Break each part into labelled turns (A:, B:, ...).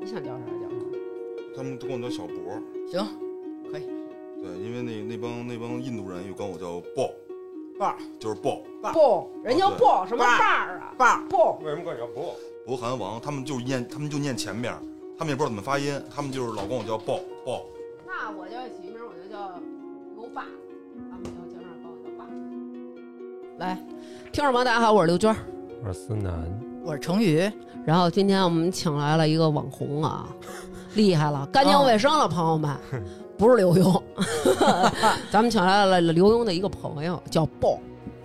A: 你想叫啥叫啥。
B: 他们都管我叫小博。
A: 行，可以，
B: 对，因为那那帮那帮印度人又管我叫豹，
A: 棒
B: 就是豹，
A: 蹦，人叫
B: 对
A: 蹦什么
C: 棒
A: 棒儿啊？
C: 棒
A: 蹦，
C: 为什么管你叫博？
B: 博韩王，他们就念他们就念前面，他们也不知道怎么发音，他们就是老管我叫豹豹。
A: 那我就起名，我就叫牛爸，他们就经常管我叫爸。来，听众朋友大家好，我是刘娟儿，
C: 我是思南，
D: 我是成宇，
A: 然后今天我们请来了一个网红啊，厉害了，干净卫生了，朋友们，不是刘墉， 咱们请来了刘墉的一个朋友叫豹。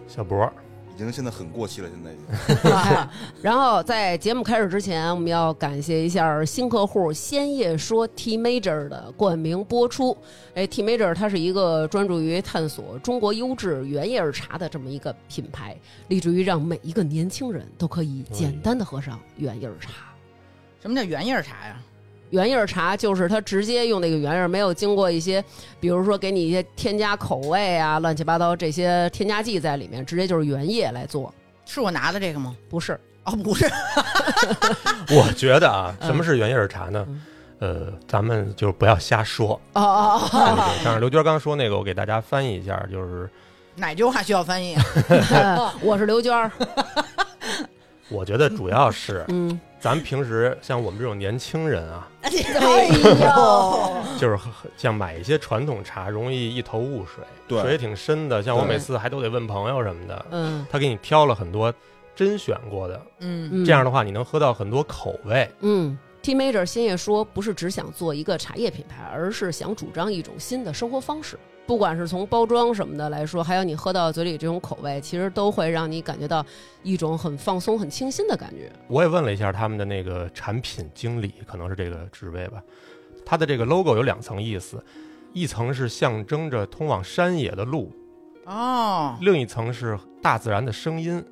C: 小博，
B: 已经现在很过气了，现在已经。
A: 哎 然后在节目开始之前，我们要感谢一下新客户“鲜叶说 T Major” 的冠名播出。哎，T Major 它是一个专注于探索中国优质原叶儿茶的这么一个品牌，立志于让每一个年轻人都可以简单的喝上原叶儿茶。
D: 什么叫原叶儿茶呀？
A: 原叶儿茶就是它直接用那个原叶儿，没有经过一些，比如说给你一些添加口味啊、乱七八糟这些添加剂在里面，直接就是原叶来做，
D: 是我拿的这个吗？
A: 不是。
D: 哦，不是，
C: 我觉得啊，
A: 嗯
C: 什么是原叶儿茶呢
A: 嗯？
C: 呃，咱们就是不要 瞎说。
A: 哦哦哦
C: 对对但是刘娟刚说那个，我给大家翻译一下，就是
D: 哪句话需要翻译？啊
A: 哎我是刘娟儿，
C: 我觉得主要是
A: 嗯，
C: 咱平时像我们这种年轻人啊，
A: 哎呦，
C: 就是喝喝像买一些传统茶，容易一头雾水，
B: 对
C: 水也挺深的。像我
B: 对
C: 每次还都得问朋友什么的，
A: 嗯
C: 他给你挑了很多甄选过的，
D: 嗯，
A: 嗯，
C: 这样的话你能喝到很多口味。
A: 嗯。T Major 新叶说，不是只想做一个茶叶品牌，而是想主张一种新的生活方式。不管是从包装什么的来说，还有你喝到嘴里这种口味，其实都会让你感觉到一种很放松、很清新的感觉。
C: 我也问了一下他们的那个产品经理，可能是这个职位吧，他的这个 logo 有两层意思，一层是象征着通往山野的路，
D: 哦，
C: 另一层是大自然的声音。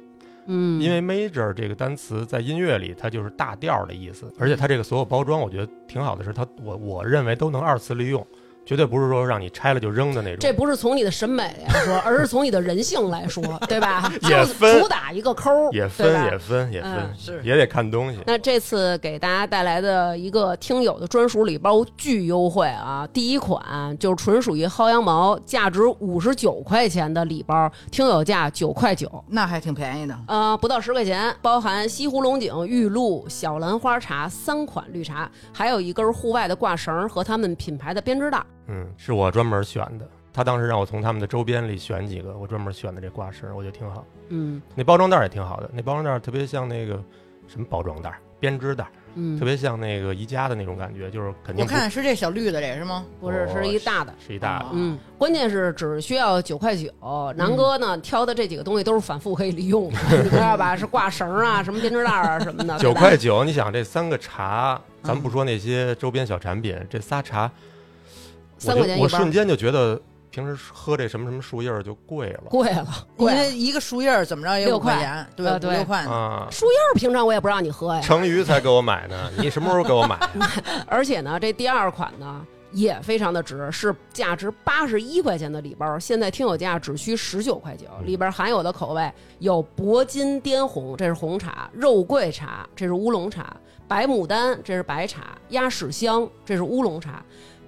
A: 嗯，
C: 因为 major 这个单词在音乐里它就是大调儿的意
A: 嗯
C: 思，而且它这个所有包装，我觉得挺好的是它，我我认为都能二次利用，绝对不是说让你拆了就扔的那
A: 这
C: 种。
A: 不是从你的审美来说，而是从你的人性来说，对吧？
C: 也
A: 就是
C: 分
A: 主打一个抠儿，
C: 也
A: 对吧
C: 分也分也分
A: 嗯，
D: 是
C: 也得看东西。
A: 那这次给大家带来的一个听友的专属礼包，巨优惠啊！第一款就是纯属于薅羊毛，价值五十九块钱的礼包，听友价九块九。
D: 那还挺便宜的。
A: 呃，不到十块钱，包含西湖龙井、玉露、小兰花茶三款绿茶，还有一根户外的挂绳和他们品牌的编织袋。
C: 嗯，是我专门选的，他当时让我从他们的周边里选几个，我专门选的这挂绳，我觉得挺好。
A: 嗯
C: 那包装袋儿也挺好的，那包装袋儿特别像那个什么包装袋儿、编织袋儿，
A: 嗯，
C: 特别像那个宜家的那种感觉，就是肯
D: 我
C: 定不
D: 看是这小绿的，这是吗？哦
A: 不是，是一大的。
C: 哦是一大的。
A: 嗯，关键是只需要九块九。
C: 嗯
A: 南哥呢、挑的这几个东西都是反复可以利用的， 你知道吧？是挂绳啊，什么编织袋啊什么的。
C: 九
A: 对吧
C: 块九，你想这三个茶，咱
A: 嗯
C: 不说那些周边小产品，这仨茶，我
A: 三
C: 就
A: 块钱一
C: 我
A: 包
C: 瞬，间就觉得平时喝这什么什么树叶儿就贵了
A: 贵了，
D: 因
A: 贵了。
D: 为一个树叶儿怎么着也
A: 啊六
D: 五块
A: 块
D: 钱，对，
A: 呃
D: 五
A: 对
D: 六块呢。
C: 啊。
A: 但是平常我也不让你喝呀。
C: 成鱼才给我买呢，你什么时候给我买？
A: 而且呢，这第二款呢也非常的值，是价值八十一块钱的礼包，现在听友价只需十九块九，
C: 嗯
A: 里边含有的口味有铂金滇红，这是红茶；肉桂茶，这是乌龙茶；白牡丹，这是白茶；鸭屎香，这是乌龙茶。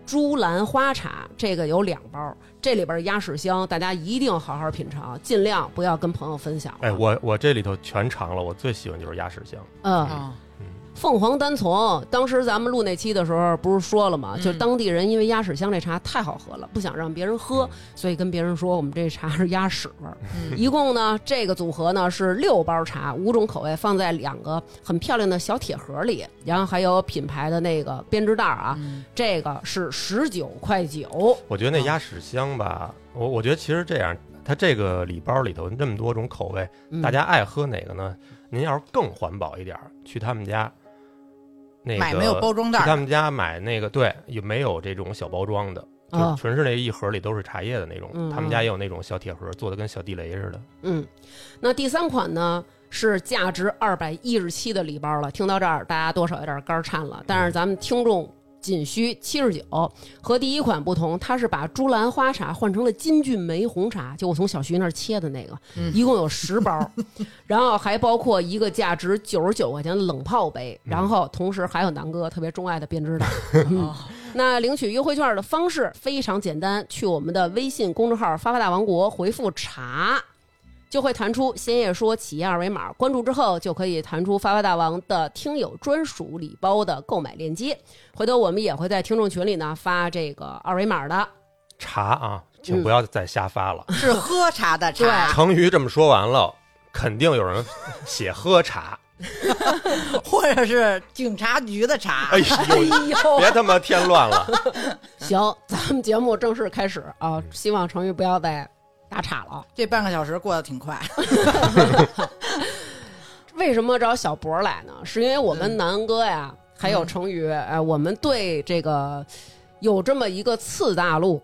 A: 朱兰花茶这个有两包，这里边鸭屎香大家一定好好品尝，尽量不要跟朋友分享了。
C: 哎，我我这里头全尝了，我最喜欢就是鸭屎香。
A: 嗯，
D: 啊，
A: 凤凰单丛，当时咱们录那期的时候不是说了吗？
D: 嗯
A: 就当地人因为鸭屎香这茶太好喝了，不想让别人喝，所以跟别人说我们这茶是鸭屎味儿。
D: 嗯
A: 一共呢，这个组合呢是六包茶，五种口味，放在两个很漂亮的小铁盒里，然后还有品牌的那个编织袋儿啊，
D: 嗯
A: 这个是十九块九。
C: 我觉得那鸭屎香吧，我我觉得其实这样，它这个礼包里头那么多种口味，
A: 嗯
C: 大家爱喝哪个呢？您要是更环保一点儿，去他们家，那个
D: 买没有包装袋
C: 去
D: 儿
C: 他们家买那个，对，也没有这种小包装的，
D: 哦
C: 就
A: 啊，
C: 纯是那一盒里都是茶叶的那种。
A: 嗯
C: 他们家也有那种小铁盒，做的跟小地雷似的。
A: 嗯，那第三款呢是价值二百一十七的礼包了。听到这儿，大家多少有点肝儿颤了。但是咱们听众仅需七十九。和第一款不同，它是把朱兰花茶换成了金骏眉红茶，就我从小徐那儿切的那个，一共有十包，然后还包括一个价值九十九块钱的冷泡杯，然后同时还有南哥特别钟爱的编织袋。嗯那领取优惠券的方式非常简单，去我们的微信公众号“发发大王国”回复“茶”，就会弹出“先夜说”企业二维码，关注之后就可以弹出发发大王的听友专属礼包的购买链接。回头我们也会在听众群里呢发这个二维码的。
E: 茶啊，
D: 嗯
E: 请不要再瞎发了。
D: 是喝茶的茶，
E: 成语这么说完了，肯定有 人写喝茶。
D: 或者是警察局的茶
E: 哎。呦，别他妈添乱了。
A: 行，咱们节目正式开始
E: 嗯
A: 啊！希望成宇不要再打岔了。啊
D: 这半个小时过得 挺快，
A: 为什么找小博来呢？是因为我们南哥呀，还有成宇，哎，我们对这个有这么一个次大陆，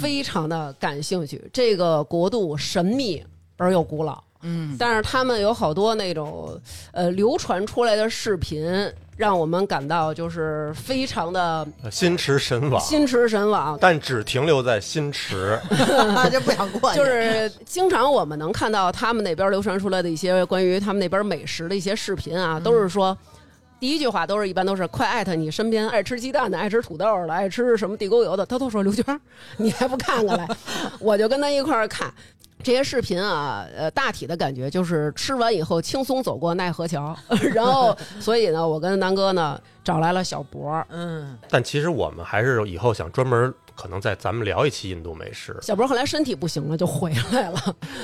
A: 非常的感兴趣。这个国度神秘而又古老，
D: 嗯，
A: 但是他们有好多那种呃流传出来的视频，让我们感到就是非常的
C: 呃
E: 心驰神往，
A: 心驰神往。
E: 但只停留在心驰。
D: 就不想过 去。
A: 就是经常我们能看到他们那边流传出来的一些关于他们那边美食的一些视频
E: 嗯
A: 啊，都是说。第一句话都是一般都是快艾特你身边爱吃鸡蛋的、爱吃土豆的、爱吃什么地沟油的，他都说刘娟儿，你还不看 看来？我就跟他一块儿看这些视频啊。呃，大体的感觉就是吃完以后轻松走过奈何桥，然后所以呢，我跟南哥呢找来了小博儿，
D: 嗯，
E: 但其实我们还是以后想专门，可能在咱们聊一期印度美食。
A: 小博儿后来身体不行了就回来了，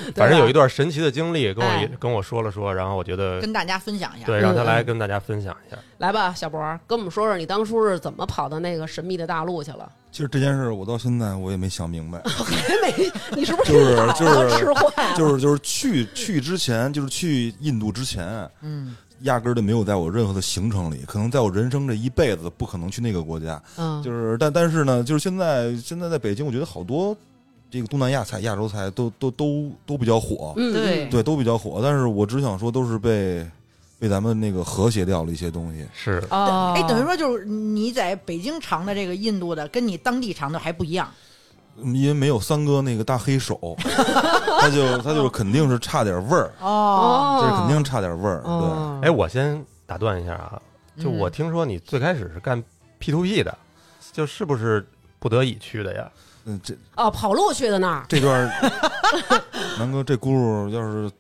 A: 对吧
E: 反正有一段神奇的经历，跟我
A: 哎
E: 一跟我说了说，然后我觉得
D: 跟大家分享一下。
E: 对，
A: 嗯
E: 让他来
A: 嗯
E: 跟大家分享一下。
A: 来吧，小博儿，跟我们说说你当初是怎么跑到那个神秘的大陆去了？
B: 其实这件事儿我到现在我也没想明白，
A: 还 没，你是不是
B: 就是
A: 老
B: 就是
A: 吃坏了？
B: 就是就是去去之前，就是去印度之前，
D: 嗯
B: 压根儿就没有在我任何的行程里，可能在我人生这一辈子不可能去那个国家。
A: 嗯，
B: 就是但但是呢，就是现在现在在北京，我觉得好多这个东南亚菜、亚洲菜都都都都比较火，
A: 嗯，
D: 对
B: 对，都比较火。但是我只想说，都是被被咱们那个和谐掉了一些东西。
E: 是
A: 哦，
D: 哎，等于说就是你在北京尝的这个印度的，跟你当地尝的还不一样。
B: 嗯因为没有三哥那个大 黑手，他就他就肯定是差点味儿，
D: 哦，
B: 这
A: 哦，
B: 肯定差点味儿。对，
A: 哦
E: 哎，我先打断一下啊，就我听说你最开始是干 P to P 的，
A: 嗯
E: 就是不是不得已去的呀？
B: 嗯，这
A: 哦，跑路去的那儿，
B: 这段儿， 南哥这轱辘要是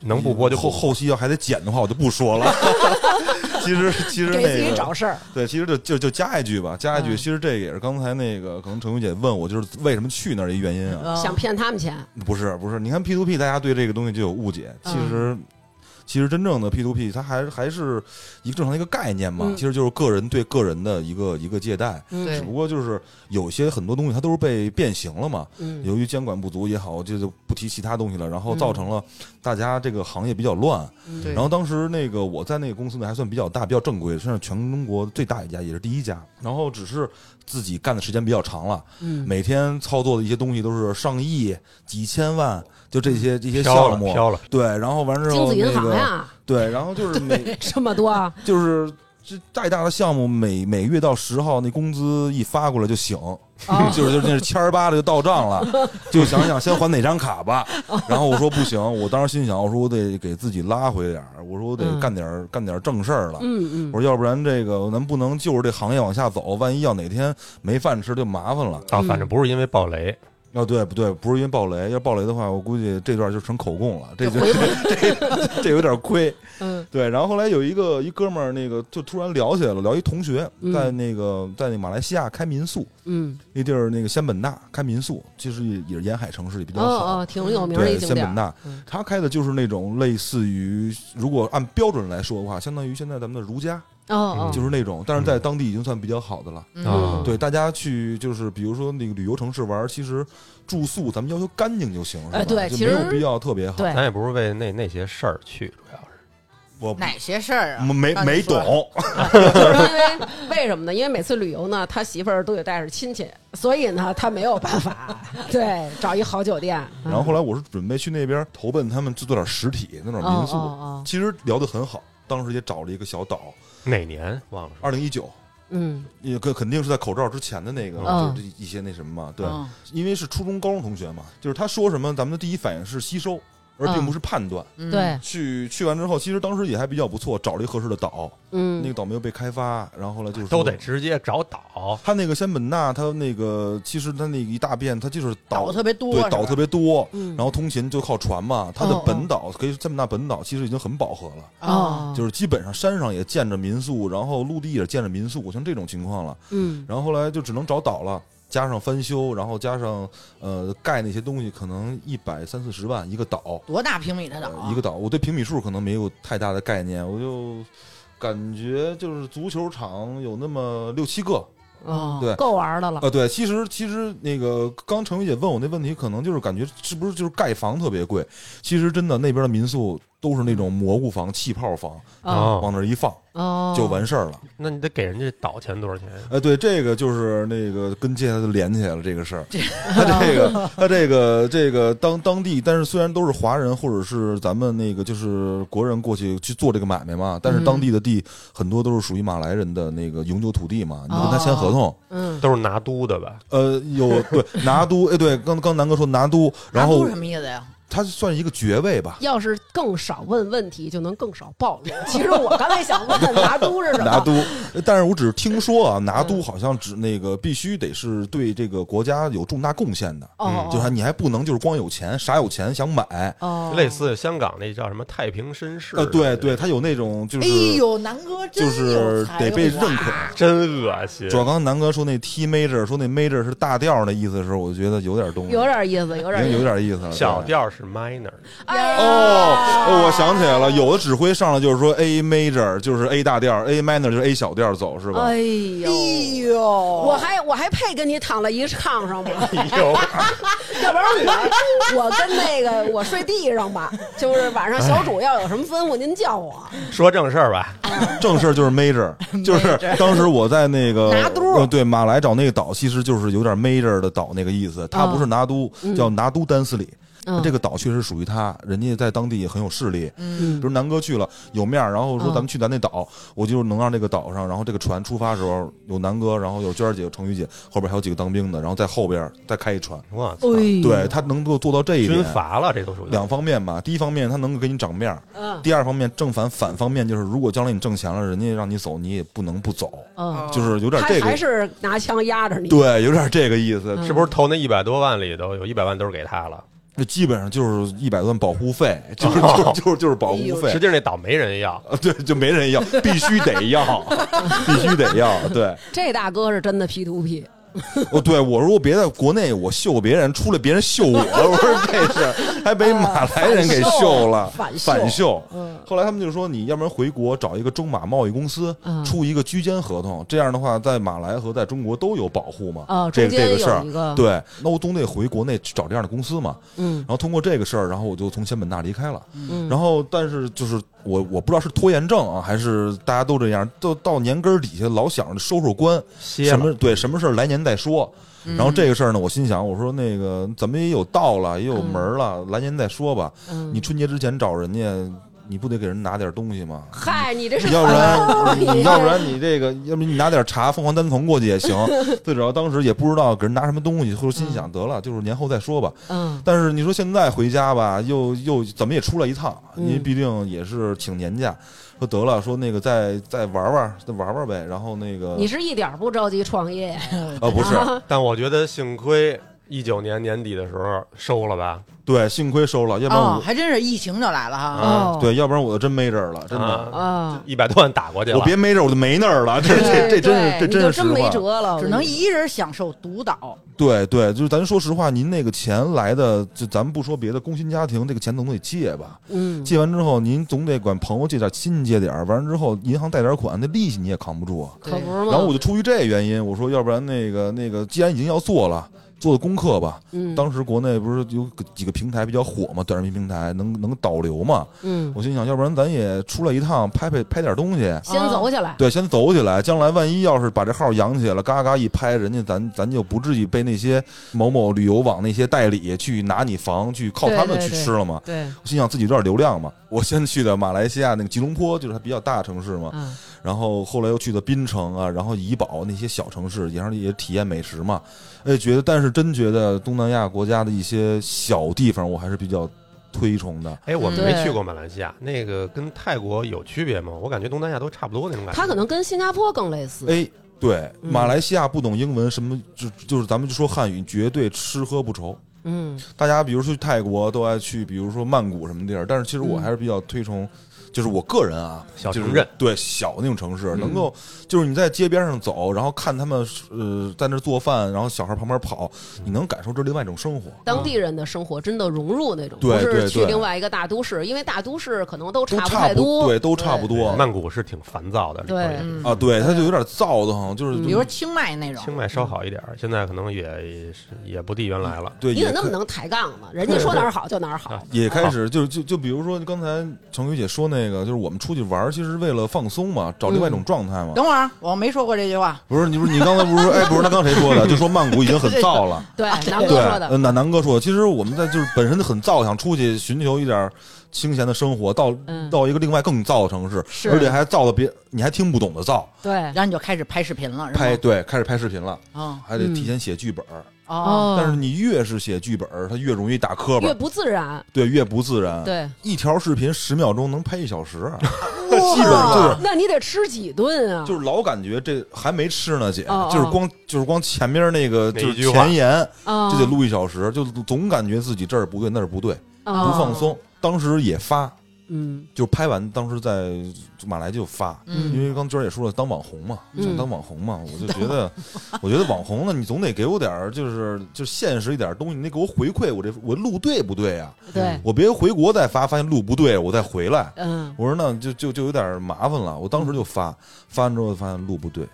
E: 能不播就不
B: 后
E: 播
B: 后期要还得剪的话，我就不说了。 其实其实
A: 给自己
B: 那
A: 找
B: 个
A: 事儿。
B: 对，其实就就就加一句吧，加一句。
A: 嗯
B: 其实这也是刚才那个可能程云姐问我，就是为什么去那儿的一原因啊？
D: 哦
A: 想骗他们钱，
B: 不是不是，你看 P to P，大家对这个东西就有误解。其实。
A: 嗯
B: 其实真正的 P to P，它还还是一个正常的一个概念嘛，
A: 嗯
B: 其实就是个人对个人的一个一个借贷，
A: 嗯
D: 对
B: 只不过就是有些很多东西它都是被变形了嘛，
A: 嗯，
B: 由于监管不足也好，这就不提其他东西了，然后造成了大家这个行业比较乱。
A: 嗯
D: 对
B: 然后当时那个我在那个公司呢还算比较大，比较正规，算是全中国最大一家，也是第一家。然后只是自己干的时间比较长了，
A: 嗯
B: 每天操作的一些东西都是上亿、几千万，就这些这些
E: 飘了
B: 项目。
E: 飘了，
B: 对，然后完之
A: 精
B: 后
A: 子银
B: 那
A: 行
B: 个
A: 呀，
B: 对，然后就是每
A: 这么多啊，
B: 就是。这再大的项目，每每月到十号那工资一发过来就醒，
A: 哦
B: 就是就是那是千儿八的就到账了，就想想先还哪张卡 吧。然后我说不行，我当时心想，我说我得给自己拉回点儿，我说我得
A: 嗯
B: 干点儿、干点儿正事儿了。
A: 嗯嗯
B: 我说要不然这个咱不能就着这行业往下走，万一要哪天没饭吃就麻烦了。
A: 嗯
E: 啊，反正不是因为暴雷，
B: 啊，对不对？不是因为暴雷，要暴雷的话，我估计这段就成口供了，这就 这这有点亏。
A: 嗯
B: 对，然后后来有一个一哥们儿，那个就突然聊起来了，聊一同学
A: 嗯
B: 在那个在那马来西亚开民宿，
A: 嗯，
B: 那地儿那个仙本那开民宿，其实也也是沿海城市，也比较好。
A: 哦哦，挺有名的
B: 对，
A: 一景
B: 仙
A: 点
B: 本
A: 儿，
B: 那
A: 嗯，
B: 他开的就是那种类似于，如果按标准来说的话，相当于现在咱们的如家，
A: 哦哦，
B: 嗯就是那种，但是在当地已经算比较好的了。
E: 啊
A: 嗯
B: 对，大家去就是比如说那个旅游城市玩，其实住宿咱们要求干净就行，是吧？
A: 哎对
B: 就
A: 其
B: 没有
A: 实
B: 必要特别好。
A: 对
E: 咱也不是为那那些事儿去，主要是
B: 我
D: 哪些事儿啊？
B: 没没
D: 让你
B: 没
D: 说
B: 懂，
A: 嗯就是因为为什么呢？因为每次旅游呢，他媳妇儿都得带着亲戚，所以呢，他没有办 法，对，找一好酒店。嗯
B: 然后后来我是准备去那边投奔他们，制作点实体那种民宿，
A: 哦哦哦
B: 其实聊得很好。当时也找了一个小岛，
E: 哪年忘了说。
B: 二零一九，
A: 嗯
B: 也肯肯定是在口罩之前的那个，
A: 嗯
B: 就是一些那什么嘛，对，
D: 嗯
B: 因为是初中、高中同学嘛，就是他说什么，咱们的第一反应是吸收，而并不是判断。
D: 嗯
A: 对，
B: 去去完之后，其实当时也还比较不错，找了一个合适的岛，那
A: 嗯
B: 个岛没有被开发，然后后来就是
E: 都得直接找岛。
B: 他那个仙本那，他那个其实他那一大变，他就是岛
D: 岛特别多，
B: 对
D: 是吧
B: 岛特别多，
A: 嗯，
B: 然后通勤就靠船嘛。它的
D: 哦哦
B: 本岛可以这么大本岛，其实已经很饱和了，
D: 哦，
B: 啊
A: 嗯
B: 就是是基本上山上也建着民宿，然后陆地也建着民宿，像这种情况了。
A: 嗯
B: 然后后来就只能找岛了。加上翻修，然后加上呃盖那些东西，可能一百三四十万一个岛，
D: 多大平米的岛
B: 呃
D: 啊？
B: 一个岛。我对平米数可能没有太大的概念，我就感觉就是足球场有那么六七个，
A: 哦
B: 对
A: 够玩的了，
B: 啊，对，其实其实那个刚程雨姐问我那问题，可能就是感觉是不是就是盖房特别贵？其实真的那边的民宿都是那种蘑菇房、气泡房，
A: 嗯哦
B: 往那儿一放
A: 哦，
B: 啊就完事儿了。
E: 那你得给人家岛钱多少钱呀？
B: 哎，对，这个就是那个跟借他就连起来了这个事儿。他这 个他这个这个当当地，但是虽然都是华人或者是咱们那个就是国人过去去做这个买卖嘛，但是当地的地
D: 嗯
B: 很多都是属于马来人的那个永久土地嘛，你跟他签合
D: 哦
B: 同。
A: 嗯，
E: 都是拿督的吧？
B: 呃，有对拿督，哎，对，刚刚南哥说拿督，然
D: 拿
B: 后
D: 督什么意思呀？
B: 他算一个爵位 吧，
A: 要是更少问问题，就能更少暴露。 其实我刚才想问拿督是什
B: 拿
A: 么？
B: 督。呃但是我只是听说啊，拿
D: 嗯
B: 督好像只那个必须得是对这个国家有重大贡献的，
A: 哦，
B: 嗯就是还你还不能就是光有钱，啥有钱想买。
A: 哦，
E: 类似香港那叫什么太平绅士？
B: 呃，对对，，他有那种就
D: 哎
B: 是
D: 呦，南哥真
B: 就是
D: 有才
B: 得被
D: 华啊
B: 认可。
E: 真恶心
B: 主。要刚刚南哥说那 T major 说那 major 是大调的意思的时候，我就觉得有点东西，
A: 有点意思，有
B: 已
A: 点意
B: 经有
A: 思。
B: 点意思了。
E: 小
B: 对
E: 调是 minor，
A: 哎
B: 哦哦，我想起来了，有的指挥上来就是说 A major 就是 A 大调，A minor 就是 A 小调走，是吧？
A: 哎
D: 哎
A: 呦，
D: 呦，
A: 我
B: 哦
D: 我
A: 还我还配跟你躺在一炕上吗？
E: 哎呦，
A: 要不然我我跟那个我睡地上吧，就是晚上小主要有什么吩咐您叫我。
E: 说正事儿吧，
B: 正事儿就 是 major，就是当时我在那个
D: 拿督
B: 呃对马来找那个岛，其实就是有点 major 的岛那个意思，它不
A: 嗯
B: 是拿督，叫拿督丹斯里。这个岛确实属于他，人家在当地也很有势力。比
A: 嗯
B: 如南哥去了有面儿，然后说
A: 嗯
B: 咱们去咱那岛，我就能让这个岛上，然后这个船出发时候有南哥，然后有娟儿姐、有程雨姐，后边还有几个当兵的，然后在后边儿再开一船。
E: 我操，
A: 哎，
B: 对他能够做到这一点
E: 军，阀了，这都属于
B: 两方面吧。第一方面，他能够给你长面儿；
A: 嗯
B: 第二方面，正反反方面就是，如果将来你挣钱了，人家让你走，你也不能不走，
A: 嗯，
D: 哦
B: 就是有点
A: 还
B: 这
A: 还
B: 个，
A: 是嗯拿枪压着你。
B: 对，有点这个意思。
E: 是不是投那一百多万里头有一百万都是给他了？
B: 这基本上就是一百万保护费， 就是就是就是就是保护
E: 实
B: 费。
A: 哎
E: 际上那岛没人要，
B: 啊， 对，就没人要，必须得 要，必须得要。对，
A: 这大哥是真的 P to P，
B: 哦，对我如果别在国内我秀别人，出来别人秀我， 我说这是还被马来人给秀了，
A: 嗯反秀
B: 反秀。
A: 嗯
B: 后来他们就说，你要不然回国找一个中马贸易公司
A: 嗯
B: 出一个居间合同，这样的话在马来和在中国都有保护嘛。
A: 哦
B: 这
A: 中
B: 个
A: 间
B: 这个事
A: 有一个
B: 儿，对，那我总得回国内去找这样的公司嘛。
A: 嗯
B: 然后通过这个事儿，然后我就从仙本那离开了。
A: 嗯
B: 然后，但是就是我我不知道是拖延症啊，还是大家都这样，到到年根儿底下老想着收收官，
E: 歇
B: 什
E: 了
B: 么对什么事儿来年再说。
A: 嗯
B: 然后这个事儿呢，我心想，我说那个咱们也有道了，也有门儿了，来年再说吧。
A: 嗯
B: 你春节之前找人家，你不得给人拿点东西吗？
A: 嗨，你这是啊
B: 要不然，
A: 你
B: 你要不然你这个，要不你拿点茶，凤凰单丛过去 也行。最主要当时也不知道给人拿什么东西，后来心想得了，就是年后再说吧。
A: 嗯
B: 但是你说现在回家吧，又又怎么也出来一趟，
A: 嗯
B: 因为毕竟也是请年假。说得了，说那个再再玩玩，再玩玩呗。然后那个
A: 你是一点儿不着急创业，
B: 呃 不是，
E: 但我觉得幸亏一九年年底的时候收了吧，
B: 对，幸亏收了，要不然
D: 哦，
B: 我、
D: 还真是疫情就来了哈。
A: 哦，
B: 对，要不然我就真没这儿了，真的。
E: 啊，
A: 啊，
E: 一百多万打过去了。
B: 我别没这儿，我就没那儿了，这这这真
A: 对
B: 是这
A: 你就
B: 真是
A: 真
B: 实
A: 没
B: 话。
A: 辙了，
D: 只能一人享受独岛，
B: 对对，就是咱说实话，您那个钱来的，就咱们不说别的，工薪家庭这个钱总得借吧？
A: 嗯
B: 借完之后，您总得管朋友借点，亲戚借点儿，完了之后银行贷点款，那利息你也扛不住啊。
A: 可不是
B: 然后我
A: 吗？
B: 就出于这原因，我说要不然那个那个，既然已经要做了，做的功课吧。
A: 嗯
B: 当时国内不是有几个平台比较火嘛，短视频平台能能导流嘛？
A: 嗯，
B: 我心想，要不然咱也出来一趟，拍拍拍点东西。
A: 先走起来，
B: 对，先走起来，将来万一要是把这号养起来了，嘎嘎一拍，人家咱咱就不至于被那些某某旅游网那些代理去拿你房，去靠他们去吃了嘛。
A: 对，
B: 我心想自己有点流量嘛，我先去的马来西亚那个吉隆坡，就是它比较大城市嘛。
A: 嗯
B: 然后后来又去的滨城啊，然后怡保那些小城市，然后也体验美食嘛。哎，觉得但是真觉得东南亚国家的一些小地方，我还是比较推崇的。
E: 哎，我
A: 嗯
E: 没
A: 对
E: 去过马来西亚，那个跟泰国有区别吗？我感觉东南亚都差不多那种感觉。
A: 它可能跟新加坡更类似。
B: 哎，对，
A: 嗯
B: 马来西亚不懂英文，什么就就是咱们就说汉语，绝对吃喝不愁。
A: 嗯，
B: 大家比如说去泰国都爱去，比如说曼谷什么地儿，但是其实我
A: 嗯
B: 还是比较推崇，就是我个人啊，
E: 小
B: 就是
E: 城镇
B: 对小那种城市，
E: 嗯
B: 能够就是你在街边上走，然后看他们呃在那儿做饭，然后小孩旁边跑，你能感受这另外一种生活。
A: 当地人的生活真的融入那种，
B: 对
A: 不是
B: 对
A: 去
B: 对
A: 另外一个大都市，因为大都市可能都不
B: 都差
A: 太
B: 不
A: 多。
B: 对，都差不多
E: 曼谷是挺烦躁的，
A: 对
E: 里头也是
D: 嗯
B: 啊。对，它就有点燥的慌，就是
A: 嗯
D: 比如说清迈那种，
E: 清迈稍好一点儿，现在可能也也不地原来了。
B: 对，
A: 你怎
B: 也
A: 么那么
B: 开
A: 能抬杠呢？人家说哪儿好就哪儿好
E: 啊。
B: 也开始就就就比如说刚才程宇姐说那个，就是我们出去玩儿，其实为了放松嘛，找另外一种状态嘛。
A: 嗯
D: 等会儿啊我没说过这句话，
B: 不是你不是你刚才不是说哎不是他刚才谁说 的？就说曼谷已经很燥了。
A: 对，南
B: 对，
A: 哥说的
B: 呃，南南哥说，其实我们在就是本身就很燥，想出去寻求一点清闲的生活，到、
A: 嗯
B: 到一个另外更燥的城市，
A: 是
B: 而且还燥的别你还听不懂的燥，
A: 对
D: 然。后你就开始拍视频了，是吗
B: 拍对，开始拍视频了，
D: 啊
B: 还得
A: 嗯
B: 提前写剧本儿，
D: 哦，
B: 但是你越是写剧本儿，它越容易打磕巴
A: 越
B: 儿，
A: 不自然，
B: 对，越不自然。
A: 对，
B: 一条视频十秒钟能拍一 小时，啊
D: 哇
B: 基本上就是
A: 那你得吃几顿啊？
B: 就是老感觉这还没吃呢，姐，
A: 哦哦
B: 就是光就是光前面那个
E: 哪
B: 就
E: 一
B: 是
E: 句话
B: 前言，
A: 啊，
B: 就得录一小时，就总感觉自己这儿不对那儿不对，
A: 啊
B: 不放松。当时也发，
A: 嗯，
B: 就拍完，当时在马来就发，
D: 嗯
B: 因为刚娟儿也说了，当网红嘛，
A: 嗯
B: 想当网红嘛，我就觉得，我觉得网红呢，你总得给我点儿，就是就现实一点儿东西，你得给我回馈，我这我录对不对啊？
A: 对，
B: 我别回国再发，发现录不对，我再回来。
A: 嗯，
B: 我说那就就就有点麻烦了，我当时就发，发完之后发现录不对，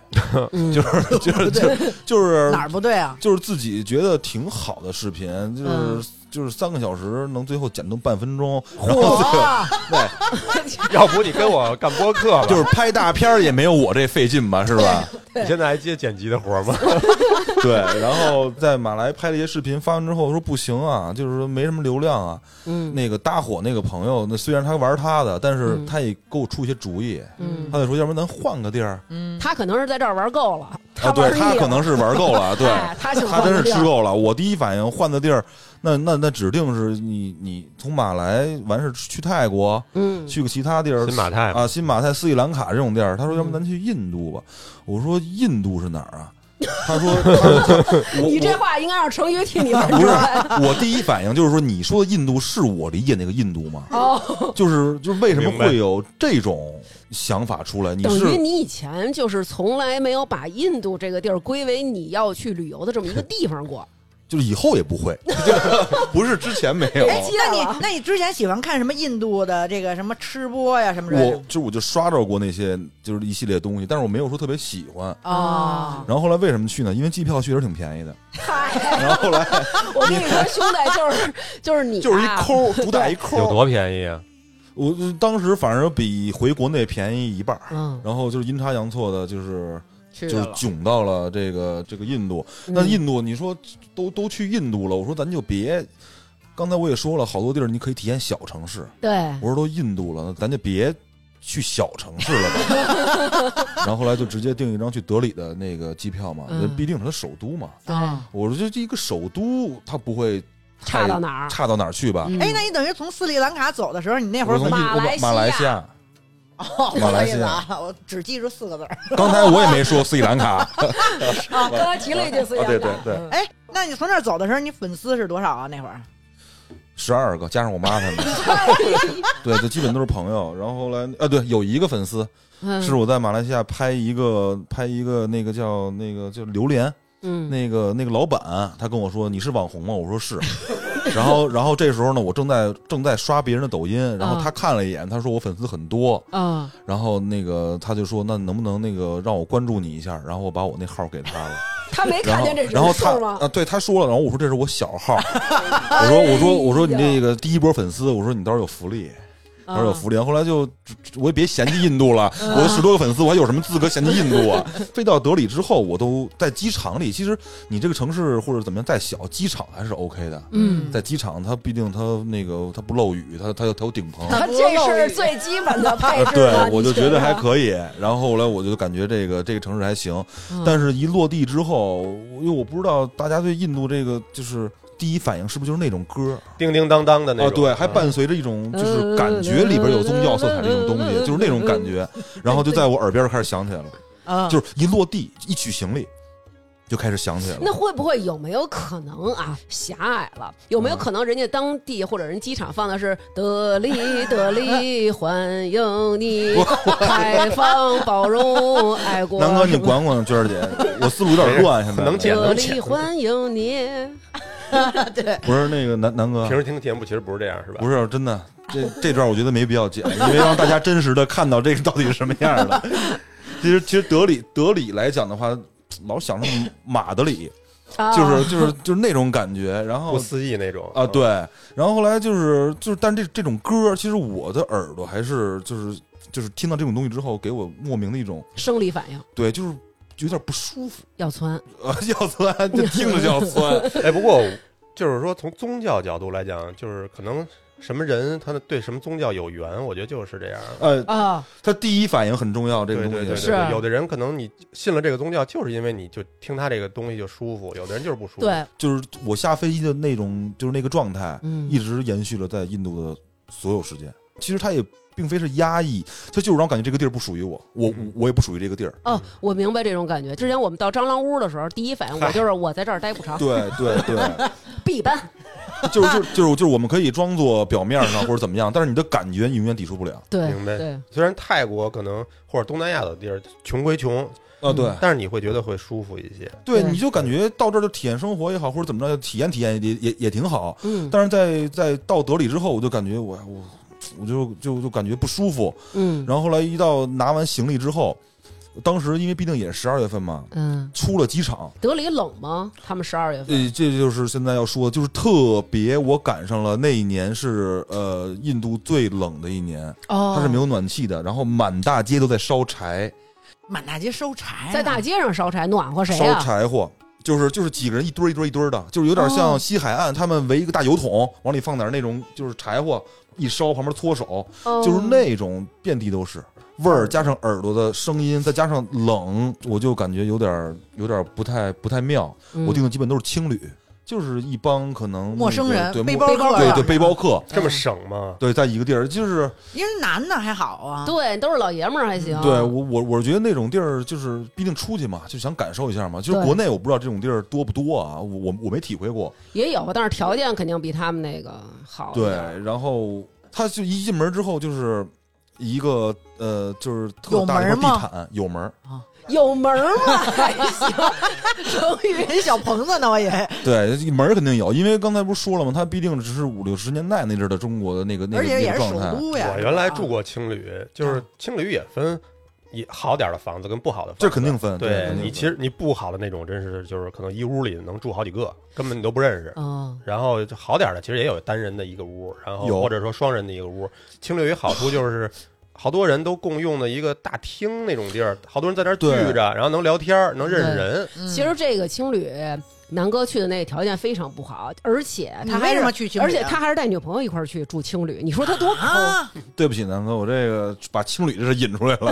A: 就
B: 就是就是就是就是
D: 哪儿不对啊？
B: 就是自己觉得挺好的视频，就是、
A: 嗯
B: 就是三个小时能最后剪动半分钟，然后最 后
D: 哇，
B: 对。
E: 要不你跟我干播客吧？
B: 就是拍大片儿也没有我这费劲吧，是
A: 哎
B: 吧？
E: 你现在还接剪辑的活儿 吗？
B: 对，然后在马来拍了一些视频，发完之后说不行啊，就是说没什么流量啊。
A: 嗯
B: 那个搭伙那个朋友，那虽然他玩他的，但是
A: 嗯
B: 他也给我出一些主意。
A: 嗯，
B: 他就说，要不然咱换个地儿
D: 嗯，
A: 他可能是在这儿玩够了，
B: 啊？对
A: 玩腻
B: 他可
A: 了，
B: 能是玩够 了，对
A: 哎他想
B: 他
A: 换
B: 真
A: 个
B: 是
A: 地
B: 吃
A: 儿
B: 够了。我第一反应换的地儿，那那那指定是你你从马来完事去泰国，
A: 嗯，
B: 去个其他地儿
E: 新马泰嘛，
B: 啊，新马泰、斯里兰卡这种地儿。他说，
A: 嗯
B: 要不咱去印度吧？我说，印度是哪儿啊？他说，他说他我
A: 你这
B: 我
A: 话应该让程宇替你完
B: 不
A: 成。
B: 是我第一反应就是说，你说的印度是我理解那个印度吗？
A: 哦，
B: 就是就是为什么
E: 明白
B: 会有这种想法出来？你
A: 等于
B: 是
A: 你以前就是从来没有把印度这个地儿归为你要去旅游的这么一个地方过。
B: 就是以后也不会， 不是之前没有。
A: 哎记
D: 那
A: 得
D: 你
A: 了
D: 那你之前喜欢看什么印度的这个什么吃播呀什么之类
B: 我
D: 的
B: 就我就刷着过那些就是一系列东西，但是我没有说特别喜欢。
D: 啊？
B: 然后后来为什么去呢？因为机票确实挺便宜的。
A: 哦嗨，
B: 然后后来
A: 我跟你说，兄弟，就是就是你啊，
B: 就是一抠，主打一抠。
E: 有多便宜啊？
B: 我当时反正比回国内便宜一半儿，
A: 嗯，
B: 然后就是阴差阳错的，就是
D: 去
B: 就是
D: 了
B: 囧到了这个这个印度。
A: 嗯
B: 那印度，你说都都去印度了，我说咱就别。刚才我也说了，好多地儿你可以体验小城市。
A: 对，
B: 我说都印度了，那咱就别去小城市了吧。 然后后来就直接订一张去德里的那个机票嘛，
A: 嗯
B: 那毕竟是它首都嘛。
A: 对
D: 啊
B: 我说这一个首都，它不会
A: 差
B: 太
A: 到哪儿？
B: 差到哪儿去吧？
A: 嗯
D: 哎，那你等于从斯里兰卡走的时候，你那会
B: 我
D: 儿
B: 说从
D: 怎么
B: 印
A: 马来西亚
B: 马来西亚，
D: 哦不
B: 马
D: 好
B: 来
D: 意
B: 西
D: 思
B: 亚
D: 啊，我只记住四个字儿。
B: 刚才我也没说斯里兰 卡。
A: 啊，刚才提了一句斯里兰卡
B: 啊对对对
A: 嗯
D: 哎，那你从那儿走的时候，你粉丝是多少啊？那会儿
B: 十二个，加上我妈他们，对，这基本都是朋友。然后后来，啊，对，有一个粉丝
A: 嗯
B: 是我在马来西亚拍一个拍一个那个叫那个叫榴莲
A: 嗯
B: 那个那个老板，他跟我说你是网红吗？我说是。 然后然后这时候呢，我正在正在刷别人的抖音，
A: 嗯
B: 然后他看了一眼，他说我粉丝很多，
A: 啊，
B: 然后那个他就说那能不能那个让我关注你一下？然后我把我那号给他 了。
A: 他没
B: 然
A: 看
B: 后
A: 见这人
B: 然后
A: 数
B: 他
A: 吗？
B: 啊，对，他说了，然后我说 这
A: 哎
B: 是我小号，我说我说我说你这个第一波粉丝，我说你到时候有福利，他
F: 嗯
A: 哦
B: 说有福利。后来就我也别嫌弃印度了，我十多个粉丝，我还有什么资格嫌弃印度啊？飞到德里之后，我都在机场里。其实你这个城市或者怎么样再小，机场还是 OK 的。
A: 嗯，
B: 在机场，它毕竟它那个它不漏雨，它它有它有顶棚。啊
F: 他这是最基本的 配置
B: 对
F: 了，
B: 我就
F: 你
B: 觉得还
F: 吗
B: 可以。然后后来我就感觉这个这个城市还行，
F: 嗯
B: 但是一落地之后，因为我不知道大家对印度这个就是第一反应是不是就是那种歌
C: 叮叮当当的那
B: 啊？
C: 种，
B: 对，还
C: 嗯
B: 伴随着一种就是感觉里边有宗教色彩的一种东西，就是那种感觉。然后就在我耳边开始响起来了，
D: 啊，
B: 就是一落地一取行李就开始响起来
A: 那
B: 了。
A: 会不会有没有可能啊狭隘了？有
B: 嗯
A: 没有可能人家当地或者人机场放的是“得力得力，欢迎你，开放包容 爱国”？
B: 南哥，你管管娟儿姐，我思路有点乱，现在
C: 能解
A: 得力欢迎你，
B: 不是那个南南哥，
C: 嗯平时听节目其实不是这样，是吧？
B: 不是真的，这这段我觉得没必要剪，因为让大家真实的看到这个到底是什么样的。其实，其实德里德里来讲的话，老想那种马德里，
A: 啊
B: 就是就是就是那种感觉。然
C: 不
B: 后
C: 思议那种
B: 啊，，对，然后后来就是就是，但这这种歌，其实我的耳朵还是就是就是听到这种东西之后，给我莫名的一种
A: 生理反应
B: 对，就是有点不舒服，
A: 要窜，
B: 呃，要酸，就听着就要酸。
C: 哎，不过就是说从宗教角度来讲，就是可能什么人他对什么宗教有缘，我觉得就是这样。
B: 呃，
D: 啊，
B: 他第一反应很重要，这
C: 对
B: 个
C: 对
B: 东
C: 对
B: 西
C: 对，
A: 是
C: 对有的人可能你信了这个宗教，就是因为你就听他这个东西就舒服，有的人就是不舒服。，
A: 对，
B: 就是我下飞机的那种，就是那个状态，
A: 嗯
B: 一直延续了在印度的所有时间。其实它也并非是压抑，它就是让我感觉这个地儿不属于我，我
C: 嗯
B: 我也不属于这个地儿。
A: 哦，我明白这种感觉。之前我们到蟑螂屋的时候，第一反应我就是我在这儿待不长，
B: 对对对，
A: 必搬。
B: 就是就是就是就是我们可以装作表面上或者怎么样，但是你的感觉你永远抵触不了。
A: 对，
C: 明白
A: 对，
C: 虽然泰国可能或者东南亚的地儿穷归穷，
B: 啊，对
C: 但是你会觉得会舒服一些。
B: 对，
A: 对
B: 你就感觉到这儿就体验生活也好，或者怎么着体验体验也也也挺好。
A: 嗯
B: 但是在在到德里之后，我就感觉我我我就就就感觉不舒服。
A: 嗯
B: 然后后来一到拿完行李之后，当时因为毕竟也是十二月份嘛，
A: 嗯，
B: 出了机场，
A: 德里冷吗？他们十二月份，
B: 呃，这就是现在要说，就是特别，我赶上了那一年是呃印度最冷的一年，
A: 哦
B: 它是没有暖气的，然后满大街都在烧柴，
D: 满大街收柴啊，
A: 在大街上烧柴，暖和谁
B: 烧
D: 啊
A: 呀？
B: 柴火。就是就是几个人一堆儿一堆儿一堆儿的，就是有点像
A: 哦
B: 西海岸，他们围一个大油桶，往里放点那种就是柴火，一烧旁边搓手，
A: 哦
B: 就是那种遍地都是味
D: 哦
B: 儿，加上耳朵的声音，再加上冷，我就感觉有点儿有点儿不太不太妙。
A: 嗯
B: 我订的基本都是青旅，就是一帮可能
D: 嗯陌生
B: 那
D: 人
B: 个嗯对
D: 背
B: 陌
D: 包客
B: 对
D: 啊
B: 对背包客，
C: 这
A: 嗯
C: 么省吗？
B: 对在一个地儿，就是
D: 因为男的还好啊，
A: 对，都是老爷们儿还
D: 哦
A: 行。
B: 对我我我觉得那种地儿就是毕竟出去嘛，就想感受一下嘛。就是
A: 对
B: 国内我不知道这种地儿多不多啊，我我我没体会过。
A: 也有，但是条件肯定比他们那个好。
B: 对，，然后他就一进门之后就是一个呃，就是特
D: 有
B: 大的一
D: 门
B: 块地
D: 吗
B: 毯，有门儿，
A: 有门儿吗？ 还 行，成语
D: 人小棚子呢，我也，
B: 对，门儿肯定有，因为刚才不是说了吗？它毕竟只是五六十年代那阵儿的中国的那个那
D: 而
B: 个
D: 且
B: 那
D: 也
B: 个
D: 是
B: 状
D: 首
B: 态。
D: 都
A: 啊
D: 呀。
C: 我原来住过青旅，
A: 嗯
C: 就是青旅也分也好点儿的房子跟不好的房子，
B: 这肯定分，这
C: 对
B: 肯定
C: 你，
B: 分
C: 其实你不好的那种，真是就是可能一屋里能住好几个，根本你都不认识。
A: 嗯，
C: 然后就好点儿的，其实也有单人的一个屋，然后
B: 有
C: 或者说双人的一个屋。青旅有一好处就是， 好多人都共用的一个大厅那种地儿，好多人在那儿聚
B: 对
C: 着，然后能聊天儿，能认识人。
D: 嗯
A: 其实这个青旅。南哥去的那个条件非常不好，而且
D: 你
A: 他还
D: 为
A: 是
D: 什么去青旅啊
A: 而且他还是带女朋友一块儿去住青旅，你说他 多抠？
D: 啊，
B: 对不起，南哥，我这个把青旅这事引出来 了，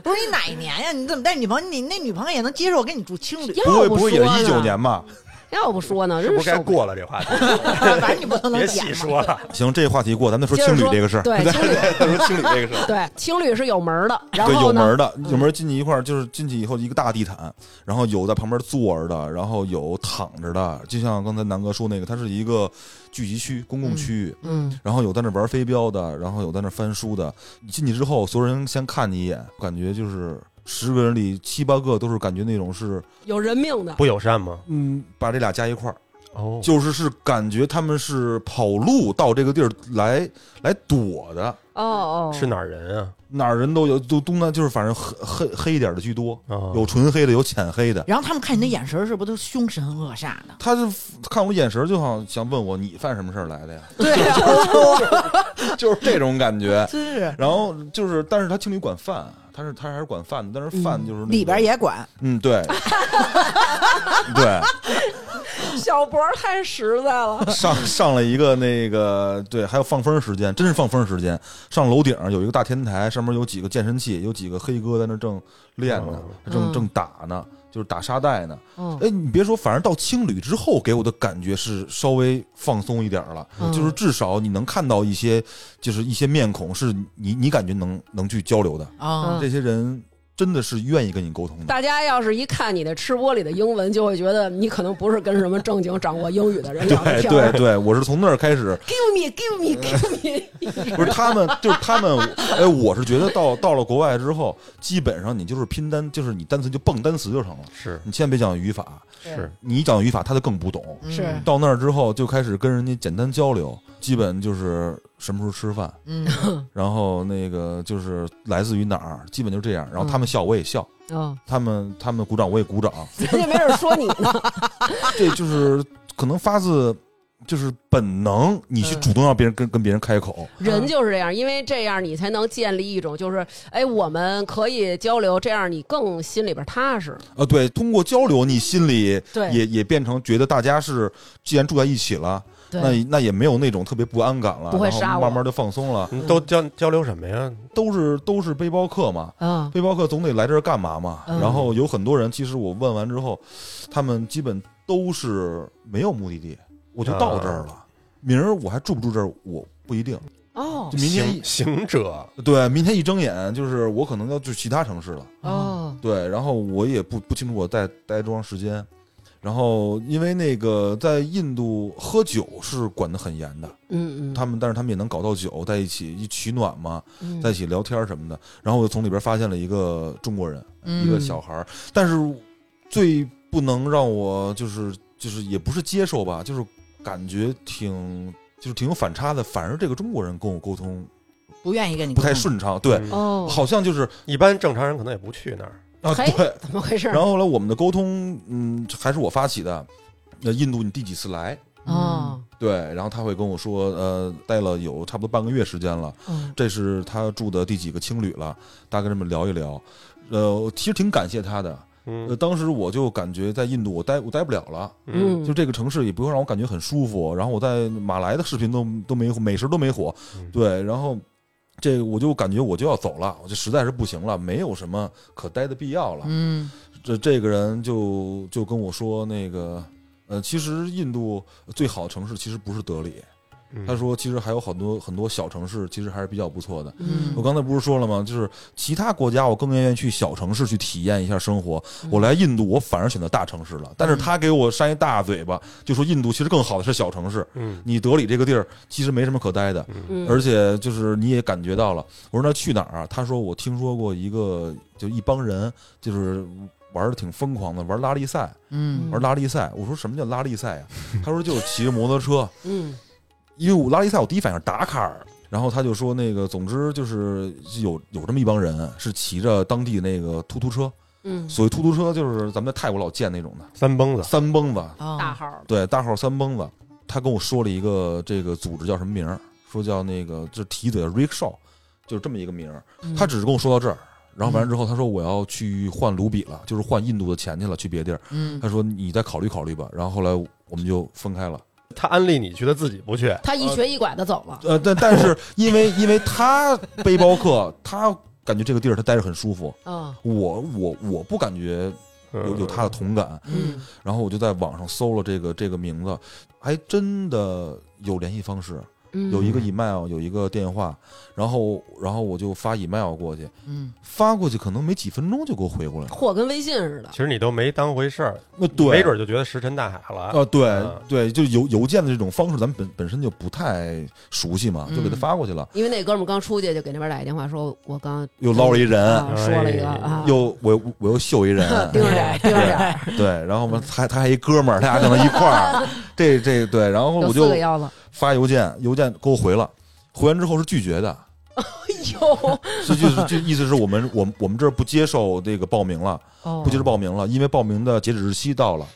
D: 不是你哪一年呀？你怎么带女朋友？你那女朋友也能接受我跟你住青旅？
A: 要
B: 不会
A: 不
B: 不会也
A: 说
B: 是一九
A: 呢
B: 年吧？
A: 要不说呢，
C: 是
A: 真
C: 不是该
A: 受不了
C: 过了这话题？
D: 啊反正你不能
C: 别细
D: 点嘛。
C: 说了。
B: 行，这话题过，咱再说
A: 接着
B: 青旅
A: 说
B: 这个事儿。
A: 对青旅
B: 再说青旅这 个事儿。
A: 对，青旅是有门儿的，然
B: 对，
A: 后
B: 有门
A: 呢，
B: 儿的，
A: 嗯
B: 有门儿进去一块儿，就是进去以后一个大地毯，然后有在旁边坐着的，然后有躺着的，就像刚才南哥说那个，它是一个聚集区、公共区域，
A: 嗯，
B: 然后有在那玩飞镖的，然后有在那翻书的。你进去之后，所有人先看你一眼，感觉就是十个人里七八个都是感觉那种是，
A: 有人命的，
C: 不友善吗？
B: 嗯，把这俩加一块儿，
E: 哦，
B: 就是是感觉他们是跑路到这个地儿来来躲的，
A: 哦哦，
E: 是哪儿人啊？
B: 哪儿人都有，都东南就是反正黑黑黑一点的居多，
E: 啊，
B: 有纯黑的，有浅黑的。
D: 然后他们看你的眼神儿是不是都凶神恶煞的？
B: 他就看我眼神，就好像想问我你犯什么事儿来的呀？
D: 对啊 呀、
B: 就是这种感觉。
D: 真是
B: 然后就是，但是他青旅管饭，啊他是他还是管饭的，但是饭就是、那个
D: 嗯里边也管，
B: 嗯对， 对。
G: 小博太实在了，
B: 上上了一个那个对，还有放风时间，真是放风时间。上楼顶有一个大天台，上面有几个健身器，有几个黑哥在那正练呢，正
A: 嗯
B: 正打呢，就是打沙袋呢。
D: 嗯
A: 哦
B: 哎，你别说，反正到青旅之后，给我的感觉是稍微放松一点了，
A: 嗯
B: 就是至少你能看到一些，就是一些面孔是你你感觉能能去交流的，
D: 啊、
B: 这些人真的是愿意跟你沟通
A: 嗯
B: 的。
A: 大家要是一看你的吃播里的英文，就会觉得你可能不是跟什么正经掌握英语的人聊的
B: 对
A: 天
B: 对对，我是从那儿开 始
A: Give me, give me, give me。
B: 不是他们，就是他们。哎，我是觉得到到了国外之后，基本上你就是拼单，就是你单词就蹦单词就成了，
E: 是
B: 你千万别讲语法。
E: 是，
B: 你一讲语法，他就更不懂。
D: 嗯
A: 是
B: 到那儿之后就开始跟人家简单交流，基本就是什么时候吃饭，
D: 嗯，
B: 然后那个就是来自于哪儿，基本就这样。
A: 嗯
B: 然后他们笑我也笑，
A: 哦，
B: 他们他们鼓掌我也 鼓掌，
A: 人家没准说你呢。 嗯
B: 这就是可能发自就是本能，你去
A: 嗯
B: 主动让别人跟跟别人开口。
A: 人就是这样，因为这样你才能建立一种就是，哎，我们可以交流，这样你更心里边踏实。
B: 啊，对，通过交流，你心里
A: 对
B: 也也变成觉得大家是既然住在一起了，那
A: 对，
B: 那也没有那种特别不安感了，
A: 不会
B: 然后
A: 杀我
B: 慢慢就放松了。
E: 你都交交流什么呀？
B: 都是都是背包客嘛，
A: 啊，
B: 背包客总得来这儿干嘛嘛。
A: 嗯
B: 然后有很多人，其实我问完之后，他们基本都是没有目的地，我就到这儿了。明儿我还住不住这儿，我不一定。
A: 哦
B: 就明天
E: 行行者
B: 一对，明天一睁眼就是我可能要去其他城市了。
A: 哦，
B: 对，然后我也不不清楚我待待多长时间，然后因为那个在印度喝酒是管得很严的，
A: 嗯嗯，
B: 他们但是他们也能搞到酒，在一起一取暖嘛，
A: 嗯
B: 在一起聊天什么的。然后我就从里边发现了一个中国人，
D: 嗯
B: 一个小孩儿，但是最不能让我就是就是也不是接受吧，就是感觉挺就是挺有反差的，反而这个中国人跟我沟通
D: 不愿意跟你
B: 不太
D: 沟通，
B: 顺畅，对，，
E: 嗯
A: 哦，
B: 好像就是
E: 一般正常人可能也不去那儿。
B: 啊
A: 嘿
B: 对。
A: 怎么回事？
B: 然后后来我们的沟通，嗯，还是我发起的。那印度你第几次来？
A: 哦，
B: 对，然后他会跟我说，呃，待了有差不多半个月时间了，
A: 嗯
B: 这是他住的第几个青旅了，大概这么聊一聊。呃，我其实挺感谢他的。呃，
E: 嗯
B: 当时我就感觉在印度我待我待不了了，
E: 嗯，
B: 就这个城市也不会让我感觉很舒服。然后我在马来的视频都都没美食都没火，
E: 嗯
B: 对，然后这个我就感觉我就要走了，我就实在是不行了，没有什么可待的必要了。
D: 嗯
B: 这这个人就就跟我说那个，呃，其实印度最好的城市其实不是德里，
E: 嗯
B: 他说其实还有很多很多小城市，其实还是比较不错的。
A: 嗯
B: 我刚才不是说了吗？就是其他国家我更愿意去小城市去体验一下生活，我来印度我反而选择大城市了。但是他给我扇一大嘴巴，就说印度其实更好的是小城市，
E: 嗯
B: 你德里这个地儿其实没什么可待的。
E: 嗯
A: 嗯，
B: 而且就是你也感觉到了，我说那去哪儿啊？他说我听说过一个，就一帮人就是玩的挺疯狂的，玩拉力赛，
D: 嗯
B: 玩拉力赛。我说什么叫拉力赛呀、他说就是骑着摩托车，
A: 嗯
B: 因为我拉力赛我第一反应是打卡尔。然后他就说那个，总之就是有有这么一帮人是骑着当地那个突突车，
A: 嗯，
B: 所谓突突车就是咱们在泰国老见那种的
E: 三蹦子
B: 三蹦子，
A: 大
D: 啊，
A: 号儿
B: 对，大号三蹦子。他跟我说了一个这个组织叫什么名儿，说叫那个就是提嘴 rickshaw，就是这么一个名儿。他只是跟我说到这儿，然后完了之后，他说我要去换卢比了，就是换印度的钱去了，去别地儿。
D: 嗯
B: 他说你再考虑考虑吧。然后后来我们就分开了。
E: 他安利你去，他自己不去。
A: 他一瘸一拐的走了。
B: 呃，但但是因为因为他背包客，他感觉这个地儿他待着很舒服，
A: 啊，
B: 我我我不感觉
C: 嗯
B: 有
E: 嗯
B: 有他的同感。
D: 嗯
B: 然后我就在网上搜了这个这个名字，还真的有联系方式。
A: 嗯
B: 有一个 email，有一个电话，然后然后我就发 email 过去，
D: 嗯，
B: 发过去可能没几分钟就给我回过来了。
A: 货跟微信似的
E: 其，实你都没当回事儿，
B: 那对，
E: 没准就觉得石沉大海了。
B: 啊，对
E: 嗯
B: 对，就邮邮件的这种方式，咱们本本身就不太熟悉嘛，就给他
D: 嗯
B: 发过去了，
A: 因为那哥们儿刚出去就给那边打一电话说，我刚
B: 又捞了一人，
A: 啊，说了一个
E: 哎
A: 啊，，
B: 又我我我又秀一人
A: 盯着点 儿盯着点儿，
B: 对，然后我们他他还一哥们儿，他俩可能一块儿，这这对，然后
A: 有
B: 我
A: 四
B: 就
A: 个 腰子，
B: 发邮件，邮件给我回了，回完之后是拒绝的，
A: 哎呦，
B: 这就是就意思是我们我们我们这儿不接受这个报名了，
A: 哦
B: 不接受报名了，因为报名的截止日期到了，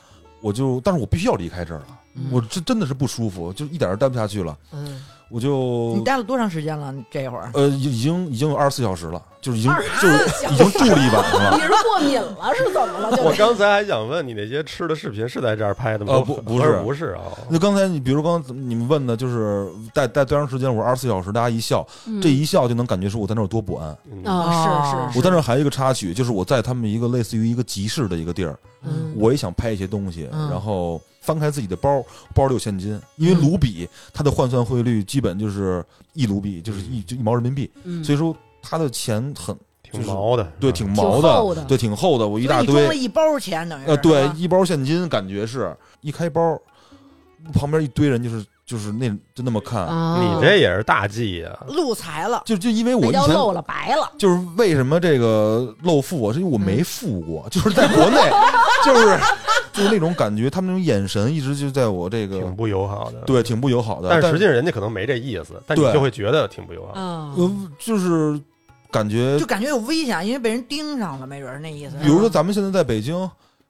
B: 我就但是我必须要离开这儿了，我这真的是不舒服，就一点儿都待不下去了，
A: 嗯，
B: 我就
D: 你待了多长时间了？这会儿
B: 呃，已已经已经有二十四小时了，就是已经
A: 24
B: 就是
A: 小
B: 已经住了一晚上了
A: 你。是过敏了是怎么了？
B: 呃
A: 就
E: 我
A: 是
E: 刚才还想问你那些吃的视频是在这儿拍的吗？
B: 呃不不是
E: 不是啊。
B: 那刚才你比如刚才你们问的就是待待多长时间，我二十四小时，大家一笑，
A: 嗯
D: 嗯
B: 这一笑就能感觉出我在那儿有多不安。
E: 嗯
A: 啊，是是
B: 我
A: 是，
B: 在那儿还有一个插曲，就是我在他们一个类似于一个集市的一个地儿，
A: 嗯
B: 我也想拍一些东西，
D: 嗯
B: 然后翻开自己的包，包里有现金，因为
D: 嗯
B: 卢比它的换算汇率基本就是一卢比就是一就一毛人民币，
A: 嗯
B: 所以说它的钱很
E: 挺毛的，
C: 嗯
B: 对
E: 是吧
B: 挺毛的，
A: 厚的
B: 对挺厚的，我一大
D: 所以你
B: 堆
D: 装了一包钱，等于是
B: 呃，
D: 是
B: 对
D: 吧，
B: 一包现金，感觉是一开包，旁边一堆人就是就是那就那么看，
A: 啊，
E: 嗯你这也是大忌呀、
B: 哦
D: 露财了，
B: 就就因为我
A: 那
B: 以
A: 腰
B: 前
A: 露了白了，
B: 就是为什么这个露富我是因为我
A: 嗯
B: 没富过，就是在国内，就是就是那种感觉，他们那种眼神一直就在我这个
E: 挺不友好的。，
B: 对挺不友好的，
E: 但
B: 但
E: 实际上人家可能没这意思，但你
B: 对
E: 就会觉得挺不友好。
A: 啊，
B: 呃就是感觉
D: 就，感觉有危险，因为被人盯上了，没准儿那意思。
B: 比如说咱们现在在北京，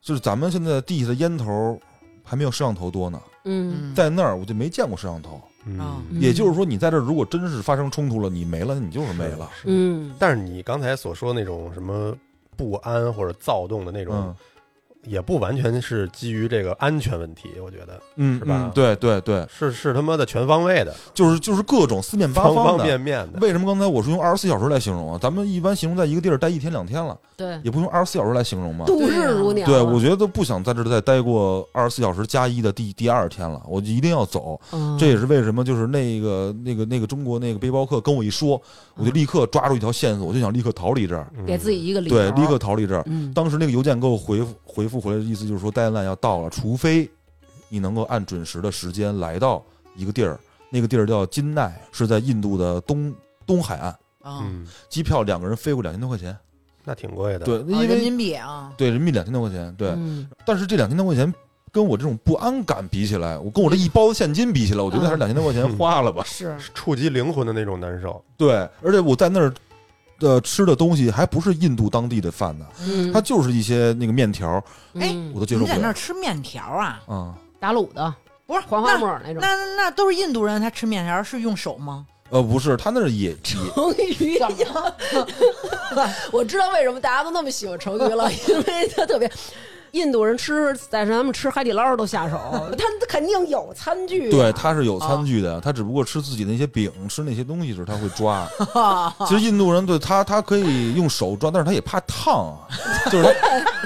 B: 就是咱们现在地下的烟头还没有摄像头多呢，
A: 嗯，
D: 嗯，
B: 在那儿我就没见过摄像头。
D: 啊
A: 嗯
B: 也就是说，你在这儿如果真是发生冲突了，你没了，你就是没了。
E: 是
A: 嗯，
E: 但是你刚才所说那种什么不安或者躁动的那种，
B: 嗯
E: 也不完全是基于这个安全问题，我觉得
B: 嗯
E: 是吧
B: 嗯对对对，
E: 是是他妈的全方位的，
B: 就是就是各种四面八
E: 方
B: 方的。
E: 面面的。
B: 为什么刚才我是用二十四小时来形容啊？咱们一般形容在一个地儿待一天两天了，
A: 对，
B: 也不用二十四小时来形容嘛。
A: 度日如啊年了，
B: 对，我觉得都不想在这儿再待过二十四小时加一的第第二天了，我就一定要走。
A: 嗯
B: 这也是为什么，就是那个那个那个中国那个背包客跟我一说，我就立刻抓住一条线索，我就想立刻逃离这儿。
E: 嗯
A: 给自己一个理由，
B: 对，立刻逃离这儿。
A: 嗯，
B: 当时那个邮件给我回复回复回来的意思就是说，灾难要到了，除非你能够按准时的时间来到一个地儿，那个地儿叫金奈，是在印度的东东海岸。
D: 啊，
E: 嗯，
B: 机票两个人飞过两千多块钱，
E: 那挺贵的。，
B: 对，
D: 啊
B: 因
D: 人
B: 为
D: 民币啊，
B: 对人民币两千多块钱，对。
A: 嗯
B: 但是这两千多块钱跟我这种不安感比起来，我跟我这一包现金比起来，我觉得还是
D: 啊
A: 嗯
B: 两千多块钱花 了吧。
A: 是
E: 触及灵魂的那种难受。
B: 对，而且我在那儿的吃的东西还不是印度当地的饭呢，
A: 嗯
B: 它就是一些那个面条儿，
D: 哎
A: 嗯
B: 我都接
D: 你
B: 受
D: 在
B: 不
D: 那
B: 了
D: 儿吃面条啊？
B: 啊。
A: 打卤的
D: 不是，
A: 黄花木耳那种
D: 那那那都是印度人，他吃面条是用手吗？
B: 呃，不是，他那儿也也
G: 成语了， 我知道为什么大家都那么喜欢成语 了，因为它特别。印度人吃，在咱们吃海底捞都 下手，他肯定有餐具、
B: 对，，他是有餐具的，他只不过吃自己的那些饼、吃那些东西的时候他会抓。其实印度人对他，他可以用手抓，但是他也怕烫啊，就是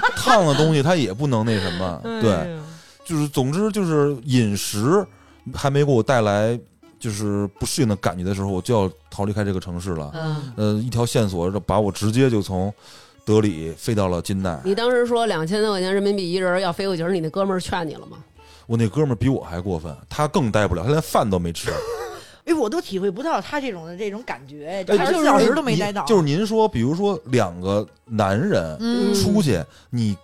B: 他烫的东西他也不能那什么。
A: 哎嗯
B: 对，就是总之就是饮食还没给我带来就是不适应的感觉的时候，我就要逃离开这个城市了。
A: 嗯，
B: 呃，一条线索把我直接就从德里飞到了金奈。
A: 你当时说两千多块钱人民币一人要飞过去，是你那哥们儿劝你了吗？
B: 我那哥们儿比我还过分，他更待不了，他连饭都没吃。
D: 哎，我都体会不到他这种的这种感觉，
B: 哎
D: 二十
B: 就
D: 四
B: 是
D: 小时都没
B: 您
D: 待到。
B: 就是您说，比如说两个男人
D: 嗯，
B: 出去，你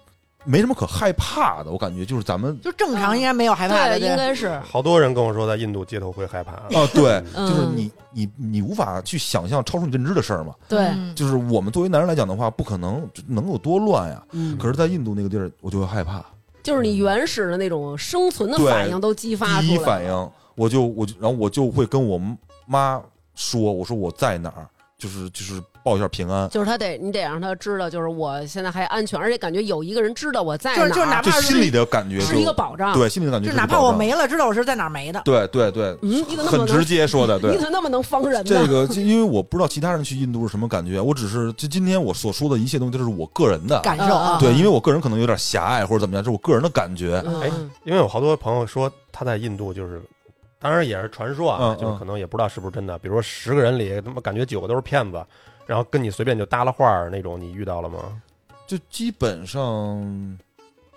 B: 没什么可害怕的，我感觉就是咱们
D: 就正常应该没有害怕的，
A: 应该是，
E: 好多人跟我说，在印度街头会害怕。
B: 啊， 对，
A: 嗯
B: 就是你你你无法去想象超出你认知的事儿嘛。
A: 对，
D: 嗯
B: 就是我们作为男人来讲的话，不可能能有多乱呀。
A: 嗯，
B: 可是，在印度那个地儿，我就会害怕。
A: 就是你原始的那种生存的
B: 对
A: 反应都激发出
B: 第
A: 来
B: 一
A: 了，
B: 反应，我就我就然后我就会跟我妈说，我说我在哪儿，就是就是报一下平安。
A: 就是他得你得让他知道，就是我现在还安全，而且感觉有一个人知道我在
D: 就
A: 哪
D: 是
A: 儿，
D: 就是哪
B: 就
D: 怕
B: 心里的感觉
A: 是
B: 就
A: 一个保障。
B: 对心里的感觉
D: 就是哪
B: 一个
D: 怕
B: 保
D: 我
B: 障
D: 没了，知道我是在哪儿没的。
B: 对对对，
A: 嗯，你怎么那
B: 很
A: 么
B: 直
A: 能？
B: 接说的，对
A: 你。怎么那么能防人呢？
B: 这个，就因为我不知道其他人去印度是什么感觉，我只是就今天我所说的一切东西都是我个人的，
D: 感受啊，
B: 对，因为我个人可能有点狭隘或者怎么样，这是我个人的感觉。
A: 嗯
E: 哎因为我好多朋友说他在印度就是
C: 当然也是传说啊，
B: 嗯嗯
C: 就是可能也不知道是不是真的。比如说十个人里，他妈感觉九个都是骗子，然后跟你随便就搭了话儿那种，你遇到了吗？
B: 就基本上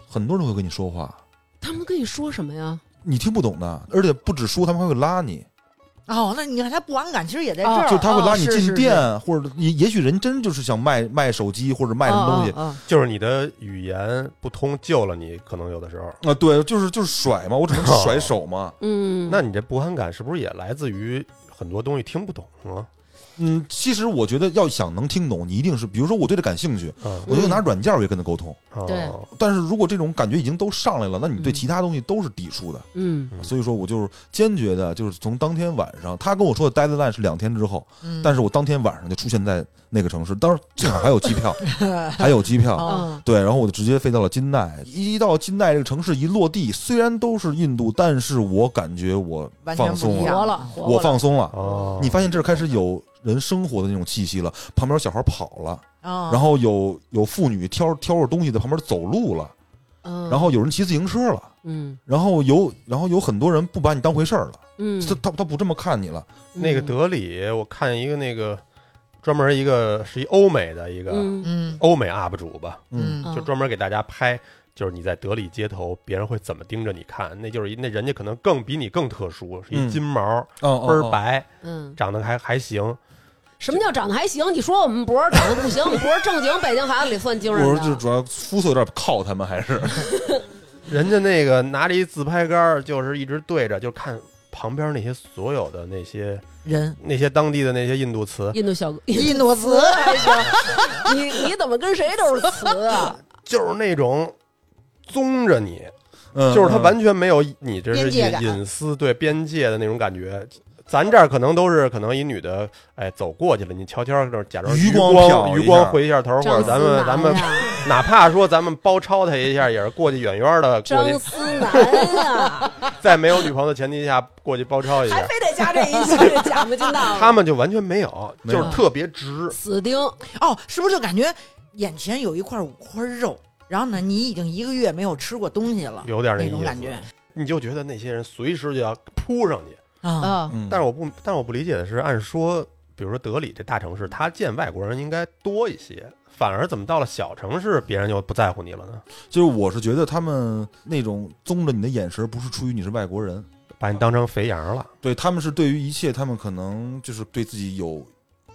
B: 很多人会跟你说话，
A: 他们跟你说什么呀？
B: 你听不懂的，而且不止说，他们还会拉你，
D: 哦，那你看他不安感其实也在这
A: 哦
D: 儿，
B: 就是他会拉你
A: 是是
B: 进店，或者也也许人真就是想卖卖手机或者卖什么东西
A: 啊啊啊
C: 就是你的语言不通救了你，可能有的时候。
B: 啊，对，就是就是甩嘛，我只能
C: 哦
B: 甩手嘛，
A: 嗯，
C: 那你这不安感是不是也来自于很多东西听不懂啊？
B: 嗯，其实我觉得要想能听懂，你一定是，比如说我对这感兴趣，
C: 嗯，
B: 我就拿软件我也跟他沟通。
C: 哦
A: 对
B: 但是如果这种感觉已经都上来了，那你对
A: 嗯
B: 其他东西都是抵触的。
A: 嗯
C: 嗯
B: 所以说我就是坚决的，就是从当天晚上，他跟我说的 deadline 是两天之后，
D: 嗯
B: 但是我当天晚上就出现在那个城市，当时正好还有机 票，还有机票。
D: 哦，
B: 对，然后我就直接飞到了金奈。一到金奈这个城市一落地，虽然都是印度，但是我感觉我
D: 完全
B: 放
D: 不
B: 松
D: 一
B: 了，
D: 样。
H: 活了，活
B: 我放松了。
C: 哦，
B: 你发现这儿开始有人生活的那种气息了，旁边小孩跑了，
D: 哦，
B: 然后有有妇女挑挑着东西在旁边走路了，
A: 嗯，
B: 然后有人骑自行车了，
A: 嗯
B: 然后有然后有很多人不把你当回事儿了，
A: 嗯，
B: 他他他不这么看你了，
C: 那个
A: 嗯
C: 德里，我看一个那个专门一个是一欧美的
B: 啊
C: 一个、
A: 嗯
D: 嗯
C: 欧美 UP 主吧，
D: 嗯
A: 嗯
C: 就专门给大家拍，就是你在德里街头，别人会怎么盯着你看，那就是一那人家可能更比你更特殊，是一
B: 嗯
C: 金毛，
B: 嗯
C: 倍儿，白，
A: 嗯，
C: 长得还还行，
A: 什么叫长得还行？你说我们博儿长得不行，我们博儿正经北京孩子里算精
B: 我
A: 神
B: 说
A: 的。
B: 就主要肤色有点靠他们还 是，
C: 人家那个拿着一自拍杆儿，就是一直对着，就看旁边那些所有的那些
D: 人
C: 那些当地的那些印度词，
A: 印度小哥，
D: 印度词
H: 还行，你你怎么跟谁都是词啊？
C: 就是那种宗着你，
B: 嗯
C: 就是他完全没有你这是
D: 边界感
C: 隐隐私对边界的那种感觉。咱这儿可能都是可能一女的，哎，走过去了，你悄悄就是假装
B: 余光
C: 光
B: 瞟一
C: 余光
B: 下
C: 回一下头，或者
A: 张
C: 咱
A: 思
D: 啊
C: 们咱
A: 楠
C: 们
A: 呀，
C: 哪怕说咱们包抄他一下，也是过去远远的过
A: 张
C: 去，
A: 思楠啊呀，
C: 在没有女朋友的前提下过去包抄一
H: 还
C: 下，
H: 非得加这一句，假不经 道。
C: 他们就完全没有，
B: 没
C: 就
D: 嗯
B: 有
C: 是特别直。
A: 死盯，
D: 哦，是不是就感觉眼前有一块五花肉，然后呢，你已经一个月没有吃过东西了，
C: 有点那
D: 那种
C: 意
D: 感
C: 思
D: 觉
C: 你就觉得那些人随时就要扑上去。
D: 啊，
A: 啊，
B: 嗯，
C: 但是我不，但是我不理解的是，按说，比如说德里这大城市，他见外国人应该多一些，反而怎么到了小城市，别人就不在乎你了呢？
B: 就是我是觉得他们那种棕着你的眼神，不是出于你是外国人，
C: 把你当成肥羊了，
B: 对他们是对于一切，他们可能就是对自己有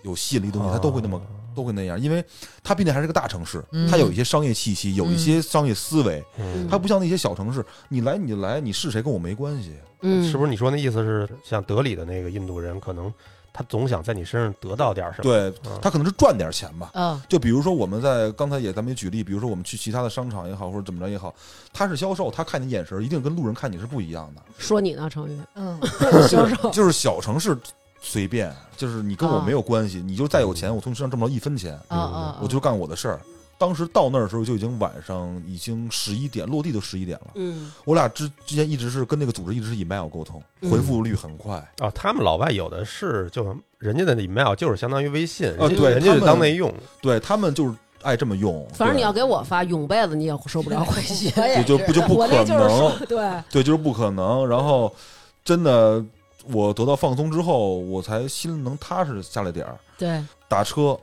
B: 有吸引力的
D: 哦
B: 东西，他都会
C: 哦
B: 那么都会那样，因为它毕竟还是个大城市，
D: 嗯
B: 它有一些商业气息，有一些商业思维，
C: 嗯
B: 它不像那些小城市，你来你就来，你是谁跟我没关系。
A: 嗯，
C: 是不是你说那意思是，像德里的那个印度人，可能他总想在你身上得到点什么？
B: 对
C: 嗯
B: 他可能是赚点钱吧，
A: 啊，
B: 就比如说我们在刚才也咱们也举例，比如说我们去其他的商场也好，或者怎么着也好，他是销售，他看你眼神一定跟路人看你是不一样的。
A: 说你呢， 程宇，
D: 嗯，
A: 销售，
B: 就是小城市随便，就是你跟我
A: 啊
B: 没有关系，你就再有钱，我从你身上挣不着一分钱，
A: 啊啊，
B: 我就干我的事儿。当时到那儿的时候就已经晚上已经十一点，落地都十一点了。
A: 嗯
B: 我俩之之前一直是跟那个组织一直是以 mail 沟通，
A: 嗯
B: 回复率很快。
C: 哦，他们老外有的是，就人家的 email 就是相当于微信，
B: 啊
C: 人家
B: 对
C: 人家
B: 他
C: 就
B: 们
C: 当内用。
B: 对他们就是爱这么用，
A: 反正你
B: 对
A: 要给我发永辈子，你也收不了回 信。
H: 也
B: 就就不就不
H: 我
B: 可
H: 那就是
B: 能，
H: 说，对，
B: 对，就是不可能。然后真的，我得到放松之后，我才心能踏实下来点儿。
A: 对，
B: 打车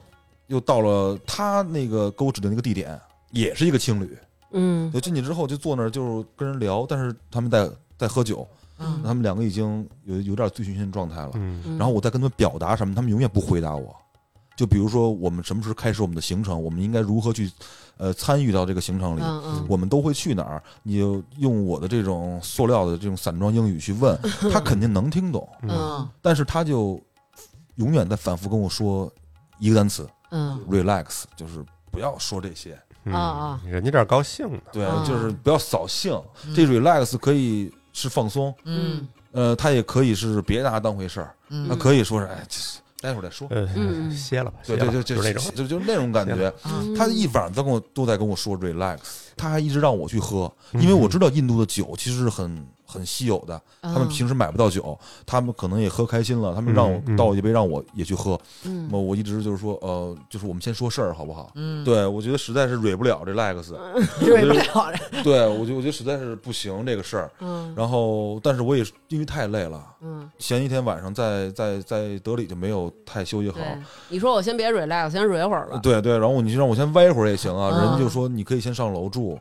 B: 又到了他那个给我指定那个地点，也是一个青旅。
A: 嗯
B: 就进去之后就坐那儿就跟人聊，但是他们在在喝酒，
D: 嗯
B: 他们两个已经有有点醉醺醺的状态了。
C: 嗯，
A: 嗯
B: 然后我再跟他们表达什么，他们永远不回答我。就比如说我们什么时候开始我们的行程，我们应该如何去呃参与到这个行程里，
A: 嗯嗯
B: 我们都会去哪儿，你就用我的这种塑料的这种散装英语去 问，他肯定能听懂，
C: 嗯，
B: 但是他就永远在反复跟我说一个单词
A: 嗯
B: relax，就是不要说这些。
C: 嗯
A: 啊啊
C: 人家这儿高兴呢。
B: 对，
A: 啊
B: 就是不要扫兴。
D: 嗯
B: 这 relax 可以是放松，
D: 嗯
B: 呃，它也可以是别拿它当回事儿，它
D: 嗯
B: 可以说是哎，这待会儿再说。
C: 呃，
A: 嗯
C: 歇了吧，
B: 对
C: 歇
B: 对
C: 了
B: 对，就
C: 吧就是那种。
B: 就就那种感觉。
A: 嗯，
B: 他一晚上都跟我都在跟我说 relax，他还一直让我去喝，
C: 嗯
B: 因为我知道印度的酒其实是很很稀有的，
A: 他
B: 他们平时买不到酒，他们可能也喝开心了，他们让我
E: 嗯嗯
B: 倒一杯，让我也去喝。
A: 嗯
B: 那么我一直就是说，呃，就是我们先说事儿好不好？
D: 嗯，
B: 对，我觉得实在是蕊不了这 Lex，
D: 对不了，
B: 对我觉得我觉得实在是不行这个事儿。
A: 嗯
B: 然后，但是我也是因为太累了，
A: 嗯，
B: 前一天晚上在在在德里就没有太休息好
A: 对。，你说我先别 relax，我先 re 会儿吧。
B: 对对，然后你就让我先歪一会儿也行啊。
A: 嗯
B: 人就说你可以先上楼住，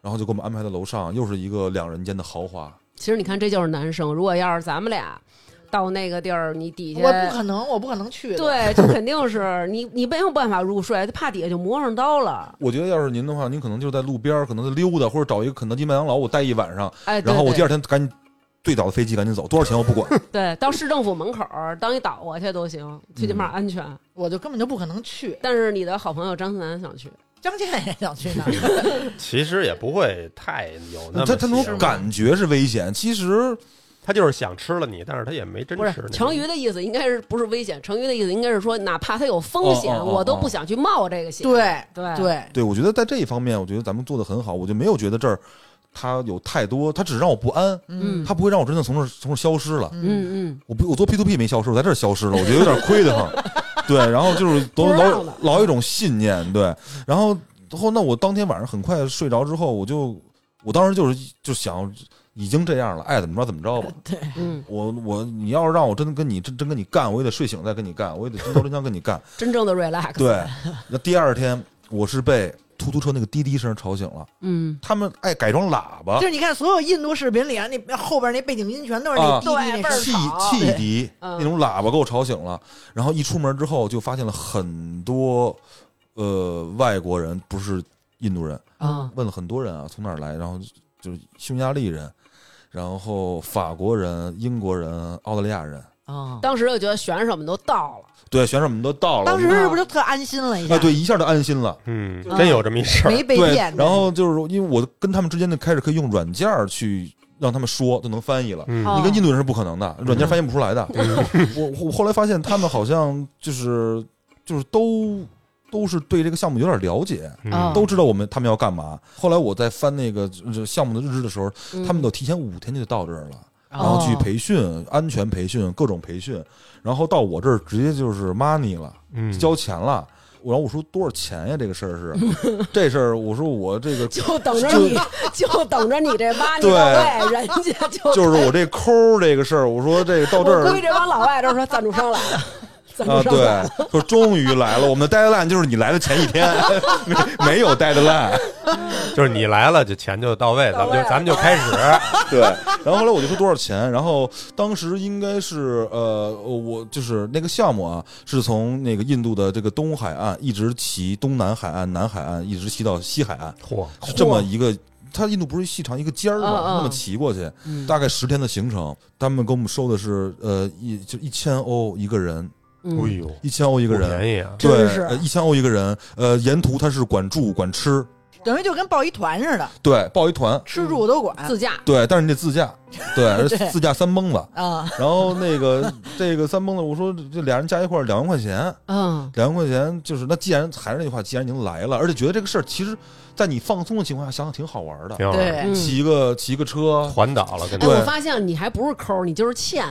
B: 然后就给我们安排到楼上，又是一个两人间的豪华。
A: 其实你看，这就是男生。如果要是咱们俩到那个地儿，你底
D: 我不
A: 下
D: 可能，我不可能去的。
A: 对，这肯定是你，你没有办法入睡，怕底下就磨上刀了。
B: 我觉得要是您的话，您可能就是在路边儿，可能在溜达，或者找一个肯德基、麦当劳，我待一晚上，
A: 哎，对
B: 然后我
A: 对
B: 第二天赶紧最早的飞机赶紧走，多少钱我不管。
A: 对到市政府门口儿当一倒过去都行，最起码
B: 嗯
A: 安全。
D: 我就根本就不可能去。
A: 但是你的好朋友张思楠想去，
D: 张健也想去那儿，
E: 其实也不会太有那么
B: 他他那
E: 邪
B: 种
E: 恶
B: 感觉是危险，其实
E: 他就是想吃了你，但是他也没真
A: 不
E: 吃
A: 是
E: 你。
A: 成瑜的意思，应该是不是危险？成瑜的意思应该是说，哪怕它有风险，
B: 哦哦哦
A: 我都
B: 哦
A: 不想去冒这个险。
D: 对
A: 对
D: 对，
B: 对我觉得在这一方面，我觉得咱们做的很好，我就没有觉得这儿他有太多，他只让我不安，
A: 嗯
B: 他不会让我真的从这儿从这儿消失了。
D: 嗯，
A: 嗯
B: 我不，我做 P to P 没消失，我在这儿消失了，我觉得有点亏得慌。对，然后就是都
A: 不知道
B: 老
A: 了
B: 老有一种信念，对，然后后那我当天晚上很快睡着之后，我就我当时就是就想已经这样了，爱怎么着怎么着吧。
A: 嗯嗯，
B: 我我你要是让我真的跟你真真跟你干，我也得睡醒再跟你干，我也得真刀真枪跟你 干。
A: 真正的 relax。，
B: 对，那第二天我是被突突车那个滴滴声吵醒了，
A: 嗯，
B: 他们爱改装喇叭
D: 就，是你看所有印度视频里啊，那后边那背景音全都是
B: 啊
D: 那滴滴
G: 对
D: 那
G: 倍儿
D: 声
B: 汽
G: 吵
B: 汽笛
A: 嗯
B: 那种喇叭给我吵醒了，然后一出门之后就发现了很多呃外国人，不是印度人，
D: 哦
A: 啊
B: 问了很多人啊，从哪儿来，然后就是匈牙利人，然后法国人、英国人、澳大利亚人，
D: 啊。
A: 当时就觉得选手们都到了，
B: 对，选手们都到了，
D: 当时
B: 我
D: 是不是就特安心了一
B: 们
D: 下？
B: 啊，对，一下就安心了。
E: 嗯，真有这么一事儿。
D: 没被
B: 对，
D: 电。
B: 然后就是因为我跟他们之间的开始可以用软件儿去让他们说，就能翻译了。
E: 嗯，
A: 哦
B: 你跟印度人是不可能的，软件翻译不出来的。 我我后来发现他们好像就是就是都都是对这个项目有点了解，
E: 嗯
A: 哦
B: 都知道我们他们要干嘛。后来我在翻那个呃项目的日志的时候，
A: 嗯
B: 他们都提前五天就到这儿了，
D: 然
B: 然后去
A: 哦
B: 培训、安全培训、各种培训，然后到我这儿直接就是 money 了，
E: 嗯
B: 交钱了。然后我说多少钱呀？这个事儿是这事儿，我说我这个
G: 就等着 你，就等着你这挖你
B: 对
G: 老外，人家就
B: 就是我这抠儿这个事儿，我说这个到这儿
G: 我估计这帮老外都说赞助商来了，赞助
B: 啊，
G: 商来了。
B: 对，说终于来了，我们的 deadline 就是你来的前一天，没没有 deadline，
E: 就是你来了，就钱就到位，咱们就咱们就 开始。
B: 对。然后后来我就说多少钱，然后当时应该是呃，我就是那个项目啊，是从那个印度的这个东海岸一直骑东南海岸、南海岸，一直骑到西海岸，
E: 嚯，
B: 是这么一个。它印度不是细长一个尖儿嘛，
A: 嗯嗯
B: 那么骑过去，大概十天的行程，他们给我们收的是呃一就一千欧一个人，
A: 嗯
E: 哎呦，
B: 一千欧一
E: 一
B: 个人，
E: 便宜啊！
B: 对
D: 真是，
B: 呃一千欧一个人，呃，沿途他是管住管吃，
D: 等于就跟报一团似的，
B: 对，报一团，
D: 吃住都
B: 哎
D: 管
A: 自驾
B: 对，但是你得自驾， 对，而且
D: 对
B: 自驾三蹦子，
D: 啊。
B: 然后那个 这个三蹦子，我说这俩人加一块儿两万块钱，
A: 嗯
B: 两万块钱就是那既然还是那句话，既然已经来了，而且觉得这个事儿其实，在你放松的情况下想想挺好玩的，
E: 挺好玩的，
D: 对
A: 嗯
B: 骑个骑个车，
E: 环岛了，跟
A: 哎，
B: 对
A: 我发现你还不是抠儿，你就是欠，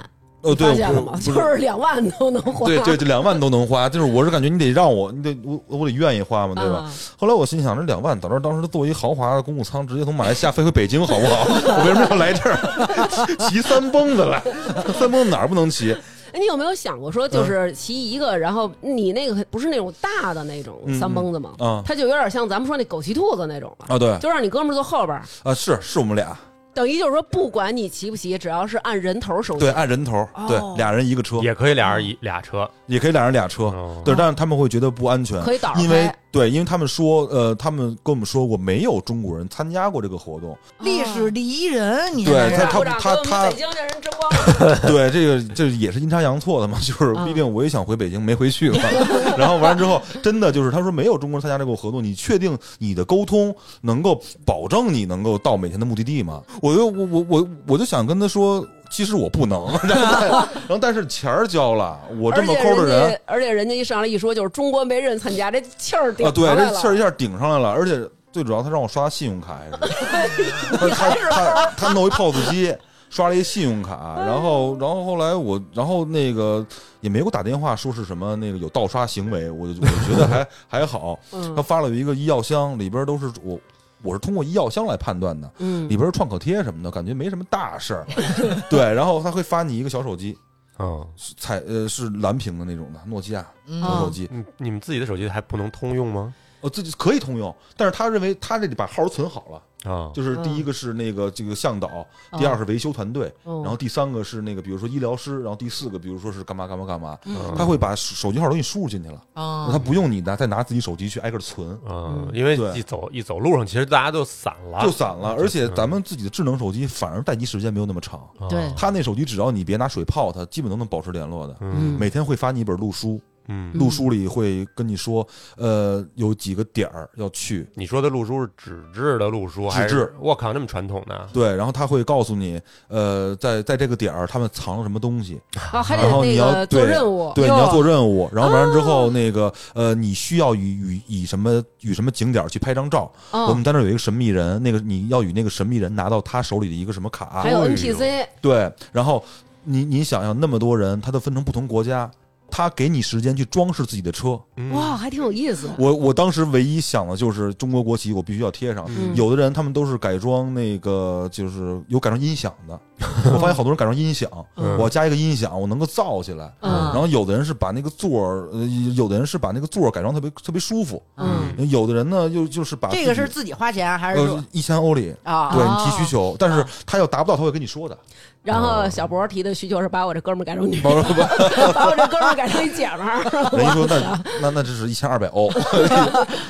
B: 呃，对，
A: 发现了
B: 我
A: 吗？
B: 不。
A: 就是是两万都能花。
B: 对对，这两万都能花，就是我是感觉你得让我，你得我我得愿意花嘛，对吧？
A: 啊
B: 后来我心想，这两万，早知道当时坐一豪华的公务舱，直接从马来西亚飞回北京，好不好？我为什么要来这儿 骑三蹦子来？三蹦子哪儿不能骑？
A: 哎，你有没有想过说，
B: 嗯
A: 就是骑一个，然后你那个不是那种大的那种
B: 嗯
A: 三蹦子吗？
B: 啊
A: 它就有点像咱们说那狗骑兔子那种了，
B: 啊，对
A: 就让你哥们儿坐后边儿，
B: 啊，是是我们俩，
A: 等于就是说，不管你骑不骑，只要是按人头收
B: 对，
A: 钱。
B: 按人头，
A: 哦
B: 对，俩人一个车，
E: 也可以俩人一俩车。
B: 也可以俩人俩车，
C: 嗯
E: 哦
B: 对，但是他们会觉得不安全，
A: 可以倒着
B: 因为
A: 开
B: 对，因为他们说，呃，他们跟我们说过，没有中国人参加过这个活动，
D: 历史第一人，你
B: 对
D: 这
B: 他
D: 是
B: 他
A: 鼓掌
B: 他
A: 给我们
B: 他
A: 北京这人争光，
B: 对，这个这也是阴差阳错的嘛，就是
A: 嗯
B: 毕竟我也想回北京，没回去嘛。 然后完了之后，真的就是他说没有中国人参加这个合作，你确定你的沟通能够保证你能够到每天的目的地吗？我就我我我我就想跟他说，其实我不能， 然后然后但是钱儿交了，我这么
A: 而
B: 抠的
A: 且
B: 人
A: 人。家，而且人家一上来一说就是中国没人参加，这气儿顶
B: 啊，对，
A: 上来
B: 这
A: 了
B: 气儿一下顶上来了，而且最主要他让我刷信用卡还是，他他他他弄一 POS 机，刷了一信用卡，
A: 嗯
B: 然后然后后来我然后那个也没给我打电话说是什么那个有盗刷行为，我就我就觉得还 还好。他
A: 嗯
B: 发了一个医药箱，里边都是我我是通过医药箱来判断的，
A: 嗯
B: 里边是创可贴什么的，感觉没什么大 事儿。对，然后他会发你一个小手机，
E: 嗯，
B: 是彩呃是蓝屏的那种的诺基亚
D: 嗯
B: 小
A: 哦
B: 手机，
E: 你你们自己的手机还不能通用吗？
B: 呃自己可以通用，但是他认为他这里把号存好了，
E: 啊，
B: 就是第一个是那个这个向导，
E: 嗯
B: 第二是维修团队，
A: 哦
B: 然后第三个是那个比如说医疗师，然后第四个比如说是干嘛干嘛干嘛，
E: 嗯哦
B: 他会把手手机号都给你输入进去了，他
D: 啊，
B: 不用你拿再拿自己手机去挨个存。
E: 嗯，因为
B: 对
E: 一走一走路上，其实大家都散了，
B: 就散了，
E: 嗯
B: 而且咱们自己的智能手机反而待机时间没有那么长。
E: 啊
D: 对
B: 他那手机只要你别拿水泡它，基本都能保持联络的。
E: 嗯
B: 每天会发你一本路书，
E: 嗯，
B: 路书里会跟你说，呃，有几个点儿要去，
E: 你说的路书是纸质的路书，还
B: 纸质
E: 是我靠，那么传统呢？
B: 对，然后他会告诉你，呃，在在这个点儿他们藏了什么东西，
A: 啊，还得
B: 然后
A: 那
B: 你
A: 个
B: 要
A: 做
B: 对
A: 任务，
B: 对，你
A: 哟哦
B: 要做任务，然后完了之后，那个呃，你需要与与以什么与什么景点儿去拍张照，我
A: 嗯，
B: 们在那儿有一个神秘人，那个你要与那个神秘人拿到他手里的一个什么卡
A: 还，有
E: 哎呦
A: NPC，
B: 对，然后你你想想那么多人，他都分成不同国家。他给你时间去装饰自己的车，
E: 嗯
A: 哇，，哦还挺有意思。
B: 我我当时唯一想的就是中国国旗我必须要贴上，
A: 嗯
B: 有的人他们都是改装那个，就是有改装音响 的。我发现好多人改装音响，
E: 嗯
B: 我要加一个音响，我能够造起来。
A: 嗯
B: 然后有的人是把那个座儿，呃，有的人是把那个座儿改装特别特别舒服，
A: 嗯
B: 有的人呢又就是把
D: 这个
B: 自
D: 是
B: 己
D: 自己花钱还是
B: 呃一千欧里，
D: 啊？
B: 对你提需求，但是他要达不到，他会跟你 说的。
A: 然后
E: 哦
A: 小博提的需求是把我这哥们儿改成女，
B: 不是不是，
A: 把我这哥们儿改成一姐们儿。
B: 人家说那那那这是一千二百欧，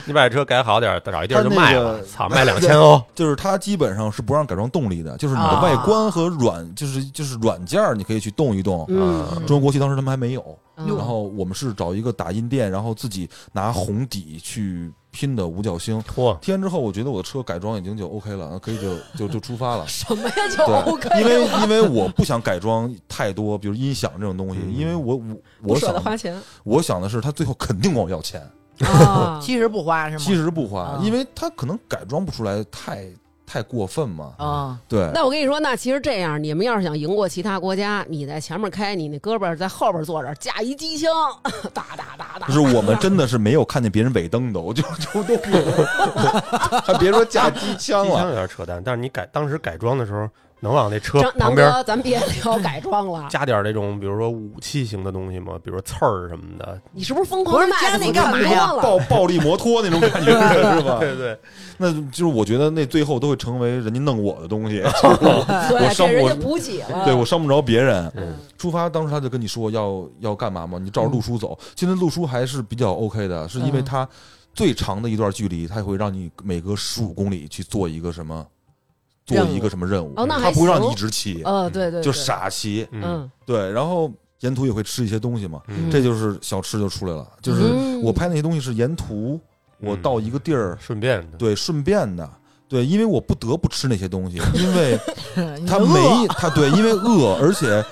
E: 你把这车改好点儿，找一地儿就
B: 他那
E: 卖
B: 个
E: 了，操，卖两千欧，
B: 就是它基本上是不让改装动力的，就是你的
D: 啊
B: 外观和软，就是就是软件儿你可以去动一动。啊
A: 嗯，
B: 中国国旗当时他们还没有，
A: 嗯。
B: 然后我们是找一个打印店，然后自己拿红底去拼的五角星。
E: 嚯，
B: 贴完之后，我觉得我的车改装已经就 OK 了，可以就就就出发了
A: 什么呀就 OK，
B: 对，因为因为我不想改装太多，比如音响这种东西，
E: 嗯
B: 因为我我
A: 不
B: 我
A: 舍
B: 想
A: 得花 钱
B: 我想的是，他最后肯定管我要钱，
A: 啊
D: 其实不花是吗？
B: 其实不花
D: 啊，
B: 因为他可能改装不出来太太过分嘛。
D: 啊，
B: 对，
A: 那我跟你说，那其实这样，你们要是想赢过其他国家，你在前面开，你那胳膊在后边坐着，架一机枪， 哒哒哒哒
B: 不。是我们真的是没有看见别人尾灯的，我就就都不懂， 还别说架机枪啊
E: 机枪
B: 了。
E: 有点扯淡，但是你改当时改装的时候，能往那车
A: 张南
E: 旁边
A: 哥，咱别聊改装了，
E: 加点儿那种，比如说武器型的东西吗？比如说刺儿什么的。
A: 你是不是疯狂
D: 不是
A: 卖
D: 加那干嘛呀
B: 暴暴力摩托那种感觉是吧？
E: 对对，
B: 那就是我觉得那最后都会成为人家弄我的东西， 就是我我
A: 对，啊
B: 上
A: 给人家
B: 我
A: 补给了。
B: 对我伤不着别人。
E: 嗯
B: 出发当时他就跟你说要要干嘛嘛，你照着路书走。
A: 嗯
B: 现在路书还是比较 OK 的，是因为
D: 嗯
B: 它最长的一段距离，它会让你每隔十五公里去做一个什么，做
A: 任务
B: 一个什么任务，
A: 哦那还
B: 它不让
A: 行
B: 你一直骑，
A: 呃，对对，对
B: 就，傻骑。
E: 嗯
A: 嗯，
B: 对，然后沿途也会吃一些东西嘛，
E: 嗯，
B: 这就是小吃就出来了。就是
A: 嗯
B: 我拍那些东西是沿途我到一个地儿，
E: 顺便的，
B: 对，顺便的。对，因为我不得不吃那些东西，因为
D: 你
B: 它
D: 饿
B: 没它对，因为饿，而且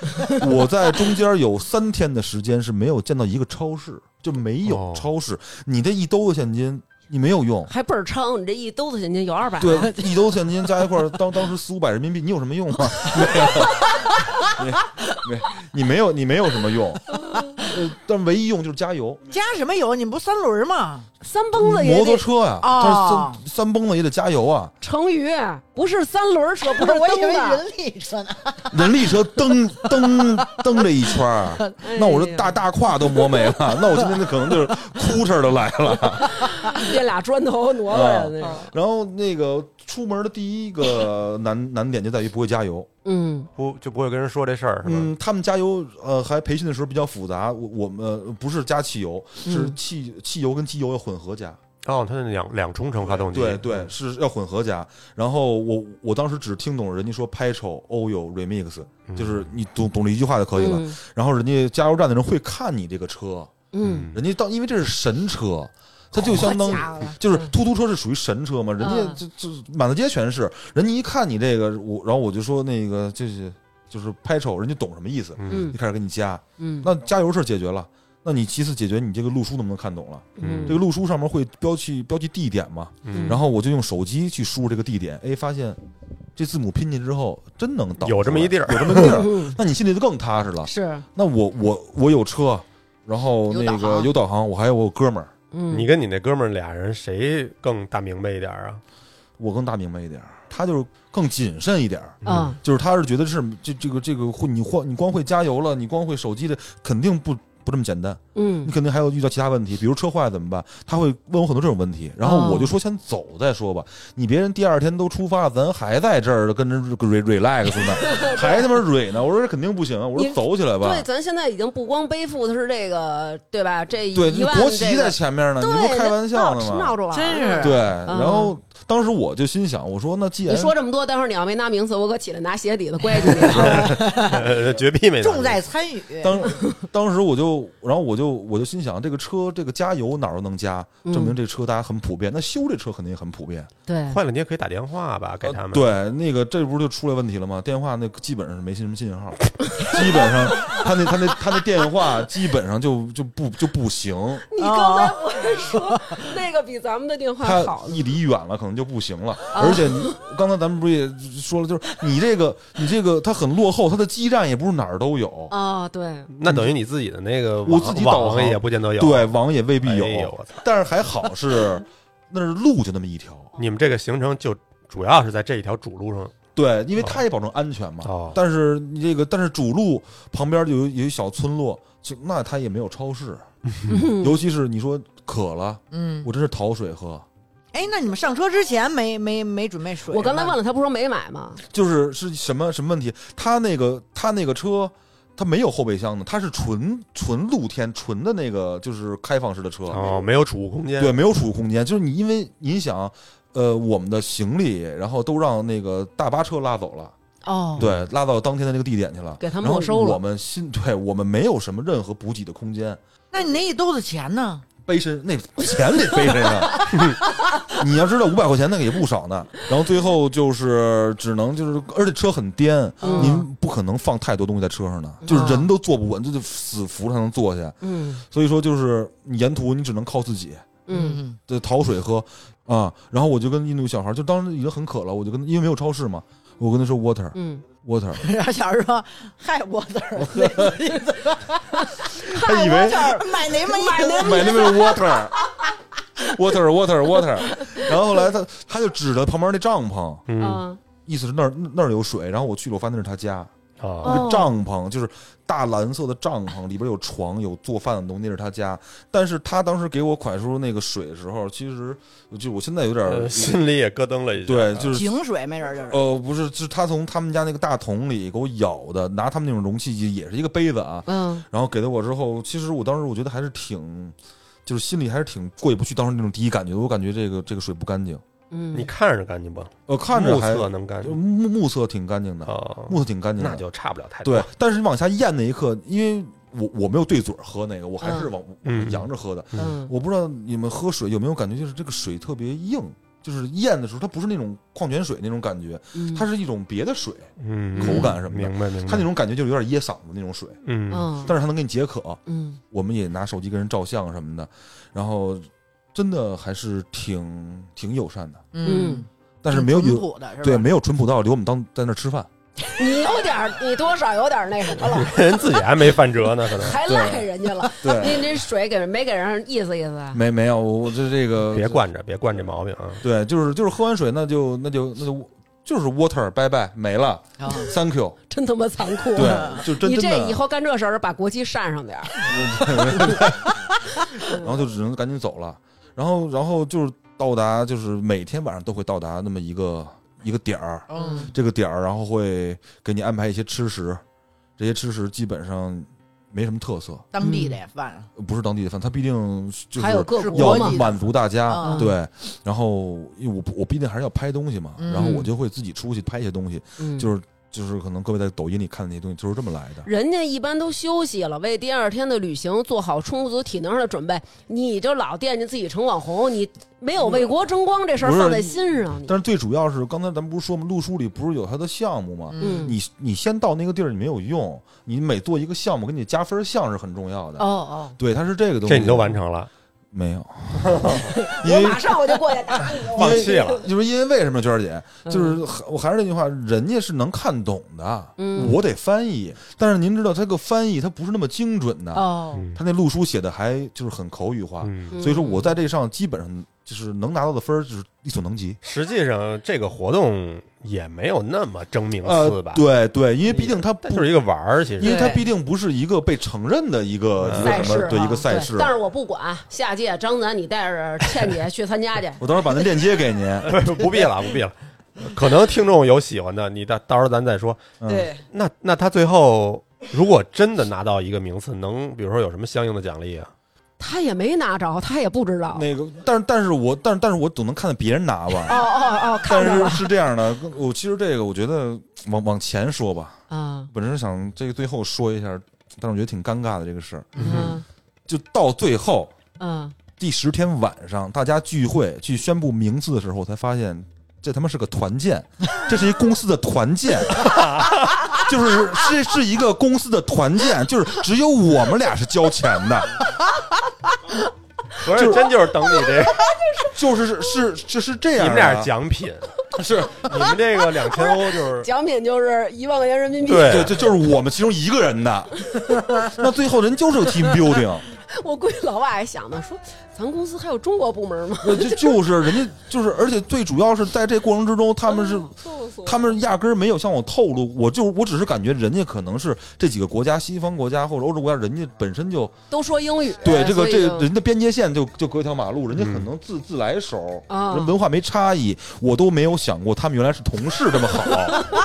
B: 我在中间有三天的时间是没有见到一个超市，就没有
E: 哦
B: 超市。你这一兜子现金你没有用，
A: 还倍儿猖，你这一兜子现金有二百。
B: 对， 一兜现金加一块儿，当当时四五百人民币，你有什么用 啊？没有，没没，你没有，你没有什么用。呃，但唯一用就是加油，
D: 加什么油？你们不三轮吗？
A: 三蹦子也
B: 摩
A: 得
B: 托车呀、
D: 哦
B: 但是三三蹦子也得加油啊，
A: 成语，不是三轮车，不是 蹬的。
D: 力车呢。
B: 人力车 蹬蹬蹬这一圈儿，啊那我这大大胯都磨没 了，那我今天可能就是哭哧儿都来 了。啊
A: 这俩砖头挪过来的那种。
B: 然后那个出门的第一个 难难点就在于不会加油，
A: 嗯
E: 不就不会跟人说这事儿是吧？
B: 嗯，他们加油呃还培训的时候比较复杂，我我们、呃不是加汽油，是汽汽油跟机油要混合加。
E: 哦，它那两两冲程发动机，
B: 对对，是要混合加。然后我我当时只听懂了人家说 Petro、Oil、Remix，
E: 嗯
B: 就是你懂懂了一句话就可以了。
A: 嗯
B: 然后人家加油站的人会看你这个车，
A: 嗯，
B: 人家当因为这是神车。它就相当
D: 好家伙嗯
B: 就是突突车是属于神车嘛，人家
A: 嗯
B: 就就满大街全是，人家一看你这个，我然后我就说那个就是就是拍丑，人家懂什么意思，
E: 嗯
B: 就开始给你加。
A: 嗯
B: 那加油是解决了，那你其次解决你这个路书能不能看懂了？
A: 嗯
B: 这个路书上面会标记标记地点嘛，
E: 嗯，
B: 然后我就用手机去输入这个地点，哎，发现这字母拼进之后，真能倒出来，
E: 有这么一地儿
B: 有 这 么一地 儿，
A: 嗯，
B: 那你心里就更踏实了。
A: 是，
B: 那我我我有车，然后
A: 有
B: 那
A: 导
B: 个
A: 航
B: 有导航，我还有我有哥们儿，
A: 嗯，
E: 你跟你那哥们儿俩人谁更大明白一点儿啊？
B: 我更大明白一点儿，他就是更谨慎一点儿。
A: 啊，
B: 就是他是觉得是这这个这个会你光你光会加油了，你光会手机的肯定不不这么简单，你
A: 嗯，
B: 肯定还有遇到其他问题，比如车坏了怎么办？他会问我很多这种问题，然
A: 嗯
B: 后我就说先走再说吧。你别人第二天都出发了，咱还在这儿跟着 re relax 呢，还他妈蕊呢。我说这肯定不行，我说
A: 你
B: 走起来吧
A: 对，。咱现在已经不光背负的是这个，对吧？这
B: 对，
A: 一
B: 那
A: 万
B: 国
A: 这
B: 旗
A: 个
B: 在前面呢，你不
A: 对
B: 开玩笑呢
A: 闹
B: 吗
A: 闹？着玩
D: 真
A: 儿
D: 是
A: 呢
B: 对，然后当时我就心想，我说那既然
A: 你说这么多，待会儿你要没拿名次，我可起来拿鞋底子乖你 啊。
E: 呃绝壁没拿
D: 重在参与。
B: 当 当时我就，然后我就我就心想，这个车这个加油哪儿都能加，
A: 嗯
B: 证明这车大家很普遍。那修这车肯定也很普遍。
A: 对，
E: 坏了，你也可以打电话吧，给他们。
B: 对，那个这不是就出来问题了吗？电话那基本上是没什么信号，基本上他那他那他那电话基本上就就不就不行，
A: 你刚才不是 说那个比咱们的电话
B: 他
A: 好呢？
B: 一离远了可能就不行了。
A: 哦
B: 而且你刚才咱们不是也说了，就是你这个你这个它很落后，它的基站也不是哪儿都有。
A: 啊，对，
E: 那等于你自己的那个
B: 我
E: 网
B: 自己导
E: 网
B: 航
E: 也不见得有。
B: 对，网也未必有，
E: 哎呦我操！
B: 但是还好 是那是路就那么一条，
E: 你们这个行程就主要是在这一条主路上
B: 对，因为
E: 哦
B: 它也保证安全嘛。
E: 哦
B: 但是你这个，但是主路旁边有一有一小村落，就那它也没有超市，尤其是你说渴了，
D: 嗯，
B: 我真是讨水喝，
D: 哎，那你们上车之前没没没准备水吗？
A: 我刚才问了，他不是说没买吗？
B: 就是是什么什么问题？它那个它那个车。它没有后备箱的，它是纯纯露天纯的那个，就是开放式的车，
E: 哦，没有储物空间。
B: 对，没有储物空间。就是你因为你想，呃，我们的行李，然后都让那个大巴车拉走了，
A: 哦，
B: 对，拉到当天的那个地点去了，
A: 给他
B: 然
A: 没
B: 后
A: 收了
B: 我们新对我们没有什么任何补给的空间，
D: 那你那一兜子钱呢？
B: 背身那钱得背身上。 你要知道五百块钱那个也不少呢。然后最后就是只能就是，而且车很颠，
A: 嗯
B: 您不可能放太多东西在车上的，就是人都坐不稳，这就死扶才能坐下。
A: 嗯
B: 所以说就是你沿途你只能靠自己。
A: 嗯，
B: 这讨水喝啊，然后我就跟印度小孩，就当时已经很渴了，我就跟因为没有超市嘛，我跟他说 water
A: 嗯，
B: water，
D: 嗯，然后小时说：“嗨，我的儿子，
B: 他以为
D: 买哪 买
A: 买那
B: 买那杯 water。water water water，然后后来他他就指着旁边那帐篷，
E: 嗯啊
A: 啊，
B: 意思是那儿那儿有水。然后我去了，我发现那是他家，
E: 哦
B: 那
A: 哦
B: 个帐篷就是大蓝色的帐篷，里边有床，有做饭的东西，那是他家。但是他当时给我款叔那个水的时候，其实就我现在有点
E: 呃心里也咯噔了一下。
B: 对，就是
D: 井水，没准就是。
B: 呃，不是，是他从他们家那个大桶里给我舀的，拿他们那种容器也是一个杯子啊，
A: 嗯，
B: 然后给了我之后，其实我当时我觉得还是挺，就是心里还是挺过意不去，当时那种第一感觉，我感觉这个这个水不干净，
A: 嗯，
E: 你看着干净不？
B: 呃，看着
E: 目
B: 还
E: 测能干净。
B: 目目测挺干净的，
E: 哦，
B: 目测挺干净的，
E: 那就差不了太多。
B: 对，但是你往下咽那一刻，因为我我没有对嘴儿喝那个，我还是往、
E: 嗯
B: 我仰着喝的，
A: 嗯
B: 我不知道你们喝水有没有感觉，就是这个水特别硬，就是咽的时候它不是那种矿泉水那种感觉，
A: 嗯，
B: 它是一种别的水。
E: 嗯，
B: 口感什么的
E: 明白明白。
B: 它那种感觉就是有点噎嗓子那种水，
E: 嗯，
A: 嗯，
B: 但是它能给你解渴。
A: 嗯
B: 我们也拿手机跟人照相什么的，然后真的还是挺挺友善的，
A: 嗯，
B: 但是没有
D: 挺
B: 有
D: 土的是吧？
B: 对没有淳朴到留我们当在那儿吃饭。
A: 你有点儿，你多少有点儿那什么了，
E: 人自己还没翻折呢，可 能。
A: 还赖人家了。
B: 对，
A: 你这水给没给人意思意思啊？
B: 没没有我这这个
E: 别惯着，别惯这毛病啊！
B: 对，就是就是喝完水那就那就那就就是 water 拜拜没了
D: 啊
A: 嗯
B: ，thank you。
A: 真他妈残酷。啊
B: 对，就真
A: 你
B: 真
A: 这
B: 的
A: 以后干这事儿，把国旗扇上点儿。
B: 然后就只能赶紧走了。然后然后就是到达，就是每天晚上都会到达那么一个一个点儿，
D: 嗯，
B: 这个点儿，然后会给你安排一些吃食，这些吃食基本上没什么特色，
D: 当地的饭，
B: 不是当地的饭，它毕竟就
A: 还有
B: 是
A: 各
D: 是
A: 国
B: 要
D: 国
A: 嘛
D: 际，
B: 满足大家。
D: 嗯
B: 对，然后因为我我毕竟还是要拍东西嘛，
D: 嗯
B: 然后我就会自己出去拍一些东西，
A: 嗯
B: 就是就是可能各位在抖音里看的那些东西就是这么来的。
A: 人家一般都休息了，为第二天的旅行做好充足体能上的准备。你就老惦记自己成网红，你没有为国争光这事儿
B: 不是
A: 放在心上。你
B: 但是最主要是，刚才咱们不是说嘛，路书里不是有它的项目吗？
A: 嗯，
B: 你你先到那个地儿你没有用，你每做一个项目给你加分项是很重要的。
A: 哦哦，
B: 对，它是这个东西。
E: 这你都完成了，
B: 没 有，因
G: 我
B: 为
G: 马上我就过去打你。
B: 因
G: 我
B: 为
C: 放弃了
B: 就是因为为什么娟儿姐，就是还我还是那句话，人家是能看懂的，
A: 嗯
B: 我得翻译。但是您知道，他这个翻译他不是那么精准的，
A: 哦，
E: 嗯
B: 他那路书写的还就是很口语化，
E: 嗯，
B: 所以说我在这上基本上就是能拿到的分儿就是力所能及。
C: 实际上这个活动也没有那么争名次
B: 呃
C: 吧，，
B: 对对，因为毕竟它不
C: 但就是一个玩嗯儿，其
B: 因
C: 实
B: 为它
A: 对
B: 必定不是一个被承认的一个一
A: 赛
B: 个什
A: 事
B: 么对
A: 啊
B: 一个赛事。。
A: 但是我不管，下届张楠你带着倩姐去参加去
B: 我到时候把那链接给您。
C: 不必了，不必了。可能听众有喜欢的，你到到时候咱再说。
B: 嗯，
D: 对，
C: 那那他最后如果真的拿到一个名次，能比如说有什么相应的奖励啊？
A: 他也没拿着，他也不知道。
B: 那个，但是但是我但是但是我总能看到别人拿吧。
A: 哦哦 哦，看
B: 但
A: 着
B: 是
A: 了
B: 是这样的，我其实这个我觉得往往前说吧，
A: 啊，
B: 本身想这个最后说一下，但是我觉得挺尴尬的这个事儿，
A: 嗯
B: 就到最后
A: 嗯，
B: 第十天晚上大家聚会去宣布名字的时候，我才发现这他妈是个团建，这是一公司的团建。 就是这是一个公司的团建，就是只有我们俩是交钱的，
C: 合着真就是 等你这，
B: 就是是是是这
C: 你
B: 样、啊。
C: 们俩是奖品， 是你们这个两千欧就是
G: 奖品就是一万块钱人民币。
B: 对，这就是我们其中一个 人的。那最后人就是个 team building，
G: 我估计老外还想呢，说咱公司还有中国部门吗？
B: 呃就就是人家就是，而且最主要是在这过程之中，他们是
A: 嗯
G: 臭死我了
B: 他们压根儿没有向我透露，我就我只是感觉人家可能是这几个国家，西方国家或者欧洲国家，人家本身就
A: 都说英语，
B: 对这个
A: 所以
B: 这
A: 就嗯
B: 个人的边界线就就隔一条马路，人家可能自自来熟，
A: 啊
B: 人文化没差异，我都没有想过他们原来是同事这么好。，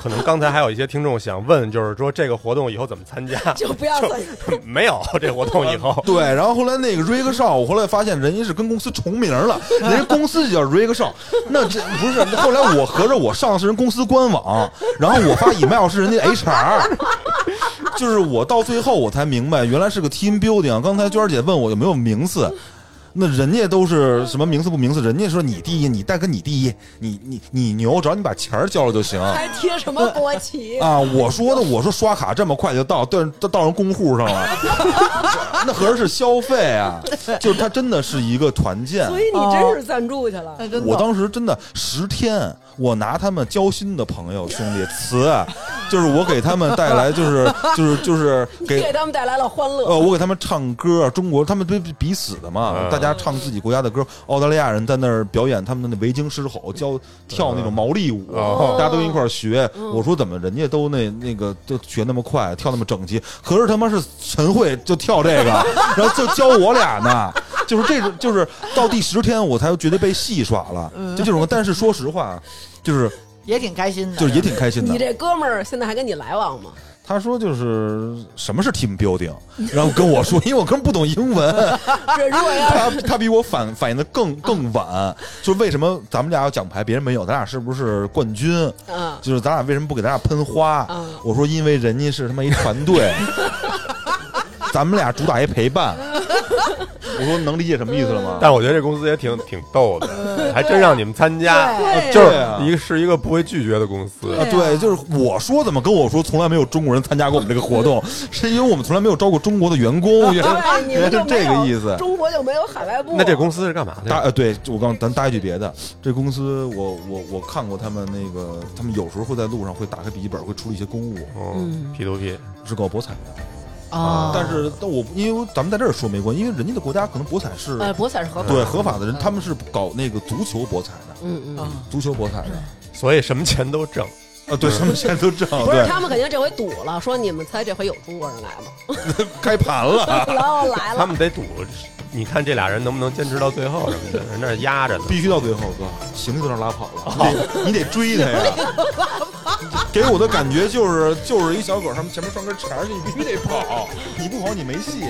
C: 可能刚才还有一些听众想问，就是说这个活动以后怎么参加？
G: 就不要再
C: 没有这活动以后
B: 对，然后后来那个 Rig Shaw，我后来发现人家是跟公司重名了，人家公司就叫 Rig Shaw。那这不是？后来我合着我上的是人公司官网，然后我发 email 是人家 HR。就是我到最后我才明白，原来是个 team building。刚才娟儿姐问我有没有名次，那人家都是什么名次不名次，人家说你第一，你大哥你第一，你你你牛，只要你把钱儿交了就行。
G: 还贴什么国 旗？
B: 啊，我说的，我说刷卡这么快就到，对，到到人公户上了，那合着是消费啊，就是它真的是一个团建。
G: 所以你真是赞助去了。
D: 那真
B: 我
D: 的
B: 当时真的十天，我拿他们交心的朋友兄弟词，就是我给他们带来，就是就是就是给
G: 给他们带来了欢乐。
B: 呃，我给他们唱歌，啊中国他们不是比死的嘛，
C: 嗯
B: 大家唱自己国家的歌。澳大利亚人在那儿表演他们的那维京狮吼，教跳那种毛利舞，
C: 嗯
B: 啊
C: 哦
B: 大家都一块儿学。
G: 嗯
B: 我说怎么人家都那那个都学那么快，跳那么整齐，可是他妈是陈慧就跳 这个，然后就教我俩呢。就是这种，就是到第十天我才觉得被戏耍了，
G: 嗯
B: 就这种。但是说实话，就是
D: 也挺开心的，
B: 就是也挺开心的
G: 你。这哥们儿现在还跟你来往吗？
B: 他说就是什么是 team building，然后跟我说，因为我根本不懂英文。
G: 这如果 要
B: 他他比我反反应的更更晚，就是为什么咱们俩有奖牌，别人没有，咱俩是不是冠军？
G: 嗯
B: 就是咱俩为什么不给咱俩喷花？
G: 嗯
B: 我说因为人家是他妈一团 队，咱们俩主打一陪伴。 我说能理解什么意思了吗？
C: 但我觉得这公司也挺挺逗的，还真让你们参加，
G: 对
C: 就是
B: 对啊
C: 一个是一个不会拒绝的公司。
B: 啊，对，就是我说怎么跟我说从来没有中国人参加过我们这个 活动，是因为我们从来没有招过中国的员工，原来
G: 对，你们
B: 原来
G: 就是没
B: 这
G: 有
B: 个意思。
G: 中国就没有海外部。
C: 那这公司是干嘛
B: 搭
C: 的？
B: 呃，对我刚咱搭一句别的，这公司我我我看过他们那个，他们有时候会在路上会打开笔记本，会处理一些公务，
C: 哦
A: 嗯
C: p to P，
B: 是搞博彩的。
A: 哦，
B: 啊但是但我因为咱们在这儿说没关系，因为人家的国家可能博彩是、
A: 呃，博彩是合法，
B: 对合法的人，他们是搞那个足球博彩的，
A: 嗯嗯，
D: 啊
B: 足球博彩的
C: 所以什么钱都挣。
B: 啊，对，什么钱都挣，
A: 不是
B: 对，
A: 他们肯定这回赌了，说你们猜这回有中国人来吗？
B: 开盘了，
G: 然后来
C: 他
G: 了，
C: 们得赌，你看这俩人能不能坚持到最后什 么的，人那儿压着呢。
B: 必须到最后，哥，行李都让拉跑了，你得你得追他呀。 给我的感觉就是就是一小狗，他们前面拴根绳儿，你必须得跑，你不跑你没戏。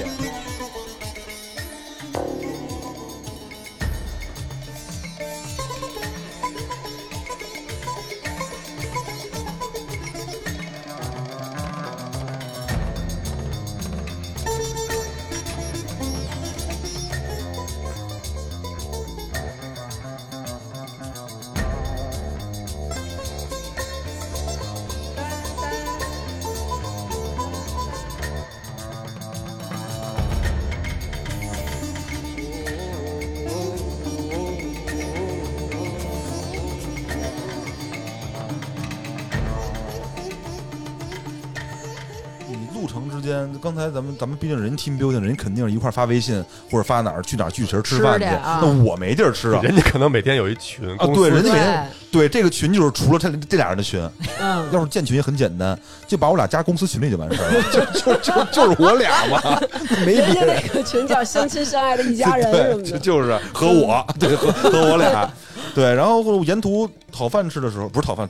B: 间，刚才咱们咱们毕竟人 team building，人肯定是一块儿发微信或者发哪儿去哪儿聚群吃
A: 吃
B: 饭
A: 去
B: 去，
A: 啊
B: 那我没地儿吃啊。
C: 人家可能每天有一群
B: 啊，
C: 公司
B: 对，人家每天
A: 对，
B: 对这个群就是除了这这俩人的群，
A: 嗯，
B: 要是建群也很简单，就把我俩加公司群里就完事儿 了，就就就就是我俩嘛， 没
G: 人
B: 别
G: 家那个群叫“相亲相爱的一家人”什么
B: 对，
G: 的，
B: 就就是和我，对和和我俩，对。然后沿途讨饭吃的时候，不是讨饭，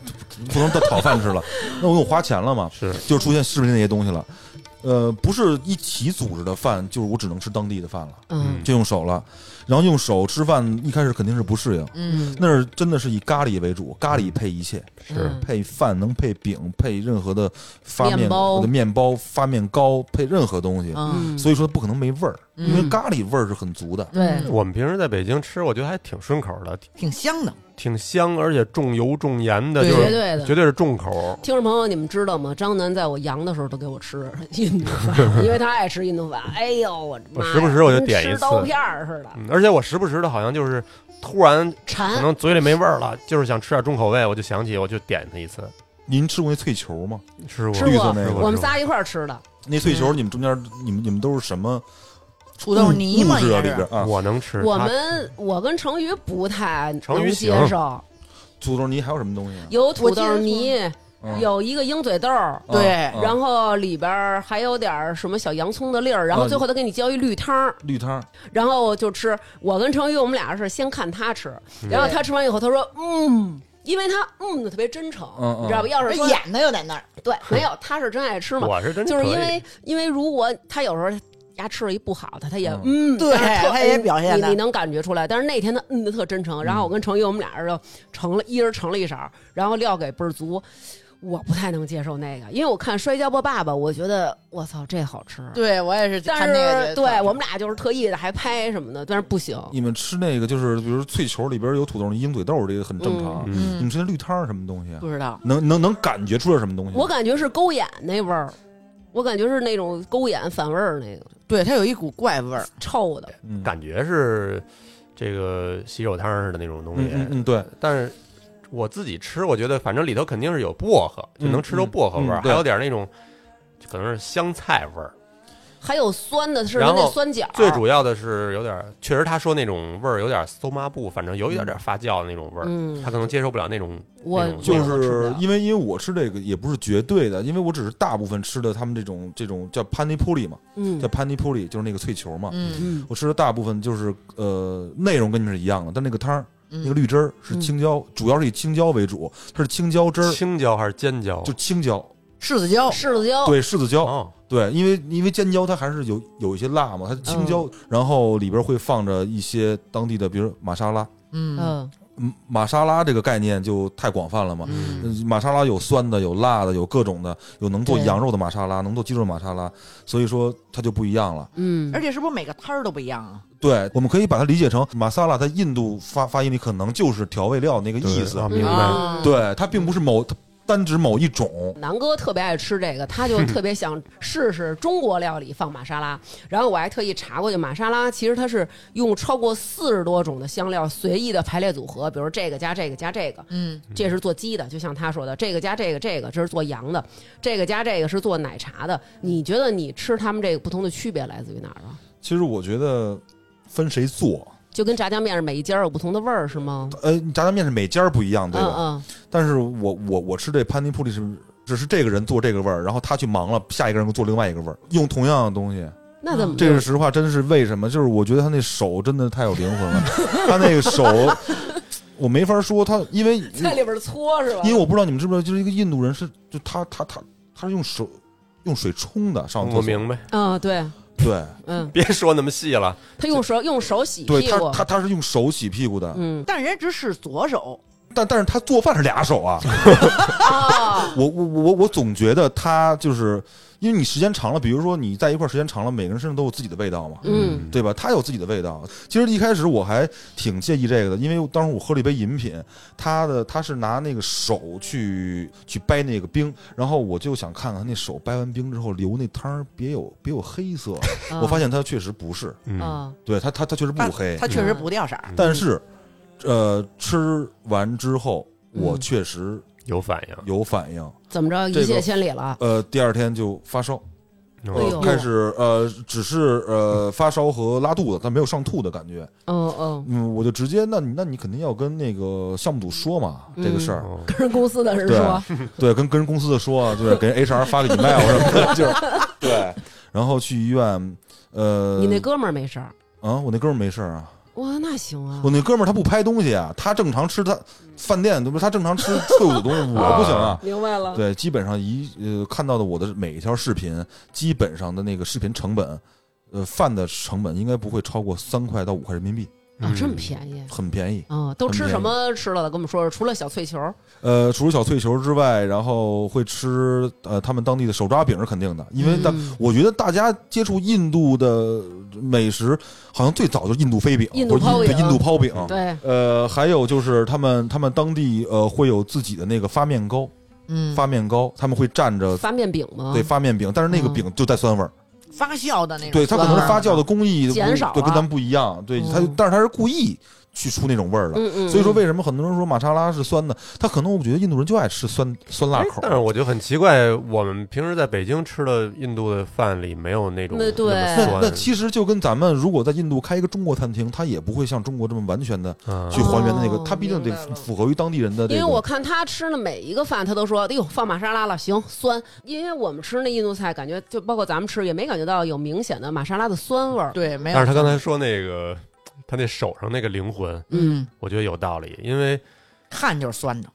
B: 不能讨饭吃了，那我有花钱了嘛，
C: 是
B: 就出现视频那些东西了。呃，不是一起组织的饭，就是我只能吃当地的饭了，
A: 嗯，
B: 就用手了。然后用手吃饭，一开始肯定是不适应，
D: 嗯，
B: 那儿真的是以咖喱为主，咖喱配一切，
C: 是
B: 配饭能配饼，配任何的发面
A: 面包
B: 的面包、发面糕，配任何东西。
D: 嗯，
B: 所以说不可能没味儿，因为
D: 嗯
B: 咖喱味儿是很足的。
D: 对，
C: 我们平时在北京吃，我觉得还挺顺口的，挺
D: 挺香的，
C: 挺香，而且重油重盐的，
D: 对
C: 就是
A: 绝对的
C: 绝对是重口。
A: 听众朋友，你们知道吗？张楠在我阳的时候都给我吃印度饭，因为他爱吃印度饭。哎呦，我的妈呀
C: 我时不时我就点一
A: 跟吃
C: 次
A: 刀片儿似的，
C: 嗯，而且我时不时的，好像就是突然可
A: 馋。
C: 能嘴里没味儿
A: 嗯
C: 了，就是想吃点重口味，我就想起我就点它一次，
B: 您吃过那脆球吗？
C: 吃过
A: 吃
B: 绿
A: 过
B: 色那
C: 吃
B: 个
C: 过
A: 我们仨一块儿吃的，
B: 那脆球，你们中间你们你们都是什么
D: 嗯土豆
B: 物
D: 泥嘛
B: 物质啊
D: 也
B: 里边
D: 是，
B: 啊？
C: 我能吃。
A: 我
C: 它
A: 们我跟成宇不太
C: 成
A: 能
C: 宇
A: 接
C: 行
A: 受，
B: 土豆泥还有什么东西啊？
A: 有土豆泥，
B: 嗯
A: 有一个鹰嘴豆儿，
B: 啊
D: 对
B: 啊
A: 然后里边儿还有点儿什么小洋葱的粒儿，然后
B: 啊
A: 最后他给你浇一绿汤儿，
B: 绿汤，
A: 然后就吃。我跟程宇我们俩是先看他吃，然后他吃完以后他说嗯。因为他嗯的特别真诚，
B: 嗯嗯
A: 你知道吧？要是说
D: 演的又在那儿，
A: 对，没有他是真爱吃嘛，
C: 我是真
A: 就是
C: 可以
A: 因为因为如果他有时候他吃了一不好的，他也
B: 嗯
A: 嗯，
D: 对
A: 但是特
D: 他也表现
A: 你
D: 的
A: 你能感觉出来。但是那天他嗯的特真诚，然后我跟程宇我们俩人就盛了，一人盛了一勺，然后料给倍儿足。我不太能接受那个，因为我看《摔跤吧爸爸》，我觉得我操这好吃，啊
D: 对我也是
A: 但
D: 看那个
A: 是
D: 觉得，
A: 对我们俩就是特意的还拍什么的，但是不行。
B: 你们吃那个就是比如脆球里边有土豆泥、鹰嘴豆，这个很正常。
C: 嗯
B: 你
D: 嗯
B: 们吃那绿汤是什么东西啊？
D: 不知道，
B: 能能能感觉出来什么东西吗？啊
A: 我感觉是勾眼那味儿，我感觉是那种勾眼反味儿那个
D: 对它有一股怪味儿，
A: 臭的。
B: 嗯
C: 感觉是这个洗手汤似的那种东
B: 嗯
C: 西，
B: 嗯嗯对，
C: 但是我自己吃，我觉得反正里头肯定是有薄荷，就能吃出薄荷味儿，
B: 嗯嗯嗯
C: 还
B: 对
C: 有点那种可能是香菜味儿。
A: 还有酸的是
C: 然
A: 它
C: 后
A: 那酸角儿，
C: 最主要的是有点，确实他说那种味儿有点馊抹布，反正有一点点发酵的那种味儿，
A: 嗯
C: 他，可能接受不了那种。
A: 我
C: 那种
B: 就
A: 我吃不
B: 是
A: 了
B: 因为因为我吃这个也不是绝对的，因为我只是大部分吃的他们这种这种叫 pani puri 嘛，叫
A: 嗯
B: pani puri 就是那个脆球嘛。
D: 嗯
A: 嗯
B: 我吃的大部分就是呃内容跟你们是一样的，但那个汤儿
D: 嗯，
B: 那个绿汁儿是
A: 嗯
B: 青椒，主要是以青椒为主，它是青椒汁儿，
C: 青椒还是尖椒？
B: 就青椒，
D: 柿子椒，
A: 柿子椒，
B: 对柿子椒，
C: 哦，
B: 对，因为因为尖椒它还是有有一些辣嘛，它是青椒，
A: 嗯
B: 然后里边会放着一些当地的，比如玛莎拉，
D: 嗯
A: 嗯
B: 嗯，玛莎拉这个概念就太广泛了嘛，
D: 嗯
B: 嗯玛莎拉有酸的，有辣的，有各种的，有能做
A: 对
B: 羊肉的玛莎拉，能做鸡肉玛莎拉，所以说它就不一样了。
A: 嗯
D: 而，且是不是每个摊儿都不一样啊？
B: 对，我们可以把它理解成玛莎拉，在印度发发音里可能就是调味料那个意思
C: 啊，。明白。
A: 啊
B: 对，它并不是某它单指某一种。
A: 南哥特别爱吃这个，他就特别想试试中国料理放玛莎拉。然后我还特意查过去，玛莎拉其实它是用超过四十多种的香料随意的排列组合，比如这个加这个加这个，
D: 嗯，
A: 这是做鸡的，就像他说的，这个加这个这个这是做羊的，这个加这个是做奶茶的。你觉得你吃他们这个不同的区别来自于哪儿啊？
B: 其实我觉得分谁做，
A: 就跟炸酱面是每一家有不同的味儿是吗？
B: 呃，炸酱面是每家不一样，对吧？
A: 嗯
B: 但是我我我吃这潘尼普利是只是这个人做这个味儿，然后他去忙了，下一个人做另外一个味儿，用同样的东西。
A: 嗯，那怎么
B: 这是实话，真是为什么？就是我觉得他那手真的太有灵魂了，他那 个手，我没法说他，因为
G: 在里边搓是吧？
B: 因为我不知道你们知不知道，就是一个印度人是就他他他他是用手用水冲的上厕
C: 哦
B: 所，
C: 我明白，
A: 嗯对
B: 对
A: 嗯，
C: 别说那么细了。
A: 他用手用手洗
B: 对，
A: 屁
B: 他
A: 股，
B: 他他是用手洗屁股的，
A: 嗯
D: 但人家只使左手，
B: 但但是他做饭是俩手啊，
A: 啊。
B: 我我我我总觉得他就是因为你时间长了，比如说你在一块儿时间长了，每个人身上都有自己的味道嘛，
A: 嗯，
B: 对吧？它有自己的味道。其实一开始我还挺介意这个的，因为当时我喝了一杯饮品，它的它是拿那个手去去掰那个冰，然后我就想看看那手掰完冰之后留那汤儿别有别有黑色。
A: 嗯
B: 我发现它确实不是，
C: 嗯，
A: 啊，
B: 对它它它确实不
D: 它
B: 黑，
D: 它确实不掉色儿。
B: 但是呃吃完之后我
A: 嗯
B: 确实
C: 有反应。
B: 有反应，
A: 怎么着
B: 这
A: 一
B: 个
A: 泻千里了？
B: 呃第二天就发烧，
A: 哎
B: 呃
A: 呦
C: 哦
B: 开始呃，只是呃发烧和拉肚子，但没有上吐的感觉。
A: 嗯嗯，
B: 嗯，我就直接，那你那你肯定要跟那个项目组说嘛，这个事儿。
C: 嗯
A: 跟人公司的人
B: 对
A: 说，
B: 对，跟跟人公司的说啊，对，给人 HR 发个 email 什么的， 就是对，然后去医院，呃，
A: 你那哥们儿没事儿，
B: 啊，我那哥们儿没事儿啊，
A: 嗯哇，那行啊
B: 我，那哥们儿他不拍东西啊，他正常吃他饭店，对不？他正常吃退伍的东西，我不行啊。
A: 明白了，
B: 对，基本上一呃看到的我的每一条视频，基本上的那个视频成本，呃，饭的成本应该不会超过三块到五块人民币，
C: 嗯
A: 啊，这么便宜。
B: 很嗯便宜。
A: 啊，都吃什么吃了的？跟我们说说，除了小脆球儿，
B: 呃，除了小脆球之外，然后会吃呃他们当地的手抓饼是肯定的，因为大、
A: 嗯
B: 我觉得大家接触印度的美食，好像最早就是印度飞饼，
A: 印度
B: 或者
A: 泡饼啊
B: 印度泡饼。
A: 对，
B: 呃，还有就是他们他们当地呃会有自己的那个发面糕，
D: 嗯，
B: 发面糕他们会蘸着
A: 发面饼嘛，
B: 呃对发面饼，但是那个
A: 嗯
B: 饼就带酸味儿。
D: 发酵的那种，
B: 对，它可能是
D: 嗯
B: 发酵的工艺
A: 啊减
B: 不
A: 少了
B: 对，跟咱们不一样。对，它
A: 嗯
B: 但是它是故意去出那种味儿的。
A: 嗯嗯，
B: 所以说，
A: 嗯
B: 为什么很多人说玛莎拉是酸的？它可能我觉得印度人就爱吃酸酸辣
C: 哎
B: 口
C: 但是。我就很奇怪，我们平时在北京吃的印度的饭里没有那种
A: 那对
C: 么
B: 那
C: 酸
B: 那其实就跟咱们如果在印度开一个中国餐厅，它也不会像中国这么完全的
C: 嗯
B: 去还原的那个
A: 哦，
B: 它毕竟得
D: 明白了
B: 符合于当地人的这
A: 因为我
B: 个。
A: 看他吃的每一个饭，他都说：“哎呦，放玛莎拉了，行酸。”因为我们吃那印度菜，感觉就包括咱们吃，也没感觉到有明显的玛莎拉的酸味儿。
D: 对，没有
C: 但是他刚才说那个，他那手上那个灵魂，
D: 嗯，
C: 我觉得有道理，因为
D: 汗就是酸的，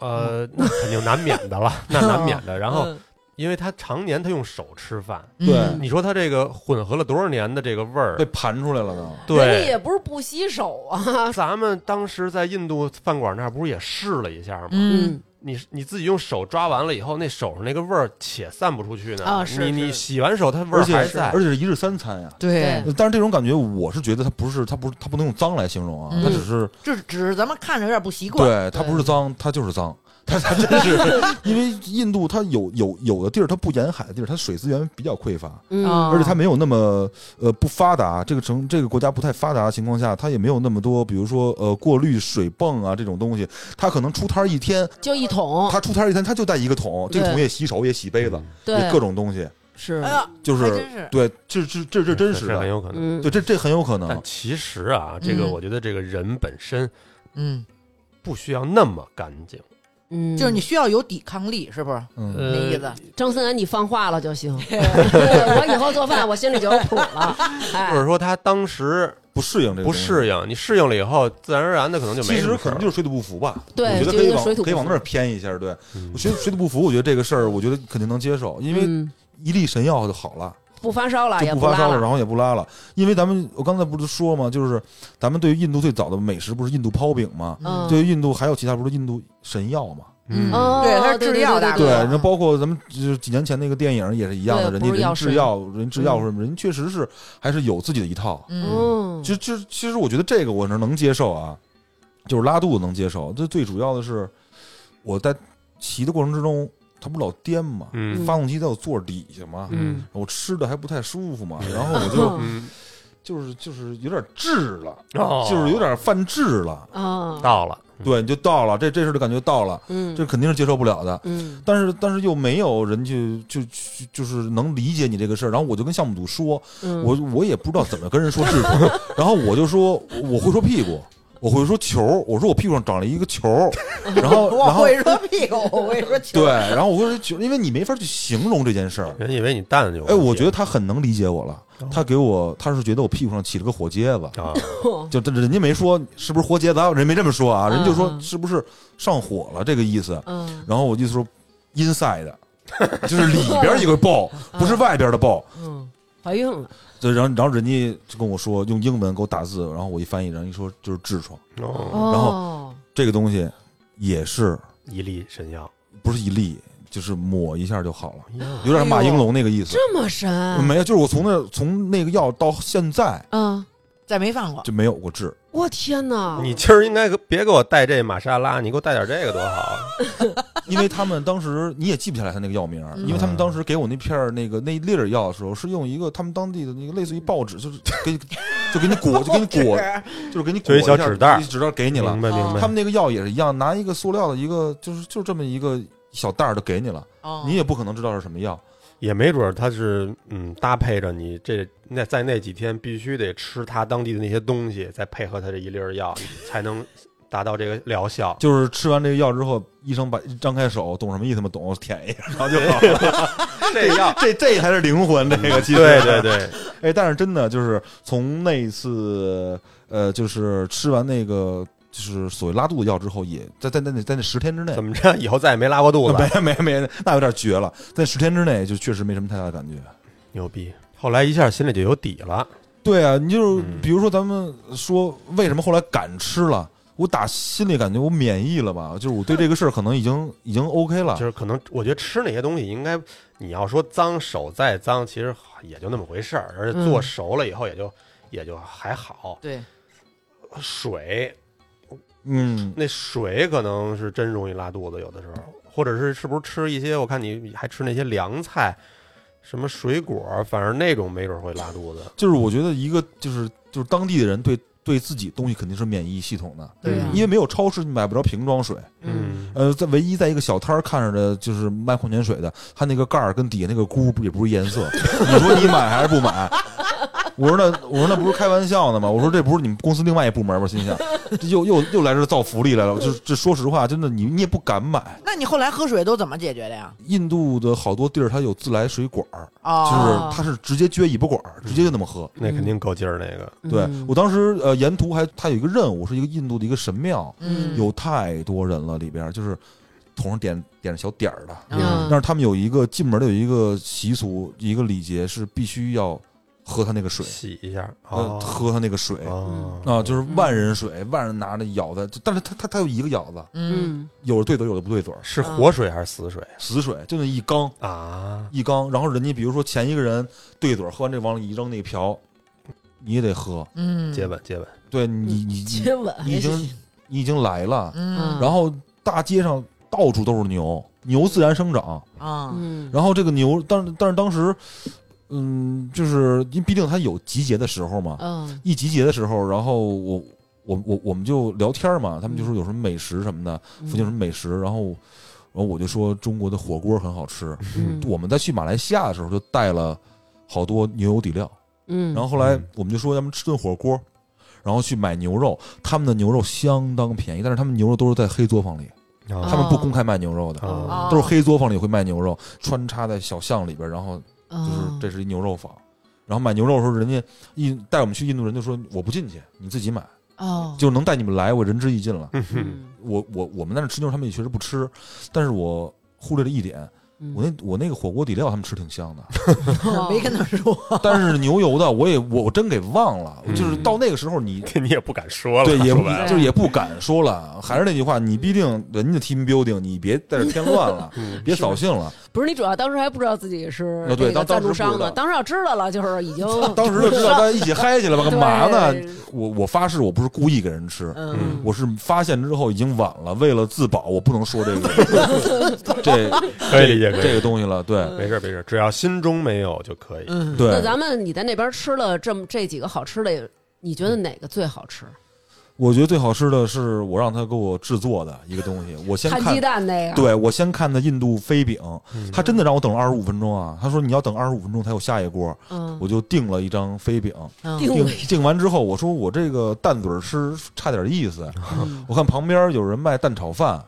C: 呃，那肯定难免的了，那难免的。然后，
A: 嗯
C: 因为他常年他用手吃饭，
B: 对
D: 嗯
C: 你说他这个混合了多少年的这个味儿
B: 被？盘出来了呢，
A: 人家
C: 对，
A: 也不是不洗手啊。
C: 咱们当时在印度饭馆那儿不是也试了一下吗？
D: 嗯，
C: 你你自己用手抓完了以后，那手上那个味儿且散不出去呢。
A: 啊是
C: 你
A: 是
C: 你洗完手，它味
B: 而
C: 儿
B: 且
C: 还在
B: 而。且是一日三餐呀。
D: 对，
B: 但是这种感觉，我是觉得它不是，它不是，它不能用脏来形容啊，它
D: 嗯
B: 只是
D: 这只是咱们看着有点不习惯，
B: 对，它不是脏，它就是脏。它它真是， 因为印度它有有有的地儿它不沿海的地儿，它水资源比较匮乏，
A: 嗯，
D: 啊
B: 而且它没有那么呃不发达，这个城这个国家不太发达的情况下，它也没有那么多，比如说呃过滤水泵啊这种东西，它可能出摊儿一天，
A: 就一桶，
B: 它出摊儿一天它就带一个桶，这
A: 哦对
B: 个
A: 嗯
B: 桶也洗手也洗杯子，
A: 对
B: 也，各种东西，
A: 是
D: 哎，呀，
B: 就
D: 还
B: 是
D: 真是，
B: 对，这这这这真实
C: 是很
B: 的，
C: 有可能。
A: 嗯，
B: 对，这这很有可能
C: 但，其实啊，这个
D: 嗯
C: 我觉得这个人本身
D: 嗯，
C: 不需要那么干净。
A: 嗯，
D: 就是你需要有抵抗力，是不是？
B: 嗯，
D: 那
C: 呃
D: 意思，
A: 张森安，你放话了就 行。我以后做饭，我心里就有谱了。
C: 或
A: 哎，
C: 者说他当时
B: 不适应这个
C: 不
B: 东西
C: 适应，你适应了以后，自然而然的可能就
B: 其
C: 没什
B: 实
C: 么
B: 可
C: 事儿
B: 能就是水土不服吧，
A: 对
B: 我觉得
A: 就
B: 可
A: 一
B: 以
A: 个水
B: 往
A: 土不
B: 可以往那
A: 服
B: 儿偏一下，对，
C: 嗯
B: 我水水土不服，我觉得这个事儿，我觉得肯定能接受，因为
A: 嗯
B: 一粒神药就好了，
A: 不发烧了，
B: 就
A: 也
B: 不发
A: 拉
B: 烧
A: 了，
B: 然后也不拉了，因为咱们我刚才不是说嘛，就是咱们对于印度最早的美食不是印度泡饼嘛，
A: 嗯，
B: 对于印度还有其他不是印度神药嘛，
C: 嗯
A: 哦，
D: 对它是制药大
A: 对对
B: 对，
A: 对对
D: 哥
B: 然后包括咱们就是几年前那个电影也是一样的，
A: 对
B: 人
A: 不
B: 家
A: 是药神
B: 人制药，人制药什么，人确实是还是有自己的一套，
D: 嗯，
A: 嗯，
B: 就就其实我觉得这个我是能接受啊，就是拉肚子能接受。这最主要的是我在骑的过程之中，它不老颠嘛，
C: 嗯
B: 发动机在我座底下嘛，
A: 嗯
B: 我吃的还不太舒服嘛，
C: 嗯
B: 然后我 就
C: 嗯，
B: 就是就是有点滞了，
C: 哦
B: 就是有点犯滞了。嗯
A: 啊，
C: 到了，
B: 对，你就到了，这这事儿就感觉到了，
A: 嗯，
B: 这肯定是接受不了的。
A: 嗯
B: 但是但是又没有人去就去就是能理解你这个事儿，然后我就跟项目组说，
A: 嗯，
B: 我我也不知道怎么跟人说制服，然后我就说我会说屁股，我会说球，我说我屁股上长了一个球，嗯然后
D: 我
B: 然后
D: 会说屁股，我会说球
B: 对，，然后我会说球，因为你没法去形容这件事儿。
C: 人以为你淡就
B: 哎，我觉得他很能理解我了，他给我他是觉得我屁股上起了个火疖子，
C: 啊，
B: 就这人家没说是不是火疖子啊，人没这么说啊，人就说
A: 嗯嗯
B: 是不是上火了这个意思。
A: 嗯
B: 然后我意思说，inside，就是里边一个爆， 不是外边的爆。
A: 嗯，怀孕了，
B: 对，然后然后人家就跟我说用英文给我打字，然后我一翻译，人家说就是痔疮
C: 哦，
B: 然
A: 哦，
B: 这个东西也是
C: 一粒神药，哎
B: 不是一粒，就是抹一下就好了，
C: 呀
B: 有点马应龙那个意思。
A: 哎这么神，
B: 没有，就是我从那从那个药到现在
A: 嗯，
D: 再没犯过，
B: 就没有过痔。
A: 我天
B: 哦
A: 哪，
C: 你今儿应该给别给我带这玛莎拉，你给我带点这个多好。啊
B: 因为他们当时你也记不下来他那个药名儿，
D: 嗯
B: 因为他们当时给我那片儿那个那一粒儿药的时候，是用一个他们当地的那个类似于报纸，就是给 就给你裹，就给你 裹，就是给你裹
C: 就一小
B: 下
C: 纸袋儿
B: 一纸袋儿嗯给你了
C: 明。白明白。
B: 他们那个药也是一样，拿一个塑料的一个，就是就这么一个小袋儿就给你了，
D: 哦
B: 你也不可能知道是什么药。
C: 也没准儿它是嗯搭配着你这那在那几天必须得吃它当地的那些东西，再配合它这一粒儿药，才能达到这个疗效。
B: 就是吃完这个药之后，医生把张开手，懂什么意思吗？懂，舔一下，然后就好了。
C: 这药，
B: 这这才是灵魂，这个其实
C: 对对对，
B: 哎，但是真的就是从那次呃，就是吃完那个就是所谓拉肚子药之后，也在在在那在那十天之内
C: 怎，么着以后再也没拉过肚子，
B: 没没没，那有点绝了，在十天之内就确实没什么太大的感觉。
C: 牛逼！后来一下心里就有底了，
B: 对啊，你就是
C: 嗯
B: 比如说咱们说为什么后来敢吃了，我打心里感觉我免疫了吧，就是我对这个事儿可能已经已经 OK 了
C: 就。是可能我觉得吃那些东西应该，你要说脏手再脏，其实也就那么回事儿，而且做
A: 嗯
C: 熟了以后也就也就还好。
D: 对，
C: 水
B: 嗯，
C: 那水可能是真容易拉肚子，有的时候，或者是是不是吃一些？我看你还吃那些凉菜，什么水果，反正那种没准会拉肚子。
B: 就是我觉得一个就是就是当地的人对对自己东西肯定是免疫系统的，
D: 对啊呀
C: 嗯
B: 因为没有超市你买不着瓶装水。
D: 嗯，
C: 嗯，
B: 呃，在唯一在一个小摊儿看着的就是卖矿泉水的，它那个盖儿跟底下那个箍也不是一颜色，你说你买还是不买？ 我说那我说那不是开玩笑呢吗？我说这不是你们公司另外一部门吗？心想，这又又又来这儿造福利来了。就这说实话，真的你你也不敢买。
D: 那你后来喝水都怎么解决的呀？
B: 印度的好多地儿它有自来水管儿，就
D: 哦，
B: 是它是直接撅尾巴管儿，直接就那么喝。
C: 那肯定够劲儿那个。
B: 对
A: 嗯
B: 我当时呃沿途还它有一个任务，是一个印度的一个神庙，
D: 嗯，
B: 有太多人了，里边儿就是头上点点着小点儿的，
D: 嗯
B: 但是他们有一个进门的有一个习俗，一个礼节是必须要喝他那个水，
C: 洗一下
B: 呃，
C: 哦，
B: 喝他那个水
C: 哦
B: 啊，就是万人水，万人拿着舀的，就但是他他他有一个舀子，
D: 嗯，
A: 嗯
B: 有的对嘴，有的不对嘴，
C: 是活水还是死水
B: 死水就那一缸
C: 啊？
B: 一缸，然后人家比如说前一个人对嘴喝完这往里一扔那瓢，你也得喝，
D: 嗯，
C: 接吻接吻，
B: 对你你 你
G: 亲吻，
B: 你已经你已经来了，
D: 嗯，
B: 然后大街上到处都是牛，牛自然生长。
D: 啊，
A: 嗯，
B: 然后这个牛，但是但是当时，嗯，就是因为毕竟它有集结的时候嘛，
A: 嗯
B: 一集结的时候，然后我我我我们就聊天嘛，他
A: 嗯
B: 们就说有什么美食什么的，附近有什么美食，然后然后我就说中国的火锅很好吃，
A: 嗯
B: 我们在去马来西亚的时候就带了好多牛油底料，
A: 嗯，
B: 然后后来
C: 嗯
B: 我们就说咱们吃顿火锅。然后去买牛肉，他们的牛肉相当便宜，但是他们牛肉都是在黑作坊里，他 们不公开卖牛肉的，
A: 嗯
C: 啊，
D: 哦
B: 都是黑作坊里会卖牛肉，穿插在小巷里边，然后就是
A: 哦
B: 这是一牛肉坊。然后买牛肉的时候，人家印带我们去印度人就说我不进去，你自己买，
A: 哦，
B: 就能带你们来，我仁至义尽了。
C: 嗯哼
A: 嗯
B: 我我我们在那吃牛，他们也确实不吃，但是我忽略了一点，我那我那个火锅底料他们吃挺香的，
A: 哦
D: 嗯 没跟他说，
B: 但是牛油的我也我我真给忘了，就是到那个时候 你。
C: 你也不敢说了，
B: 对，也
C: 嗯说
B: 不
C: 白了
B: 就是也不敢说了，还是那句话，你必定人家 team building，你别在这添乱 了，
C: 嗯
B: 别扫兴了。
A: 不是你主要当时还不知道自己是
B: 啊对
A: 这个
B: 当当
A: 赞
B: 时
A: 助商
B: 不知
A: 呢，
B: 道
A: 当时要知道了就是已经
B: 当时就知道大家一起嗨去了吧，干嘛呢
A: 对？
B: 我我发誓，我不是故意给人吃，
D: 嗯，
B: 我是发现之后已经晚了，为了自保，我不能说这个 这
C: 可以理解，可以
B: 这个东西了。对
C: 没事儿没事儿，只要心中没有就可以。
D: 嗯，
A: 那
B: 对，
A: 咱们你在那边吃了这么这几个好吃的，你觉得哪个最好吃？
B: 我觉得最好吃的是我让他给我制作的一个东西，我先
A: 摊鸡
B: 看。
A: 蛋那个，
B: 对，我先看的印度飞饼，
C: 嗯
B: 他真的让我等了二十五分钟啊！他说你要等二十五分钟才有下一锅，
A: 嗯，
B: 我就订了一张飞饼。
D: 嗯
A: 定
B: 订
A: 位
B: 订完之后，我说我这个蛋嘴儿吃差点意思，我看旁边有人卖蛋炒饭，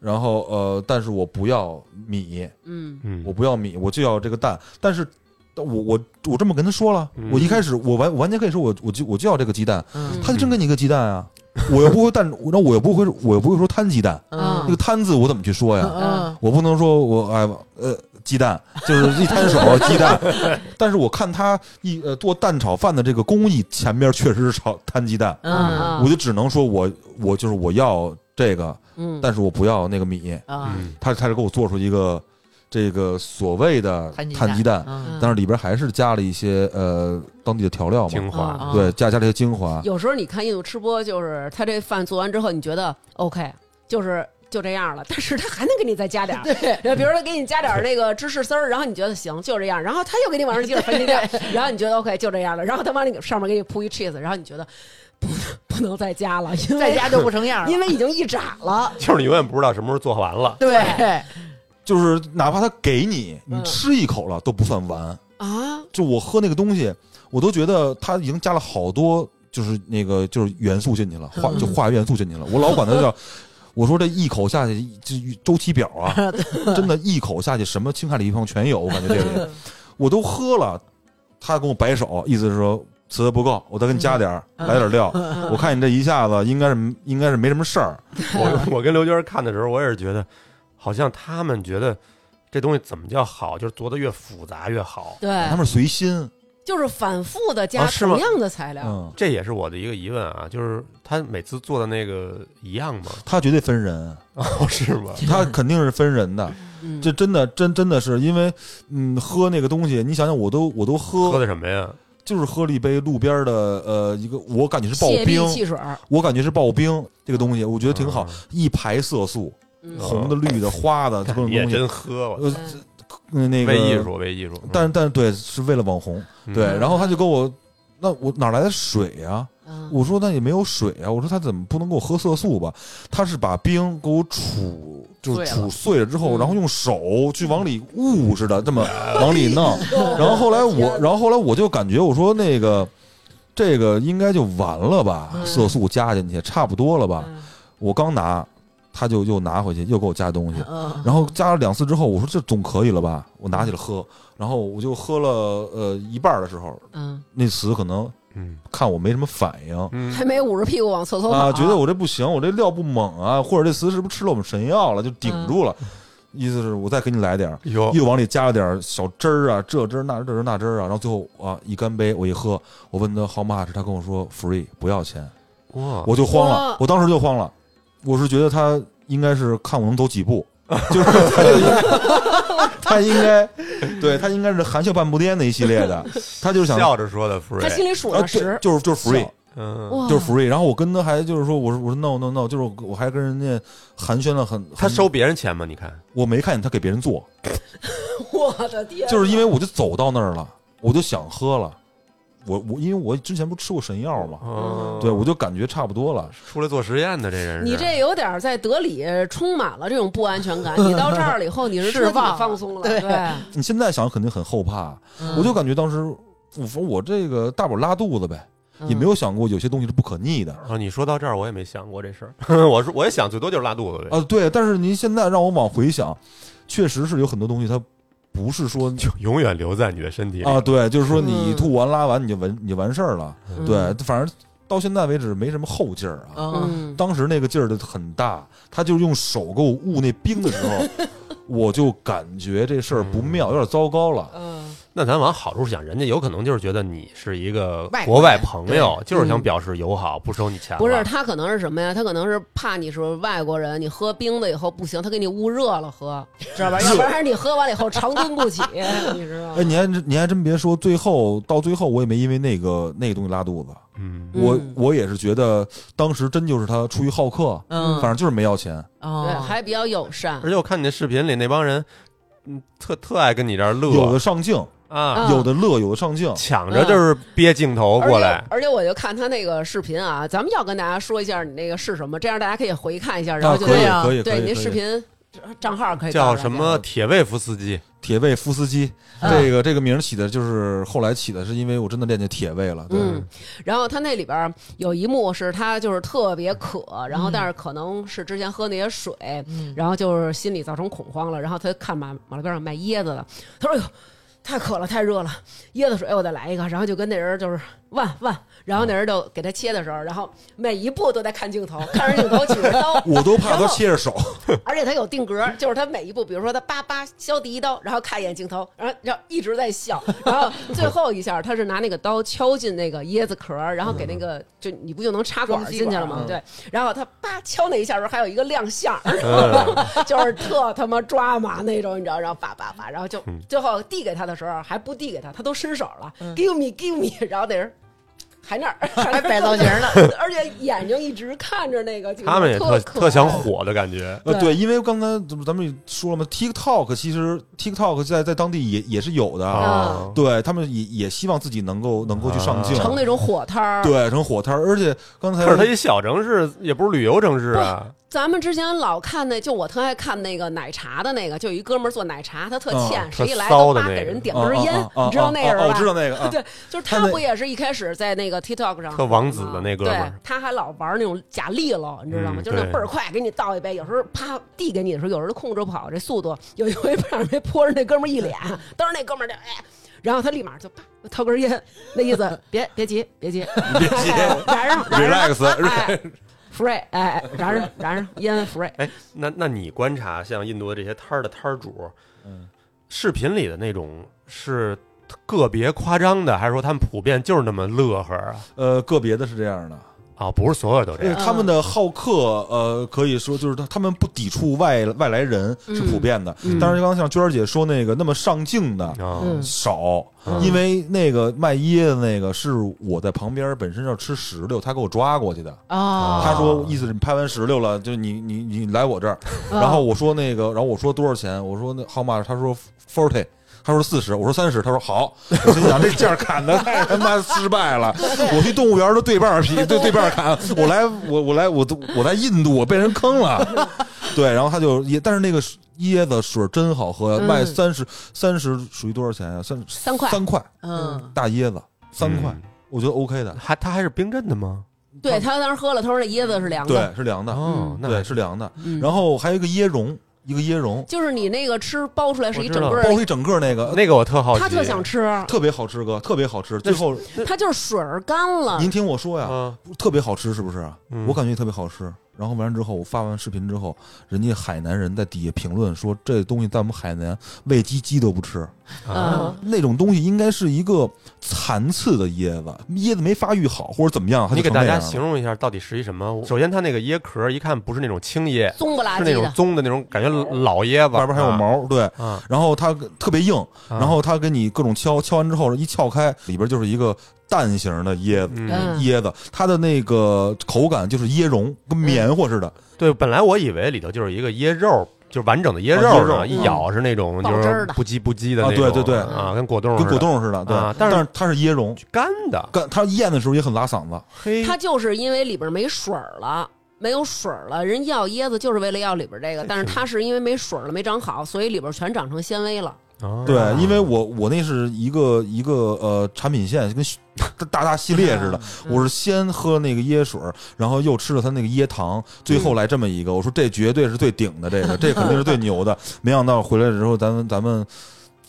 B: 然后呃，但是我不要米，
A: 嗯
C: 嗯
B: 我不要米，我就要这个蛋。但是，但我我我这么跟他说了，
C: 嗯
B: 我一开始我完我完全可以说我我就我就要这个鸡蛋，
D: 嗯
B: 他就真给你一个鸡蛋啊， 我又不会蛋，那我又不会我又不会说摊鸡蛋，
A: 嗯
B: 那个摊字我怎么去说呀？
D: 嗯
B: 我不能说我哎呃鸡蛋就是一摊手鸡蛋，但是我看他一呃做蛋炒饭的这个工艺前边确实是炒摊鸡蛋，
D: 嗯
B: 我就只能说我我就是我要这个，
A: 嗯，
B: 但是我不要那个米，
D: 啊，
C: 嗯
B: 他他是给我做出一个这个所谓的
D: 摊鸡
B: 摊鸡蛋，
D: 嗯
B: 但是里边还是加了一些呃当地的调料嘛，
C: 精华
D: 嗯
A: 啊
B: 对，加加了一些精华。
A: 有时候你看印度吃播，就是他这饭做完之后，你觉得 OK，就是就这样了，但是他还能给你再加点儿。
D: 对，
A: 比如说给你加点儿那个芝士丝儿，然后你觉得行，就这样，然后他又给你往上接着分鸡 蛋，然后你觉得 OK 就这样了，然后他往那个上面给你铺一 cheese，然后你觉得不能不能再加了，嗯因为
D: 在家就不成样了，
A: 因为已经一炸了。
C: 就是你永远不知道什么时候做完了。
D: 对，
B: 就是哪怕他给你，你
A: 嗯
B: 吃一口了都不算完。
A: 啊，
B: 就我喝那个东西，我都觉得它已经加了好多，就是那个就是元素进去了，
D: 嗯
B: 化就化学元素进去了。我老管它叫，我说这一口下去，这周期表啊， 真的，一口下去什么氢氦锂铍全有，我感觉这
D: 嗯
B: 里我都喝了，他跟我摆手，意思是说。词不够，我再给你加点儿，
D: 嗯
B: 来点料。我看你这一下子应该是应该是没什么事儿，
C: 我我跟刘娟看的时候，我也是觉得，好像他们觉得这东西怎么叫好，就是做的越复杂越好。
D: 哎
A: 对
B: 他，们随心。
A: 就是反复的加
B: 哦
C: 啊是吗
A: 同样的材料，
B: 嗯，
C: 这也是我的一个疑问啊，就是他每次做的那个一样吗？
B: 他绝对分人，
C: 哦，是吗？
B: 他肯 定是分人的。
A: 嗯
B: 这真的真真的是因为，嗯，喝那个东西，你想想，我都我都
C: 喝
B: 喝，
C: 的什么呀？
B: 就是喝了一杯路边的呃一个，我感觉是
A: 泻
B: 刨
A: 力汽
B: 冰，
A: 水儿，
B: 我感觉是刨冰这个东西，我觉得挺好，一排色素，
A: 嗯
B: 红的、绿的、花的，各
C: 嗯嗯。
B: 种
C: 你 也
B: 东西
C: 真，喝，我
B: 呃，这那个
C: 为艺，术，为艺术。
B: 但但对，是为了网红，
C: 嗯
B: 对，
C: 嗯
B: 然后他就跟我。那我哪来的水啊呀、
A: 嗯
B: 我说那也没有水啊！我说他怎么不能给我喝色素吧？他是把冰给我杵，就是
A: 碎了
B: 杵碎了之后，
A: 嗯
B: 然后用手去往里捂似的 这么往里弄。
A: 哦
B: 然后后来我，然后后来我就感觉我说那个这个应该就完了吧，
A: 嗯
B: 色素加进去差不多了吧？
A: 嗯
B: 我刚拿，他就又拿回去，又给我加东西。
A: 嗯
B: 然后加了两次之后，我说这总可以了吧？我拿起来喝，然后我就喝了呃一半的时候，
A: 嗯，
B: 那词可能
C: 嗯
B: 看我没什么反应，
C: 嗯
A: 还没捂着屁股往厕所跑
B: 啊，觉得我这不行，我这料不猛啊，或者这词是不是吃了我们神药了，就顶住了。意思是我再给你来点儿，
C: 有
B: 又往里加了点儿小汁儿啊，这汁儿那汁儿那汁儿啊，然后最后啊一干杯，我一喝，我问他 how much，他跟我说 free 不要钱，
C: 哇，
B: 我就慌了
A: 哇，
B: 我当时就慌了，我是觉得他应该是看我能走几步，就是他就应该，他应该，对他应该是含笑半步癫那一系列的，他就是想啊
C: 笑着说的 free，
A: 他心里数
B: 对
A: 着十，
B: 就是就是 free，
C: 嗯，
A: 哇，
B: 就是 free。然后我跟他还就是说，我说我说 no no no，就是我我还跟人家寒暄了很。很
C: 他收，别人钱吗？你看，
B: 我没看见他给别人做，
G: 我的天，
B: 就是因为我就走到那儿了，我就想喝了。我我因为我之前不吃过神药嘛，
C: 哦
B: 对我就感觉差不多了。
C: 出来做实验的这人
A: 嗯
B: 啊
C: 是，
A: 你这有点在德里充满了这种不安全感。你到这儿了以后，你是
D: 是
A: 彻底
D: 忘了
A: 放松了，
D: 对
A: 对，
B: 你现在想肯定很后怕，
A: 嗯
D: 嗯
B: 我就感觉当时我说我这个大不了拉肚子呗，
A: 嗯
B: 也没有想过有些东西是不可逆的。
C: 啊，你说到这儿，我也没想过这事 儿。我说我也想，最多就是拉肚子呗。
B: 啊，对，但是您现在让我往回想，确实是有很多东西它不是说
C: 就永远留在你的身体里
B: 啊，对，就是说你
A: 嗯
B: 吐完拉完你就完你就完事儿了。
C: 嗯
B: 对，反正到现在为止没什么后劲儿啊。
D: 嗯，
A: 嗯，
B: 当时那个劲儿的很大，他就用手给我捂那冰的时候，我就感觉这事儿不妙，有点糟糕了。
A: 嗯，
C: 那咱往好处想，人家有可能就是觉得你是一个
D: 外国
C: 国
D: 人
C: 外朋友，就是想
A: 嗯
C: 表示友好，不收你钱了。
A: 不是，他可能是什么呀？他可能是怕你是外国人，你喝冰的以后不行，他给你捂热了喝，知道吧？要不然你喝完了以后长蹲 不起，你知道吗？
B: 哎，你还真你还真别说，最后到最后我也没因为那个那个东西拉肚子，
C: 嗯，
B: 我
A: 嗯
B: 我也是觉得当时真就是他出于好客，
D: 嗯
B: 反正就是没要钱。
A: 对，
D: 哦，
A: 还比较友善
C: 而。且我看你那视频里那帮人，嗯，特特爱跟你这儿
B: 有
C: 乐
B: 的上镜，
C: 啊，
A: 嗯
B: 有的乐，有的上镜。
C: 抢着就是憋镜头
A: 而
C: 过
A: 且
C: 来，
A: 而且我就看他那个视频啊，咱们要跟大家说一下你那个是什么，这样大家可以回看一下，然
B: 啊，
A: 后就
B: 可以
D: 这样
B: 可以可
A: 对
B: 以，
A: 你那
B: 可以
A: 视频账号可以告
C: 叫
A: 诉大家
C: 什么铁卫夫斯基，
B: 铁卫夫斯基，
D: 嗯
B: 这个这个名儿起的就是后来起的，是因为我真的练见铁卫了。对，
A: 嗯，然后他那里边儿有一幕是他就是特别渴，然后但是可能是之前喝那些水，
D: 嗯
A: 然后就是心里造成恐慌了，然后他看马马路边上卖椰子的，他说：“哎呦，太渴了，太热了，椰子水我再来一个。”然后就跟那人就是万万，然后那人就给他切的时候，然后每一步都在看镜头，看着镜头举着刀，
B: 我都怕他
A: 然后
B: 切着手。
A: 而且他有定格，就是他每一步，比如说他叭叭削第一刀，然后看一眼镜头，然后然后一直在笑，然后最后一下他是拿那个刀敲进那个椰子壳，然后给那个就你不就能插管进去了吗？
D: 嗯装吸管嗯
A: 对，然后他叭敲那一下的时候还有一个亮相，
C: 嗯
A: 就是特他妈抓马那种，你知道？然后叭叭叭，然后就
C: 嗯
A: 最后递给他的时候还不递给他，他都伸手了、g i v e me give me，然后那人。还那儿，还
D: 嗯 还摆造型呢，
A: 而且眼睛一直看着那个镜头，
C: 他们也特
A: 可
C: 特想
A: 爱
C: 火的感觉。
B: 呃，对，因为刚才咱们咱们也说了嘛，TikTok 其实 TikTok 在在当地也也是有的，
C: 啊，
B: 对他们也也希望自己能够能够去上镜，
A: 啊成那种火摊儿，
B: 对成火摊儿，而且刚才
C: 可是它一小城市，也不是旅游城市啊，
A: 咱们之前老看那，就我特爱看那个奶茶的那个，就有一哥们儿做奶茶，他特欠，
B: 嗯
A: 谁一
E: 特
A: 来
E: 骚
A: 都
E: 的
A: 叭
E: 那
A: 给
E: 个
A: 人点
B: 啊
A: 根烟，
B: 啊啊
A: 你知道那人
B: 啊啊
A: 吧？
B: 哦我知道那个 啊
A: 对，就是
B: 他
A: 他
B: 那
A: 不也是一开始在那个 TikTok 上嗯
E: 特王子的那哥
A: 对
E: 们儿，
A: 他还老玩那种假利落，你知道吗？
E: 嗯
A: 就是那
E: 对
A: 倍儿快，给你倒一杯，有时候啪递给你的时候，有时候控制不好这速度，有一回不让人泼着那哥们儿一脸，当时那哥们儿就哎。然后他立马就啪掏根烟，那意思别别急别急，别
B: 急
A: 燃上燃上
B: relax，
A: 哎，free 哎燃上燃上烟 free，
C: 哎，那那你观察像印度的这些摊儿的摊儿主，
B: 嗯，
C: 视频里的那种是个别夸张的，还是说他们普遍就是那么乐呵啊？
B: 呃，个别的是这样的，
C: 啊，不是所有都这
B: 呃
C: 样。
B: 他们的好客，呃，可以说就是他他们不抵触外外来人是普遍的。
A: 嗯
B: 当然，刚刚像娟儿姐说那个那么上镜的
C: 啊，
A: 嗯
B: 少，
C: 嗯
B: 因为那个卖椰的那个是我在旁边本身要吃石榴，他给我抓过去的。
A: 哦
B: 他说意思是你拍完石榴了，就你你你来我这儿，
A: 嗯
B: 然
A: 哦
B: 后我说那个，然后我说多少钱？我说那 how much？他说 forty。他说四十，我说三十，他说好。我心想这价砍的太他妈失败了。我去动物园都对半儿劈，对对半儿砍。我来，我我来，我都我在印度，我被人坑 了。对，然后他就也，但是那个椰子水真好喝，
A: 嗯
B: 卖三十三十属于多少钱啊？三
A: 三块
B: 三块
A: 嗯，
B: 大椰子，三块，
C: 嗯
B: 我觉得 OK 的。
C: 还他还是冰镇的吗？
A: 对他当时喝了，他说那椰子是凉的，
B: 对，是凉的，
C: 哦，那
B: 啊对，是凉的。
A: 嗯
B: 然后还有一个椰蓉，一个椰蓉，
A: 就是你那个吃包出来是一整个
C: 我
B: 包
A: 儿，
B: 一整个那个，
C: 那个我特好奇，
A: 他特想吃，
B: 特别好吃，哥，特别好吃。最后
A: 他就是水儿干了，
B: 您听我说呀，
C: 啊，
B: 特别好吃，是不是？
C: 嗯
B: 我感觉特别好吃。然后完了之后，我发完视频之后，人家海南人在底下评论说，这东西在我们海南喂鸡鸡都不吃，
A: 嗯，
B: 那种东西应该是一个残次的椰子，椰子没发育好或者怎么样，它就
C: 你给
B: 成
C: 大
B: 那
C: 家
B: 样
C: 形
B: 了。
C: 容一下到底是一什么？首先，它那个椰壳一看不是那种青椰，
A: 棕不拉
C: 是
A: 几
C: 那种
A: 的，
C: 棕的那种，感觉老椰子，
B: 外边还有毛，对，
C: 啊啊，
B: 然后它特别硬，
C: 啊
B: 然后它给你各种敲，敲完之后一撬开，里边就是一个蛋形的椰子。
C: 嗯，
A: 嗯，
B: 椰子，它的那个口感就是椰蓉，跟棉花似的。
C: 对，本来我以为里头就是一个椰肉。就是完整的椰
B: 啊
C: 肉
B: 椰
C: 呢，
B: 肉
C: 一咬是那种
A: 爆
C: 就
A: 汁儿
C: 是
A: 的
C: 不叽不叽的
B: 啊
C: 那种，
B: 对对对
C: 啊，跟果冻
B: 跟果
C: 似的
B: 冻似的，对。
C: 啊但
B: 但
C: 是
B: 它是椰蓉，
C: 干的，
B: 干它咽的时候也很拉嗓子。
C: 嘿，
A: 他就是因为里边没水儿了。没有水儿了，人要椰子就是为了要里边这个，但是他是因为没水儿了，没长好，所以里边全长成纤维了。
C: 啊
B: 对，因为我我那是一个一个呃产品线，跟 大大系列似的。
C: 嗯
B: 我是先喝那个椰水，然后又吃了它那个椰糖，最
C: 嗯
B: 后来这么一个。我说这绝对是最顶的，这个这肯定是最牛的。 没想到回来之后，咱们咱们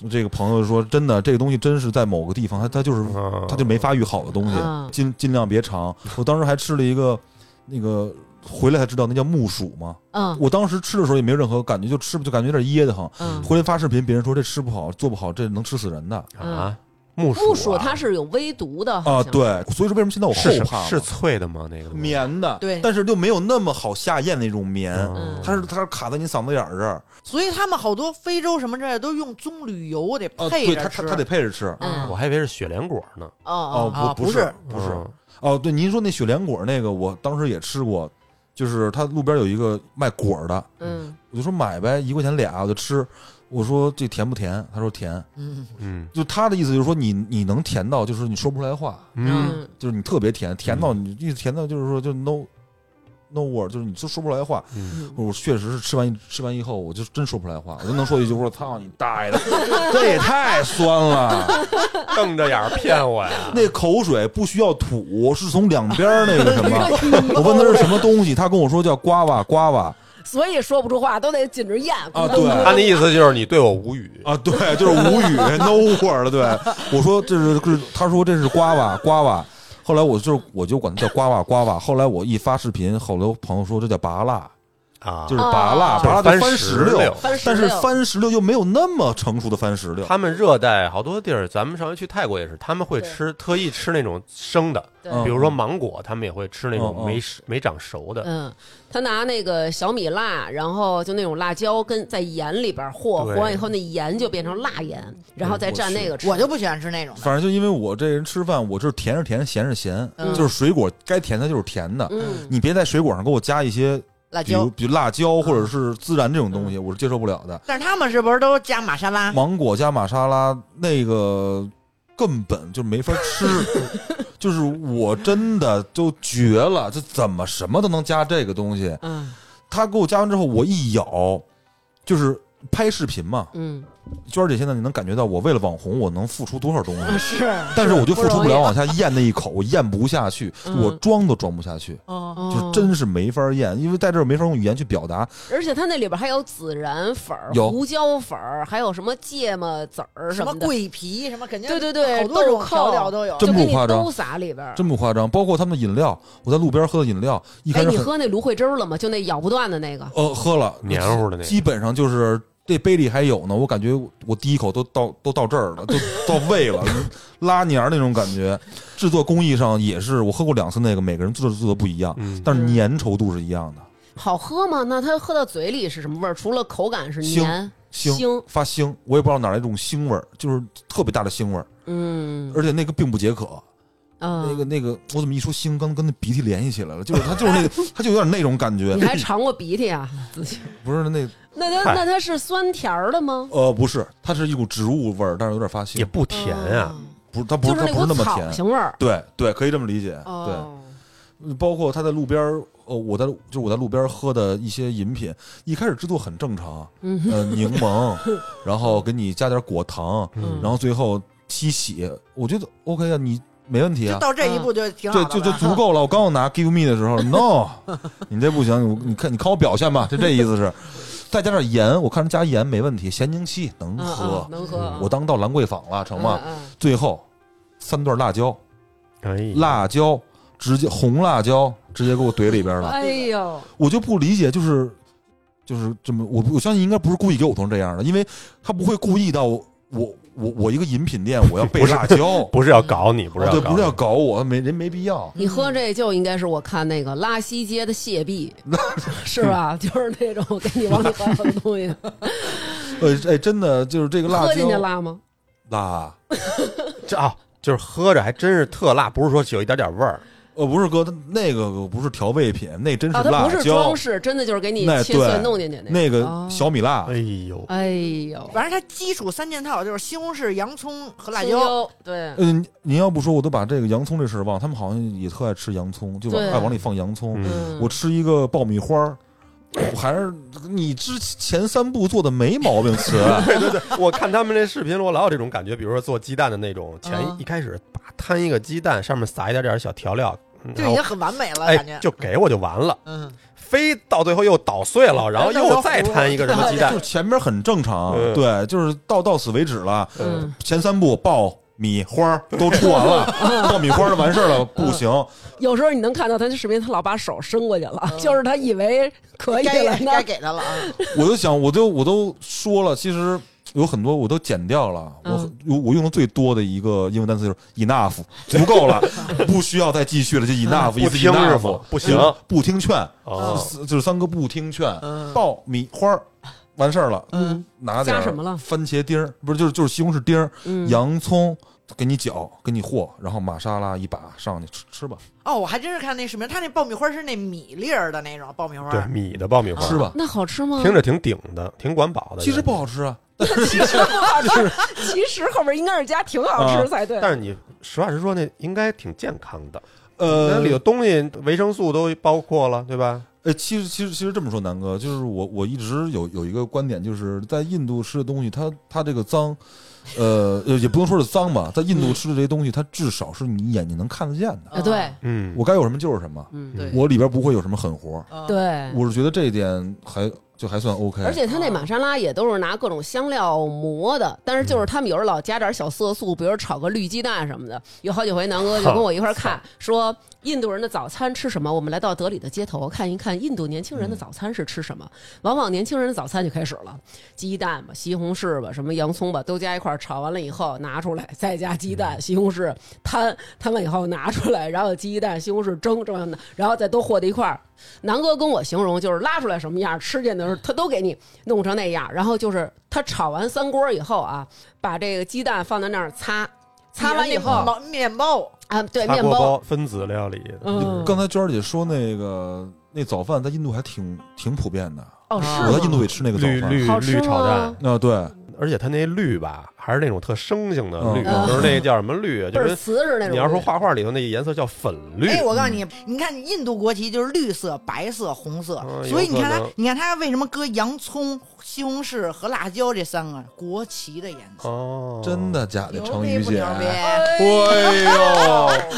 B: 这个朋友说，真的，这个东西真是在某个地方，它它就是
C: 嗯
B: 它就没发育好的东西
A: 嗯，
B: 尽尽量别尝。我当时还吃了一个那个。回来才知道那叫木薯嘛，
A: 嗯
B: 我当时吃的时候也没有任何感觉，就吃就感觉有点噎得慌。
A: 嗯，
B: 回来发视频，别人说这吃不好，做不好，这能吃死人的
C: 啊，木薯
A: 木
C: 木
A: 薯它是有微毒的
D: 哦
B: 啊！
A: 好像
B: 对，所以说为什么现在我
C: 是
B: 后
C: 什
B: 怕了
C: 是脆的吗？那个东西
B: 棉的，
D: 对
B: 但是就没有那么好下咽那种棉，
C: 嗯
B: 它是它是卡在你嗓子眼儿这儿
D: 所以他们好多非洲什么这都用棕榈油得
B: 啊，
D: 配
B: 对，
D: 着
B: 它
D: 吃
B: 它。它得配着吃。
A: 嗯
C: 我还以为是雪莲果呢，
A: 哦
B: 哦，
D: 啊
B: 不
D: 不
B: 是
D: 是
B: 不是
C: 嗯
B: 哦，对，您说那雪莲果那个，我当时也吃过，就是它路边有一个卖果儿的，
A: 嗯
B: 我就说买呗，一块钱俩，我就吃。我说这甜不甜？他说甜，
D: 嗯，
C: 嗯
B: 就他的意思就是说你你能甜到就是你说不出来话，
C: 嗯，
B: 就是你特别甜，甜到你意思甜到就是说就 no no word，就是你就说不出来话。
C: 嗯
B: 我确实是吃完吃完以后，我就真说不出来话，我就能说一句我说操你大爷的，这也太酸了。！
C: 瞪着眼儿骗我呀
B: 那口水不需要吐，是从两边儿那个什
A: 嗯
B: 么，嗯我问他是什么东西，他跟我说叫瓜哇瓜哇
A: 所以说不出话，都得紧着咽。
B: 啊，对。
C: 他那意思就是你对我无语，
B: 啊，对，就是无语 ，no word 了。对，我说这是，这是他说这是瓜娃瓜娃。后来我就是我就管它叫瓜娃瓜娃。后来我一发视频，好多朋友说这叫拔蜡，
C: 啊，
B: 就是拔蜡，
A: 哦
B: 拔蜡就
C: 翻
B: 翻
C: 石
B: 石榴
C: 榴，
A: 翻石
B: 但是
A: 榴
B: 翻石榴又没有那么成熟的翻石榴。
C: 他们热带好多地儿，咱们上回去泰国也是，他们会吃特意吃那种生的，
A: 对
B: 嗯
C: 比如说芒果，他们也会吃那
B: 嗯嗯
C: 种没没长熟的。
A: 嗯，他拿那个小米辣，然后就那种辣椒跟在盐里边和
C: 对
A: 和完以后，那盐就变成辣盐，然后再蘸那个吃。
D: 我就不喜欢吃那种的。
B: 反正就因为我这人吃饭，我就是甜是甜，咸是咸，
D: 嗯
B: 就是水果该甜的就是甜的。
A: 嗯
B: 你别在水果上给我加一些，
D: 辣
B: 比如
D: 椒，
B: 比如辣椒或者是孜然这种东西，我是接受不了的。
D: 但是他们是不是都加玛莎拉？
B: 芒果加玛莎拉那个根本就没法吃，就是我真的就绝了，这怎么什么都能加这个东西？
A: 嗯，
B: 他给我加完之后，我一咬，就是拍视频嘛。
A: 嗯，
B: 娟儿姐现在你能感觉到，我为了网红，我能付出多少东西？
D: 是，
B: 但是我就付
A: 嗯
B: 出
A: 不容
B: 不了
A: 易
B: 往下咽那一口，我咽不下去，
A: 嗯
B: 我装都装不下去，
D: 嗯，
A: 就
B: 就是真是没法咽，因为在这儿没法用语言去表达。
A: 哦而且它那里边还有孜然粉儿、
B: 有
A: 胡椒粉儿，还有什么芥末籽儿
D: 什么
A: 么的，
D: 桂皮什么，肯定
A: 对对对
D: 好多种
A: 豆蔻啊
D: 调料都有。
B: 真
A: 就
B: 不
A: 给你
B: 夸张
A: 都撒里边儿。
B: 真不夸张，包括他们的饮料，我在路边喝的饮料，一开
A: 哎，
B: 始
A: 你
B: 很
A: 喝那芦荟汁儿了吗？就那咬不断的那个。
B: 呃喝了
C: 黏糊的那个。
B: 基本上就是这杯里还有呢，我感觉我第一口都到都到这儿 了，都到胃了，拉黏儿那种感觉。制作工艺上也是，我喝过两次那个，每个人制作制作不一样，
C: 嗯，
B: 但是粘稠度是一样的，
A: 好喝吗？那它喝到嘴里是什么味儿？除了口感是
B: 腥
A: 黏
B: 腥发腥，我也不知道哪来这种腥味儿，就是特别大的腥味儿，
A: 嗯
B: 而且那个并不解渴。
A: 嗯，
B: 那个那个，我怎么一说腥，刚跟那鼻涕联系起来了，就是它就是那个， 它就有点那种感觉
A: 你，还尝过鼻涕啊？
B: 不是那
A: 那它
C: 嗨
A: 那它是酸甜儿的吗？
B: 呃不是，它是一股植物味儿，但是有点发
C: 也
B: 腥，
C: 不甜啊，
A: 嗯
B: 不是它不
A: 就是是
B: 它不
A: 股
B: 是那么
A: 草
B: 甜，
A: 腥味儿。
B: 对对，可以这么理解，对。
A: 哦，
B: 包括他在路边儿，呃，我在就是我在路边儿喝的一些饮品，一开始制作很正常，
A: 嗯
B: 呃，柠檬， 然后给你加点果糖，
A: 嗯
B: 然后最后七喜，我觉得 OK 啊，你没问题
D: 就
B: 啊，
D: 到这一步就挺好
B: 对，
D: 的
B: 就
D: 了
B: 就足够了。我刚要拿 Give Me 的 时候，No，你这不行，我你看你看我表现吧，就这意思是，再加点盐，我看着加盐没问题，咸宁七能
A: 嗯
B: 喝
A: 嗯，能喝啊。
B: 我当到兰桂坊了，成吗？
A: 嗯？嗯
B: 最后三段辣椒，
D: 嗯
C: 哎呀，
B: 辣椒直接红辣椒直接给我怼里边了。
A: 哎呦，
B: 我就不理解，就是就是这么，我我相信应该不是故意给我同事这样的，因为他不会故意到我我我我一个饮品店 我要备
C: 不是
B: 辣椒，啊
C: 不是要搞你，哦不是要
B: 对，
C: 搞
B: 不是要
C: 你
B: 搞我，没人没必要。
A: 你喝这就应该是我看那个拉西街的蟹币，是吧？ 就是那种给你往里喝的东 西，
B: 呃，哎，真的就是这个辣
A: 嗯喝进去
B: 椒
A: 辣吗？
B: 辣，
C: 这啊，就是喝着还真是特辣，不是说有一点点味儿，
B: 呃，不是哥，那个不是调味品，那真
A: 啊，它
B: 辣
A: 不是
B: 椒
A: 装，饰，真的就是给你
B: 那
A: 切碎
B: 对
A: 弄进去那
B: 那
A: 哦
B: 个小米辣
C: 哎，呦，
A: 哎呦，
D: 反正它基础三件套就是西红柿、洋葱和辣
A: 青
D: 椒。
A: 椒，对，
B: 嗯，您要不说我都把这个洋葱这事儿忘，他们好像也特爱吃洋葱，就往
A: 对
B: 爱往里放洋葱。
C: 嗯，
A: 嗯
B: 我吃一个爆米花 儿，我还是你之前三步做的没毛病，啊吃
D: 嗯
C: 对对对，我看他们那视频，我老有这种感觉，比如说做鸡蛋的那种，前
D: 嗯
C: 一一开始把摊一个鸡蛋，上面撒一点点小调料，嗯
D: 就
C: 然
D: 已
C: 后
D: 经很完美了，感
C: 哎
D: 觉，。
C: 就给我就完了，
D: 嗯，
C: 非到最后又捣碎了，然后又再摊一个什么 鸡蛋
B: 就，前面很正常，
C: 嗯
B: 对，就是到到此为止了。
A: 嗯
B: 前三步爆米花儿都出完 了，爆米花儿就完事儿了，不行，
A: 有时候你能看到他那视频，他老把手伸过去了，就是他以为可以嗯
D: 该
A: 了
D: 给该
A: 呢。
D: 给他了啊。
B: 我就想，我都我都说了，其实。有很多我都剪掉了，我
A: 嗯
B: 我我用的最多的一个英文单词就是 enough，足 够了，不需要再继续了，就 enough，一
C: 嗯不
B: 次
C: 听是
B: enough，
C: 吗不行
B: 就不听劝，
C: 哦，
B: 就是三哥不听劝，
D: 嗯
B: 爆米花儿完事儿了，
D: 嗯，
B: 拿点儿
A: 加什么了
B: 番茄丁儿不是就是就是西红柿丁儿、
A: 嗯
B: 洋葱，给你搅，给你和，然后玛莎拉一把上去吃吃吧，
D: 哦，我还真是看那视频，他那爆米花是那米粒儿的那种爆米花。
C: 对，米的爆
A: 啊
C: 米花，
B: 吃吧。
A: 那好吃吗？
C: 听着挺顶的，挺管饱的。
B: 其实不好吃啊，
G: 其实后边应该是加挺好
B: 啊
G: 吃才对。
C: 但是你实话实说，那应该挺健康的。那
B: 呃
C: 里，头东西维生素都包括了，对吧？
B: 呃，其实其实其实这么说，南哥，就是我我一直有有一个观点，就是在印度吃的东西，它它这个脏，呃呃也不能说是脏吧，在印度吃的这些东西，它至少是你眼睛能看得见的，
A: 啊，对，
C: 嗯，
B: 我该有什么就是什么，
A: 嗯，
D: 对
B: 我里边不会有什么狠活儿，
D: 嗯，
A: 对。
B: 我是觉得这一点还就还算 OK，
A: 而且他那玛莎拉也都是拿各种香料磨的，但是就是他们有时候老加点小色素，比如炒个绿鸡蛋什么的。有好几回南哥就跟我一块儿看，说印度人的早餐吃什么？我们来到德里的街头看一看印度年轻人的早餐是吃什么。往往年轻人的早餐就开始了，鸡蛋吧、西红柿吧、什么洋葱吧，都加一块儿炒完了以后拿出来，再加鸡蛋、西红柿摊摊完以后拿出来，然后鸡蛋、西红柿蒸蒸完的，然后再都和在一块儿。南哥跟我形容就是拉出来什么样，吃见的时候他都给你弄成那样。然后就是他炒完三锅以后啊，把这个鸡蛋放在那儿擦，擦完以后
D: 毛面包，
A: 啊，对
C: 砂
A: 面
C: 锅
A: 包，
C: 包分子料理，
A: 嗯，
B: 刚才娟儿姐说那个那早饭在印度还挺挺普遍的，
A: 哦
B: 我在印
A: 是
B: 度
A: 吗？
B: 也吃那个早
C: 绿
B: 饭。
C: 绿
A: 好吃
C: 绿炒
A: 吗
C: 蛋，
B: 啊、对，
C: 而且它那绿吧，还是那种特生性的绿，
B: 嗯
C: 就是那叫什么绿，啊
A: 倍
C: 就
A: 儿
C: 跟
A: 瓷实那种。
C: 你要说画画里头那个颜色叫粉绿，嗯
D: 哎，我告诉你，你看印度国旗就是绿色、白色、红色，
C: 啊
D: 所以你
C: 有
D: 看
C: 可
D: 它
C: 能，
D: 你看它为什么搁洋葱、西红柿和辣椒这三个国旗的颜色？
C: 哦，
B: 真的假的？成语
D: 牛逼不
B: 姐，
D: 牛逼？
B: 哎
A: 哦
B: 呦，
C: 哎
A: 哎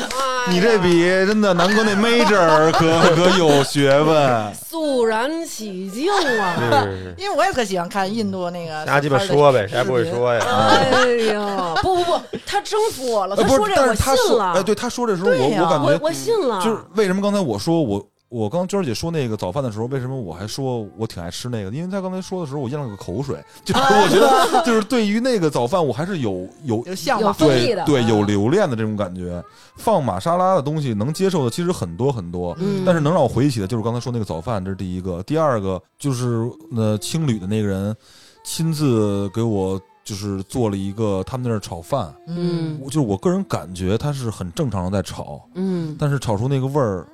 B: 你这比真的南哥那 major 可可有学问。
A: 肃然起敬啊！
C: 是是是
D: 因为我也特喜欢看印度那个，
C: 瞎鸡巴说 呗，谁还不会？说呀？
A: 哎呦，
G: 不不不，他征服我了，
B: 呃，
G: 他
B: 不
G: 说
B: 是，
G: 这
B: 但
G: 我
B: 是他
G: 信
B: 说，哎，
G: 了，
B: 对他说这时候，我
D: 对呀
B: 我感
A: 我
B: 觉
A: 我信了，
B: 就是为什么刚才我说我我刚娟儿姐说那个早饭的时候，为什么我还说我挺爱吃那个？因为她刚才说的时候，我咽了个口水，就是我觉得就是对于那个早饭，我还是有有
D: 有向
A: 有
D: 往，
A: 分
B: 对
A: 力的
B: 对
D: 嗯
B: 有留恋的这种感觉。放玛莎拉的东西能接受的其实很多很多，
A: 嗯
B: 但是能让我回忆起的就是刚才说那个早饭，这是第一个。第二个就是呃青旅的那个人亲自给我就是做了一个他们那儿炒饭，
A: 嗯
B: 我就是我个人感觉他是很正常的在炒，
A: 嗯，
B: 但是炒出那个味儿，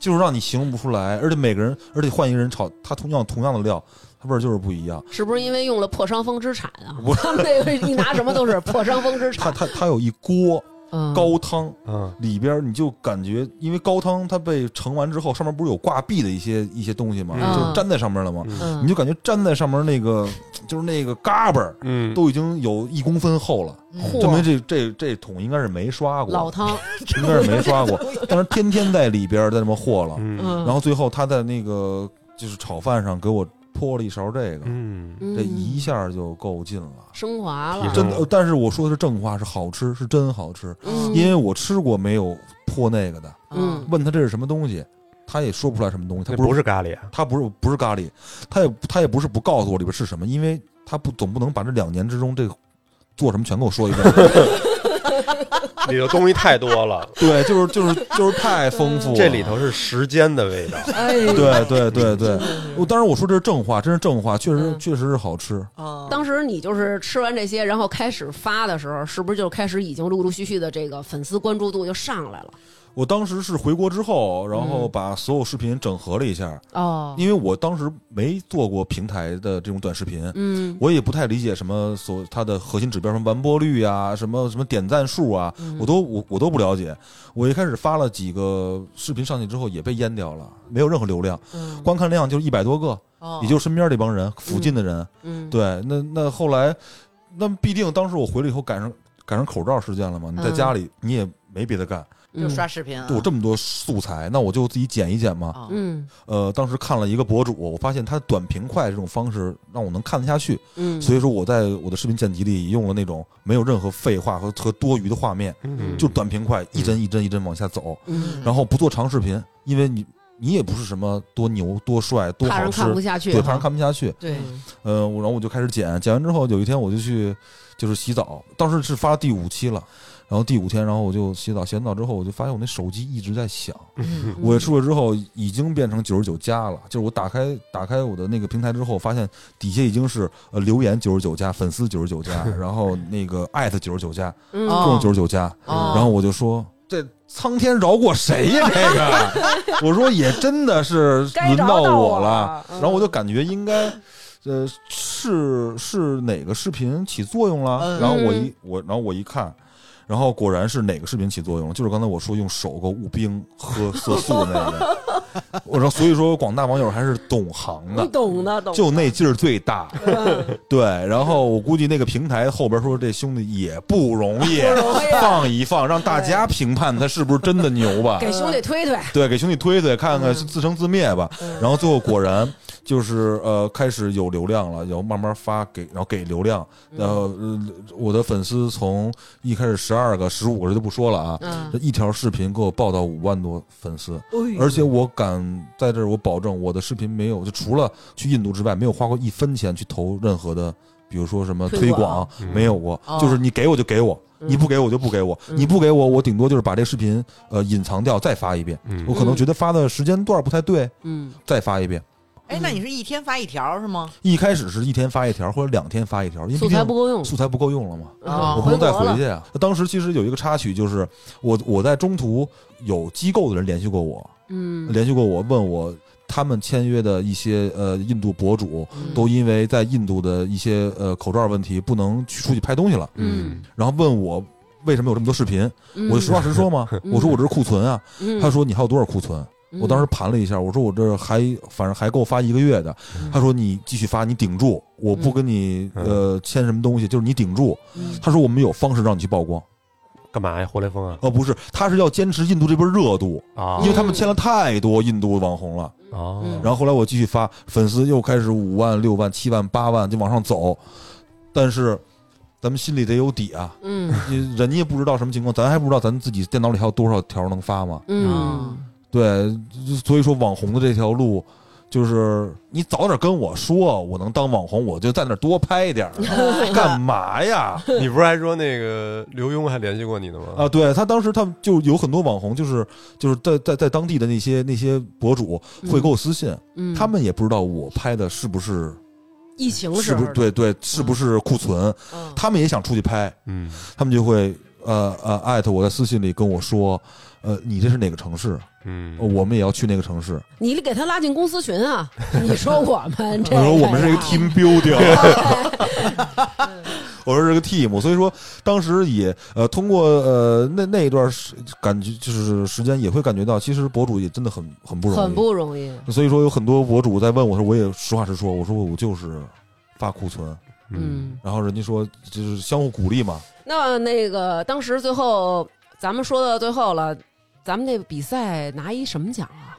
B: 就是让你形容不出来。而且每个人，而且换一个人炒，他同样同样的料，它味儿就是不一样。
A: 是不是因为用了破伤风之产啊
B: 不？
A: 他们那个一拿什么都是破伤风之
B: 它
A: 产，
B: 它它有一锅
A: 嗯
B: 高汤，
C: 嗯，
B: 里边儿你就感觉，因为高汤它被盛完之后，上面不是有挂壁的一些一些东西吗？
C: 嗯
B: 就是粘在上面了吗？
C: 嗯
A: 嗯
B: 你就感觉粘在上面那个，就是那个嘎巴儿
C: 嗯，
B: 都已经有一公分厚了，
A: 嚯
B: 证明这这这桶应该是没刷
A: 嗯老
B: 过，
A: 汤，
B: 应该是没刷过，但是天天在里边儿在那么和了。
C: 嗯
A: 嗯，
B: 然后最后他在那个就是炒饭上给我泼了一勺这个，
C: 嗯，
A: 嗯
B: 这一下就够劲了。
A: 升华
C: 提
A: 了，
C: 升
B: 真的，但是我说的是正话，是好吃，是真好吃，
A: 嗯
B: 因为我吃过没有泼那个的。
A: 嗯
B: 问他这是什么东西，他也说不出来什么东西，他
C: 那
B: 不
C: 不
B: 是
C: 是咖喱啊，
B: 他不是不是咖喱，他也他也不是不告诉我里边是什么，因为他不总不能把这两年之中这个做什么全给我说一遍，
C: 里头东西太多了，
B: 对，就是就是就是太丰富了，
C: 这里头是时间的 味道。
D: 哎，
B: 对对对对，我当然我说这是正话，这是正话，确实
A: 嗯
B: 确实是好吃，
D: 啊，
A: 当时你就是吃完这些，然后开始发的时候，是不是就开始已经陆陆续续的这个粉丝关注度就上来了？
B: 我当时是回国之后，然后
A: 嗯
B: 把所有视频整合了一下，
A: 哦，
B: 因为我当时没做过平台的这种短视频，
A: 嗯
B: 我也不太理解什么所它的核心指标，什么完播率啊，什么什么点赞数啊，
A: 嗯
B: 我都我我都不了解。我一开始发了几个视频上去之后，也被淹掉了，没有任何流量，
A: 嗯
B: 观看量就是一百多个，
D: 哦
B: 也就身边这帮人、附近的人。
A: 嗯，
B: 对，那那后来，那必定当时我回来以后赶上赶上口罩事件了嘛，你在
A: 嗯
B: 家里你也没别的干。
D: 就刷视频啊，
B: 有这么多素材，那我就自己剪一剪嘛。
D: 啊
A: 嗯
B: 呃，当时看了一个博主，我发现他短平快这种方式让我能看得下去，
A: 嗯，
B: 所以说我在我的视频剪辑里用了那种没有任何废话和和多余的画面，
C: 嗯，
B: 就短平快，一帧一帧一帧往下走，
A: 嗯
B: 然后不做长视频，因为你你也不是什么多牛多帅多
A: 怕
B: 好
A: 人看不
B: 吃，
A: 下去，啊
B: 对，怕人看不下去。
D: 对，
B: 呃，我然后我就开始剪，剪完之后有一天我就去就是洗澡，当时是发第五期了，然后第五天，然后我就洗澡，洗完澡之后我就发现我那手机一直在响。
D: 嗯
B: 我出了之后已经变成九十九加了，就是我打开打开我的那个平台之后，发现底下已经是呃留言九十九加，粉丝九十九加，然后那个艾特九十九加，
A: 嗯
B: 各
D: 哦
B: 种九十九加，
D: 哦
B: 然后我就说。这苍天饶过谁呀、这个，我说也真的是
G: 该
B: 轮
G: 着
B: 到
G: 到
B: 我
G: 我
B: 了
G: 了。
B: 然后我就感觉应该，呃，是是哪个视频起作用了？
D: 嗯
B: 然后我一我然后我一看，然后果然是哪个视频起作用了，就是刚才我说用手go 捂冰喝色素那个。我说，所以说广大网友还是懂行
A: 哦
B: 的，嗯
G: 懂的懂的，
B: 就那劲儿最大。对，然后我估计那个平台后边说这兄弟也不容易，啊放一放，让大家评判他是不是真的牛吧。
A: 给兄弟推推，
B: 对，给兄弟推推，看看自生自灭吧。然后最后果然就是呃，开始有流量了，然后慢慢发给，然后给流量。然后、呃、我的粉丝从一开始十二个、十五个就不说了啊，
A: 嗯哎
B: 这一条视频给我报到五万多粉丝，而且我敢在这儿我保证，我的视频没有就除了去印度之外，没有花过一分钱去投任何的。比如说什么推
A: 推
B: 广
A: 广嗯
C: 嗯
B: 没有过，
D: 哦
B: 就是你给我就给我，你不给我就不给我，你不给我，我顶多就是把这视频呃隐藏掉，再发一遍。我
C: 嗯，
B: 可能觉得发的时间段不太对，
A: 嗯
B: 再发一遍。
D: 哎，那你是一天发一条是吗？
B: 一开始是一天发一条或者两天发一条，因为
A: 素
B: 毕竟
A: 材不够用，
B: 素材不够用了嘛，
A: 啊
B: 我不能再回去啊。当时其实有一个插曲，就是我我在中途有机构的人联系过我，
A: 嗯
B: 联系过我问我他们签约的一些呃印度博主，都因为在印度的一些呃口罩问题不能去出去拍东西了，
A: 嗯
B: 然后问我为什么有这么多视频，
A: 嗯
B: 我就实话实说嘛，我说我这是库存啊，
A: 嗯
B: 他说你还有多少库存？我当时盘了一下，我说我这还反正还够发一个月的。
A: 嗯
B: 他说你继续发，你顶住，我不跟你
C: 嗯
B: 呃签什么东西，就是你顶住。
A: 嗯
B: 他说我们有方式让你去曝光，
C: 干嘛呀？活雷锋啊
B: 呃不是，他是要坚持印度这边热度，
C: 啊
B: 因为他们签了太多印度网红了。
C: 哦
A: 嗯
B: 然后后来我继续发，粉丝又开始五万、六万、七万、八万就往上走，但是咱们心里得有底啊，
A: 嗯
B: 你人家也不知道什么情况，咱还不知道咱自己电脑里还有多少条能发吗？
A: 嗯
B: 对，就所以说网红的这条路，就是你早点跟我说，我能当网红，我就在那儿多拍一点儿，干嘛呀？
C: 你不是还说那个刘墉还联系过你呢吗？
B: 啊，对他当时他们就有很多网红，就是就是在在在当地的那些那些博主会给我私信，
A: 嗯，
B: 他们也不知道我拍的是不是
A: 疫情
B: 是不是对对是不是库存，
A: 嗯
B: 他们也想出去拍，
C: 嗯，
B: 他们就会。呃呃，艾特我在私信里跟我说，呃，你这是哪个城市？
C: 嗯，
B: 我们也要去那个城市。
A: 你给他拉进公司群啊！ 你说我们 这
B: 我
A: 个呀，
B: 说我们是一个 team building，我说是个 team，所以说当时也呃通过呃那那一段时感觉就是时间也会感觉到，其实博主也真的很很不容易，
A: 很不容易。
B: 所以说有很多博主在问我说，我也实话实说，我说我就是发库存，
C: 嗯，
B: 然后人家说就是相互鼓励嘛，
A: 那那个当时最后咱们说到最后了，咱们那个比赛拿一什么奖啊？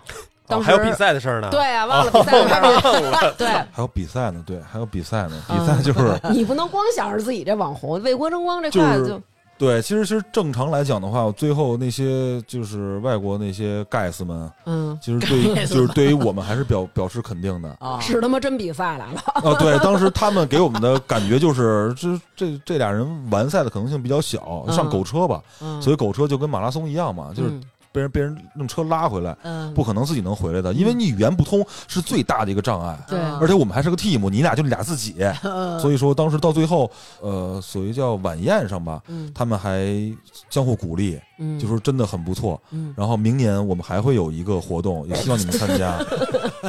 A: 当
C: 哦
A: 时
C: 还有比赛的事儿呢。
A: 对，啊，
B: 哦
A: 忘了比赛了吧 对，
B: 还有比赛呢，对，还有比赛呢，比
A: 嗯
B: 赛就是、
A: 你不能光想着自己这网红为国争光这
B: 就
A: 块
B: 是
A: 就
B: 对，其实其实正常来讲的话，最后那些就是外国那些 guys 们，
A: 嗯，
B: 其实对于
D: guys
B: 就是对于我们还是表表示肯定的，
D: 啊，
A: 是他妈真比赛来了。
B: 啊，对，当时他们给我们的感觉就是，这这这俩人完赛的可能性比较小，
A: 嗯
B: 上狗车吧，
A: 嗯
B: 所以狗车就跟马拉松一样嘛，就是被人被人用车拉回来，
A: 嗯，
B: 不可能自己能回来的，因为你语言不通是最大的一个障碍，
A: 对
D: 啊
B: 而且我们还是个 team，你俩就俩自己，
A: 嗯
B: 所以说当时到最后，呃，所谓叫晚宴上吧，
A: 嗯
B: 他们还相互鼓励，
A: 嗯，
B: 就说真的很不错。
A: 嗯
B: 然后明年我们还会有一个活动，也希望你们参加。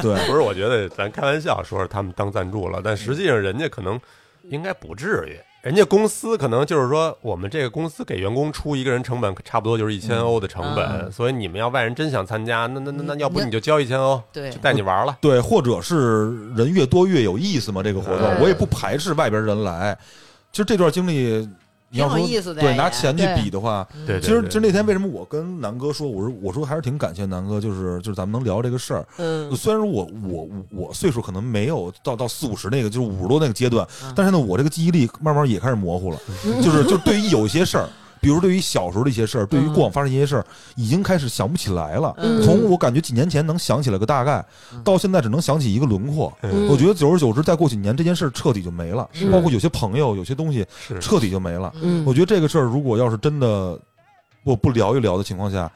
B: 对，
C: 不是，我觉得咱开玩笑说是他们当赞助了，但实际上人家可能应该不至于。人家公司可能就是说，我们这个公司给员工出一个人成本，差不多就是一千欧的成本，
D: 嗯
C: 所以你们要外人真想参加，那那那那，要不你就交一千欧，
D: 对
C: 就带你玩了。
B: 对，或者是人越多越有意思嘛，这个活动
A: 对
B: 我也不排斥外边人来。其实这段经历，你要说
D: 挺有意思的哎
B: 对
D: 也
B: 拿钱去
A: 对
B: 比的话，
C: 对，对
B: 其实
C: 对
B: 其实那天为什么我跟南哥说，我说我说还是挺感谢南哥，就是就是咱们能聊这个事儿。
A: 嗯
B: 虽然说我我我我岁数可能没有到到四五十那个，就是五十多那个阶段
D: 嗯，
B: 但是呢，我这个记忆力慢慢也开始模 糊了，就是就对于有些事儿。比如对于小时候的一些事儿，
D: 嗯
B: 对于过往发生一些事儿，已经开始想不起来了。
A: 嗯
B: 从我感觉几年前能想起来个大概，到现在只能想起一个轮廓。
A: 嗯
B: 我觉得久而久之，再过几年，这件事儿彻底就没了
A: 是。
B: 包括有些朋友，有些东西
C: 是
B: 彻底就没了。
A: 嗯，
B: 我觉得这个事儿，如果要是真的我不聊一聊的情况下，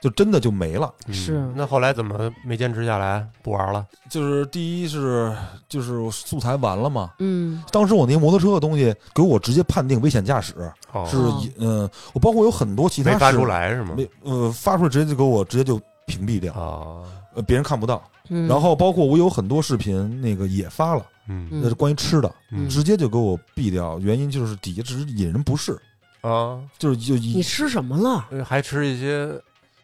B: 就真的就没了。
C: 嗯
A: 是
C: 那后来怎么没坚持下来，不玩了？
B: 就是第一是就是素材完了嘛，
A: 嗯
B: 当时我那摩托车的东西给我直接判定危险驾驶，
C: 哦，
B: 是
A: 哦
B: 嗯、我包括有很多其他
C: 没发
B: 事
C: 出，来是吗？
B: 没呃发出来直接就给我直接就屏蔽掉，
C: 啊，
B: 呃别人看不到。
A: 嗯，
B: 然后包括我有很多视频那个也发了，
C: 嗯
B: 那是关于吃的，
A: 嗯
B: 直接就给我毙掉，原因就是底下只是引人不适，
C: 啊，
B: 就是就
A: 嗯你
B: 一
A: 吃什么了？
C: 呃还吃一些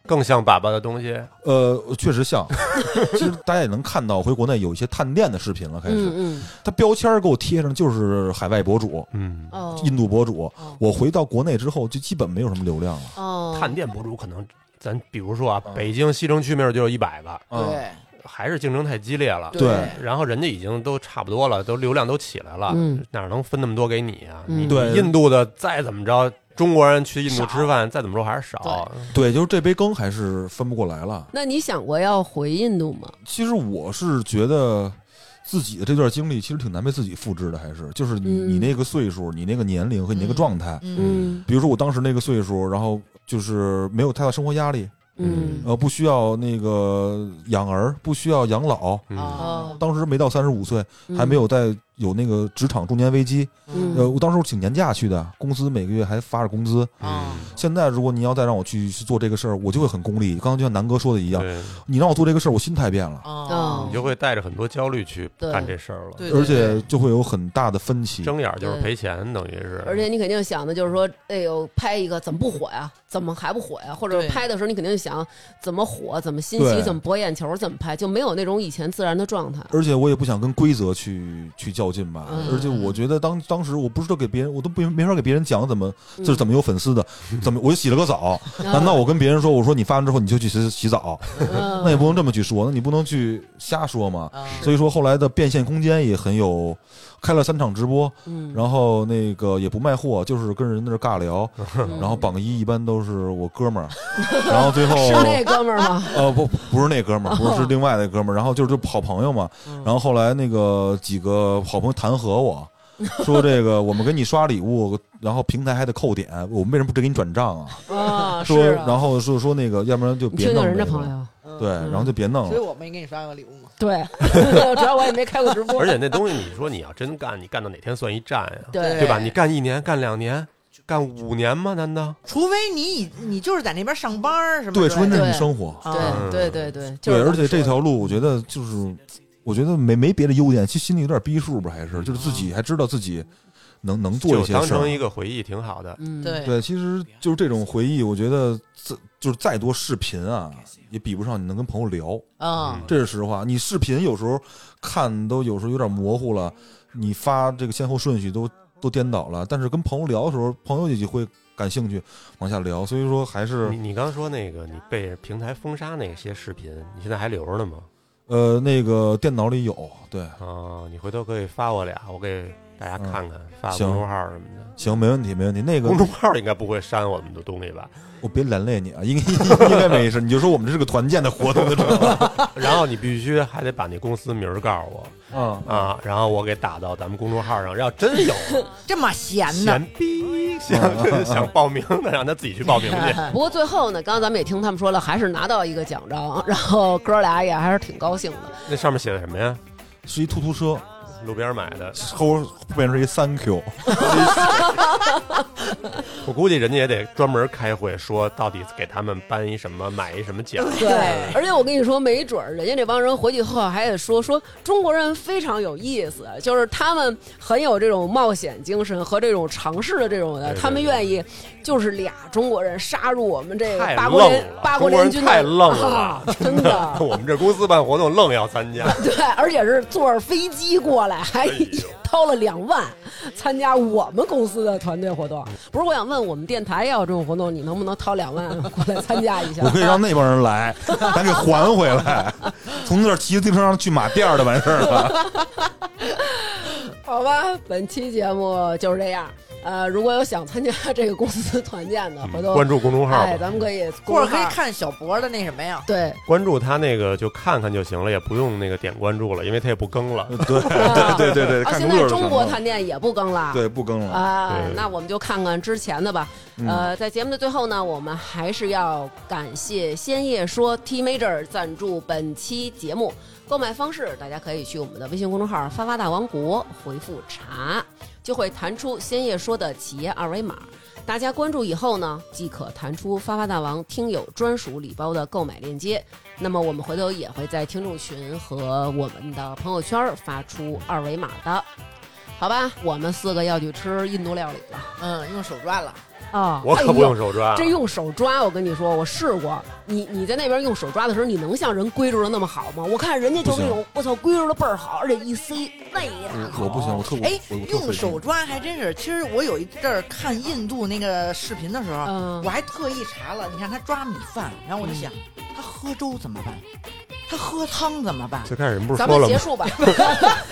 C: 更像粑粑的东西，
B: 呃确实像， 其实大家也能看到回国内有一些探店的视频了，开始
A: 嗯
B: 他标签儿给我贴上就是海外博主。
C: 嗯
A: 嗯，哦
B: 印度博主
A: 哦，
B: 我回到国内之后就基本没有什么流量了。
A: 哦，
C: 探店博主可能，咱比如说啊
B: 嗯，
C: 北京西城区没准就有一百个，
B: 啊，
D: 对
C: 还是竞争太激烈了。
B: 对
C: 然后人家已经都差不多了，都流量都起来了，
A: 嗯
C: 哪能分那么多给你啊？
A: 嗯
C: 你
B: 对
C: 印度的再怎么着，中国人去印度吃饭再怎么说还是少。
B: 对，就是这杯羹还是分不过来了。
A: 那你想过要回印度吗？
B: 其实我是觉得自己的这段经历其实挺难被自己复制的，还是就是你、
A: 嗯
B: 你那个岁数、你那个年龄和你那个状态。
D: 嗯
A: 嗯
B: 比如说我当时那个岁数，然后就是没有太大生活压力，
A: 嗯
B: 呃，不需要那个养儿，不需要养老。
C: 嗯
D: 啊
B: 当时没到三十五岁，
A: 嗯
B: 哦还没有在有那个职场中年危机，
A: 嗯
D: 哦
B: 呃，我当时我请年假去的，公司每个月还发着工资。
D: 啊，
C: 嗯
B: 现在如果你要再让我去去做这个事儿，我就会很功利。刚刚就像南哥说的一样，
C: 对，
B: 你让我做这个事儿，我心态变了，
A: 嗯
D: 哦
C: 你，就会带着很多焦虑去
A: 对
C: 干这事儿了。
D: 对，对
B: 而且就会有很大的分歧。
C: 睁眼儿就是
A: 对
C: 赔钱，等于是。
A: 而且你肯定想的就是说，哎呦，拍一个怎么不火呀？怎么还不火呀？或者
D: 对
A: 拍的时候，你肯定想怎么火，怎么新奇，
B: 对
A: 怎么博眼球，怎么拍，就没有那种以前自然的状 态。
B: 而且我也不想跟规则去去较劲吧，
A: 嗯
B: 而且我觉得当当时我不知道给别人，我都没没法给别人讲怎么这是怎
A: 么？
B: 么有粉丝的，怎么我就洗了个澡，
A: 嗯
B: 难道我跟别人说我说你发完之后你就去洗洗澡，那
A: 那
B: 也不能这么去说，那你不能去瞎说嘛。
A: 嗯
D: 啊
B: 所以说后来的变现空间也很有，开了三场直播，
A: 嗯，
B: 然后那个也不卖货，就是跟人在那儿尬聊，
A: 嗯
B: 然后榜一一般都是我 哥们儿，然后最后
A: 是那哥们儿吗？
B: 呃不不是那哥们儿，
A: 哦
B: 不是是另外的哥们儿，然后就是就好朋友嘛，
A: 嗯
B: 然后后来那个几个好朋友弹劾 我。说这个，我们给你刷礼物，然后平台还得扣点，我们为什么不直给你转账啊？
A: 啊，
B: 说，
A: 是啊
B: 然后说说那个，要不然就
A: 你
B: 别
A: 听听
B: 弄
A: 人
B: 这
A: 家
B: 个
A: 朋友，
D: 嗯
B: 对，然后就别弄
C: 哦
D: 所以
B: 了。
D: 我没给你发过礼物吗？
A: 对， 主要我也没开过直播，
C: 而且那东西，你说你要真干，你干到哪天算一站呀？
A: 对
C: 对吧？你干一年，干两年，干五年吗？难道？
D: 除非你以你就是在那边上班儿什么之
B: 对，
D: 类的，
B: 除非那是你
A: 对
B: 生活，
D: 啊
A: 对对对对，就
B: 对，
A: 是
B: 而且这条路，我觉得就是，我觉得没没别的优点，其实心里有点逼数吧，还
A: 嗯
B: 是就是自己还知道自己能能做
C: 就
B: 一些
C: 当
B: 事
C: 成一
B: 儿。
C: 个回忆挺好的。
A: 嗯，
D: 对
B: 对，其实就是这种回忆，我觉得再就是再多视频啊，也比不上你能跟朋友聊，
D: 嗯
B: 这是实话。你视频有时候看都有时候有点模糊了，你发这个先后顺序都都颠倒了，但是跟朋友聊的时候，朋友也会感兴趣往下聊，所以说还是
C: 你你刚说那个你被平台封杀那些视频，你现在还留着呢吗？
B: 呃，那个电脑里有，对，
C: 啊，你回头可以发我俩，我给大家看看，发
B: 嗯行
C: 公众号什么的。
B: 行，没问题，没问题。那个
C: 公众号应该不会删我们的东西吧？
B: 我别连累你啊，应该 应该没事，你就说我们这是个团建的活动就成了。
C: 然后你必须还得把那公司名儿告诉我
B: 啊，
C: 啊，然后我给打到咱们公众号上。要真有
D: 这么闲呢
C: 闲 逼想 想报名的，让他自己去报名去。
A: 不过最后呢，刚刚咱们也听他们说了，还是拿到一个奖章，然后哥俩也还是挺高兴的。
C: 那上面写的什么呀？
B: 是一突突车，
C: 路边买的，
B: 后边是一 thank you，
C: 我估计人家也得专门开会说，到底给他们颁一什么，买一什么奖。
A: 对，而且我跟你说，没准儿人家这帮人回去后还得说说中国人非常有意思，就是他们很有这种冒险精神和这种尝试的这种的，
C: 对对
A: 他们
C: 对
A: 愿意就是俩中国人杀入我们这个
C: 太
A: 八
C: 愣
A: 国联
C: 了，
A: 八
C: 中
A: 国
C: 国
A: 联
C: 人
A: 军的
C: 太愣了，
A: 啊真的。
C: 我们这公司办活动愣要参加，
A: 对，而且是坐着飞机过来，还
C: 呦
A: 掏了两万参加我们公司的团队活动。不是，我想问我们电台要有这种活动，你能不能掏两万过来参加一下？
B: 我可以让那帮 人来，咱给还回来，从那儿骑自行车去马甸儿的完事儿 了。
A: 好吧，本期节目就是这样。呃，如果有想参加这个公司团建的，回头
C: 嗯关注公众号
A: 哎，
C: 吧，
A: 咱们可以
D: 或者
A: 公众
D: 可以
A: 号
D: 看小博的那什么呀？
A: 对，
C: 关注他那个就看看就行了，也不用那个点关注了，因为他也不更了。
B: 对 对对对对，
A: 啊，
B: 看
A: 现
B: 个乐
A: 在
B: 儿就
A: 中
B: 成
A: 国
B: 了
A: 探店也不更了，
B: 对不更了，
A: 啊
C: 对，
A: 那我们就看看之前的吧。呃，在节目的最后呢，我们还是要感谢先叶说 T Major 赞助本期节目。购买方式，大家可以去我们的微信公众号“发发大王国”回复“茶”，就会弹出先叶说的企业二维码。大家关注以后呢，即可弹出发发大王听友专属礼包的购买链接。那么我们回头也会在听众群和我们的朋友圈发出二维码的。好吧，我们四个要去吃印度料理了
D: 嗯，用手抓了，
A: 啊
C: 我可不用手抓，
A: 这用手抓，我跟你说，我试过。你你在那边用手抓的时候，你能像人归住的那么好吗？我看人家就
B: 不
A: 那
B: 行嗯
A: 种，我操，归住的倍儿好，而且一塞那大口
B: 我不行，我特我
D: 哎
B: 我我，特
D: 用
B: 费劲
D: 手抓还真是。其实我有一阵儿看印度那个视频的时候，
A: 嗯
D: 我还特意查了，你看他抓米饭，然后我就想，他喝粥怎么办？他喝汤怎么办？
C: 最开始人不是
A: 咱
C: 说
A: 们
C: 了
A: 结
C: 吗？
A: 束吧，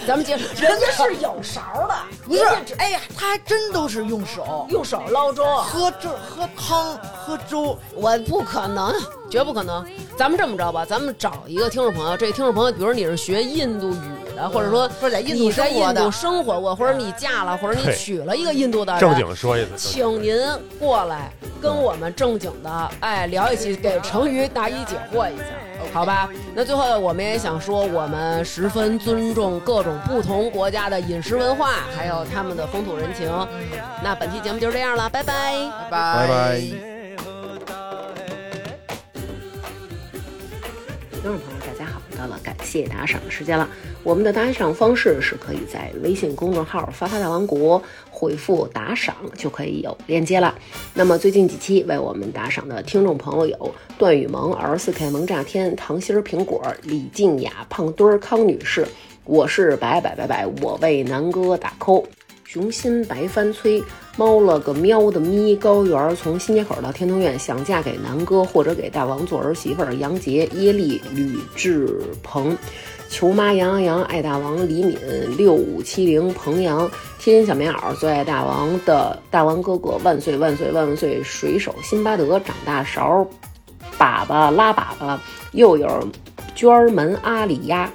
A: 咱们结束。人家是有勺的，
D: 不是，哎呀，他还真都是用手
A: 用手捞粥，
D: 喝粥、喝汤、喝粥。
A: 我不可能，绝不可能。咱们这么着吧，咱们找一个听众朋友，这听众朋友，比如你是学印度语的，或者说
D: 或者在印度
A: 你在
D: 生活
A: 印
D: 的
A: 度生活过，或者你嫁了，或者你
C: 对
A: 娶了一个印度的人
C: 正经说一次，
A: 请您过来跟我们正经的哎聊一期，给成语答疑解惑一下。
D: OK，
A: 好吧？那最后我们也想说，我们十分尊重各种不同国家的饮食文化，还有他们的风土人情。那本期节目就是这样了，拜拜。
D: 拜
B: 拜拜。
I: 听众朋友，大家好！到了感谢打赏的时间了。我们的打赏方式是可以在微信公众号“发发大王国”回复“打赏”就可以有链接了。那么最近几期为我们打赏的听众朋友有段雨萌、R 四 K 萌炸天、糖心儿苹果、李静雅、胖墩儿、康女士。我是白白白白，我为南哥打 call。雄心白帆催，猫了个喵的咪！高原儿从新街口到天通苑，想嫁给南哥或者给大王做儿媳妇儿。杨杰、耶利、吕志鹏、球妈杨洋洋、爱大王、李敏、六五七零、彭阳、天津小棉袄、最爱大王的大王哥哥，万岁万岁万万岁！水手辛巴德、长大勺、粑粑拉粑粑，又有娟儿门阿里呀。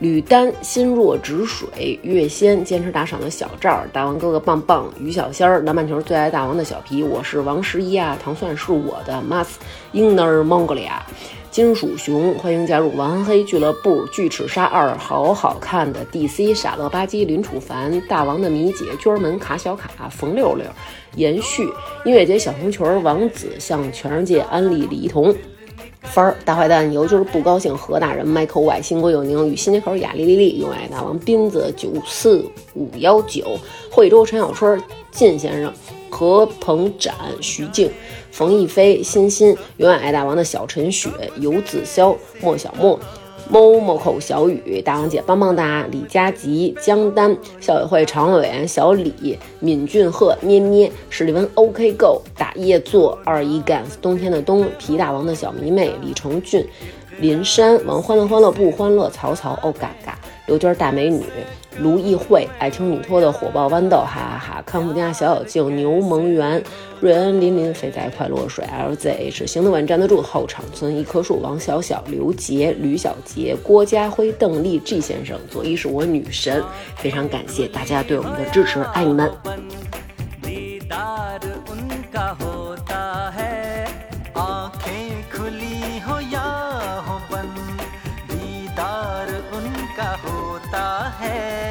I: 吕丹、心若止水、月仙、坚持打赏的小赵、大王哥哥棒棒、于小仙儿、南半球最爱大王的小皮，我是王十一啊，糖蒜是我的 mas，英 r Mongolia，金属熊，欢迎加入王黑俱乐部，巨齿鲨二，好好看的 DC，傻乐吧唧、林楚凡、大王的米姐、娟儿门、卡小卡、冯六六、延续、音乐节小红裙儿、王子向全世界安利李一桐。分儿。大坏蛋尤就是不高兴，何大人、Michael Y、新国有宁与新街口雅丽丽丽、永爱大王、斌子九四五幺九、惠州陈小春、靳先生、何鹏展、徐静、冯亦飞、欣欣、永远爱大王的小陈雪、游子潇、莫小莫。某某口小雨、大王姐棒棒哒、李佳吉、江丹、校委会常委委员小李、闵俊赫、咩咩、史蒂文 OK Go、打夜座、二一 Gans、冬天的冬、皮大王的小迷妹、李成俊、林珊、王欢乐欢乐不欢乐、曹操哦嘎嘎、刘娟大美女、卢艺慧、爱听女托的火爆豌豆，哈哈哈！康复家小小静、牛萌源、瑞恩林林、肥仔快落水、LZH、行得稳站得住、后场村一棵树、王小小、刘杰、吕小杰、郭家辉、邓丽、G 先生、佐伊是我女神，非常感谢大家对我们的支持，爱你们。
J: दीदार उनका होता है आंखें खुली हो या हो बंद दीदार उनका होता है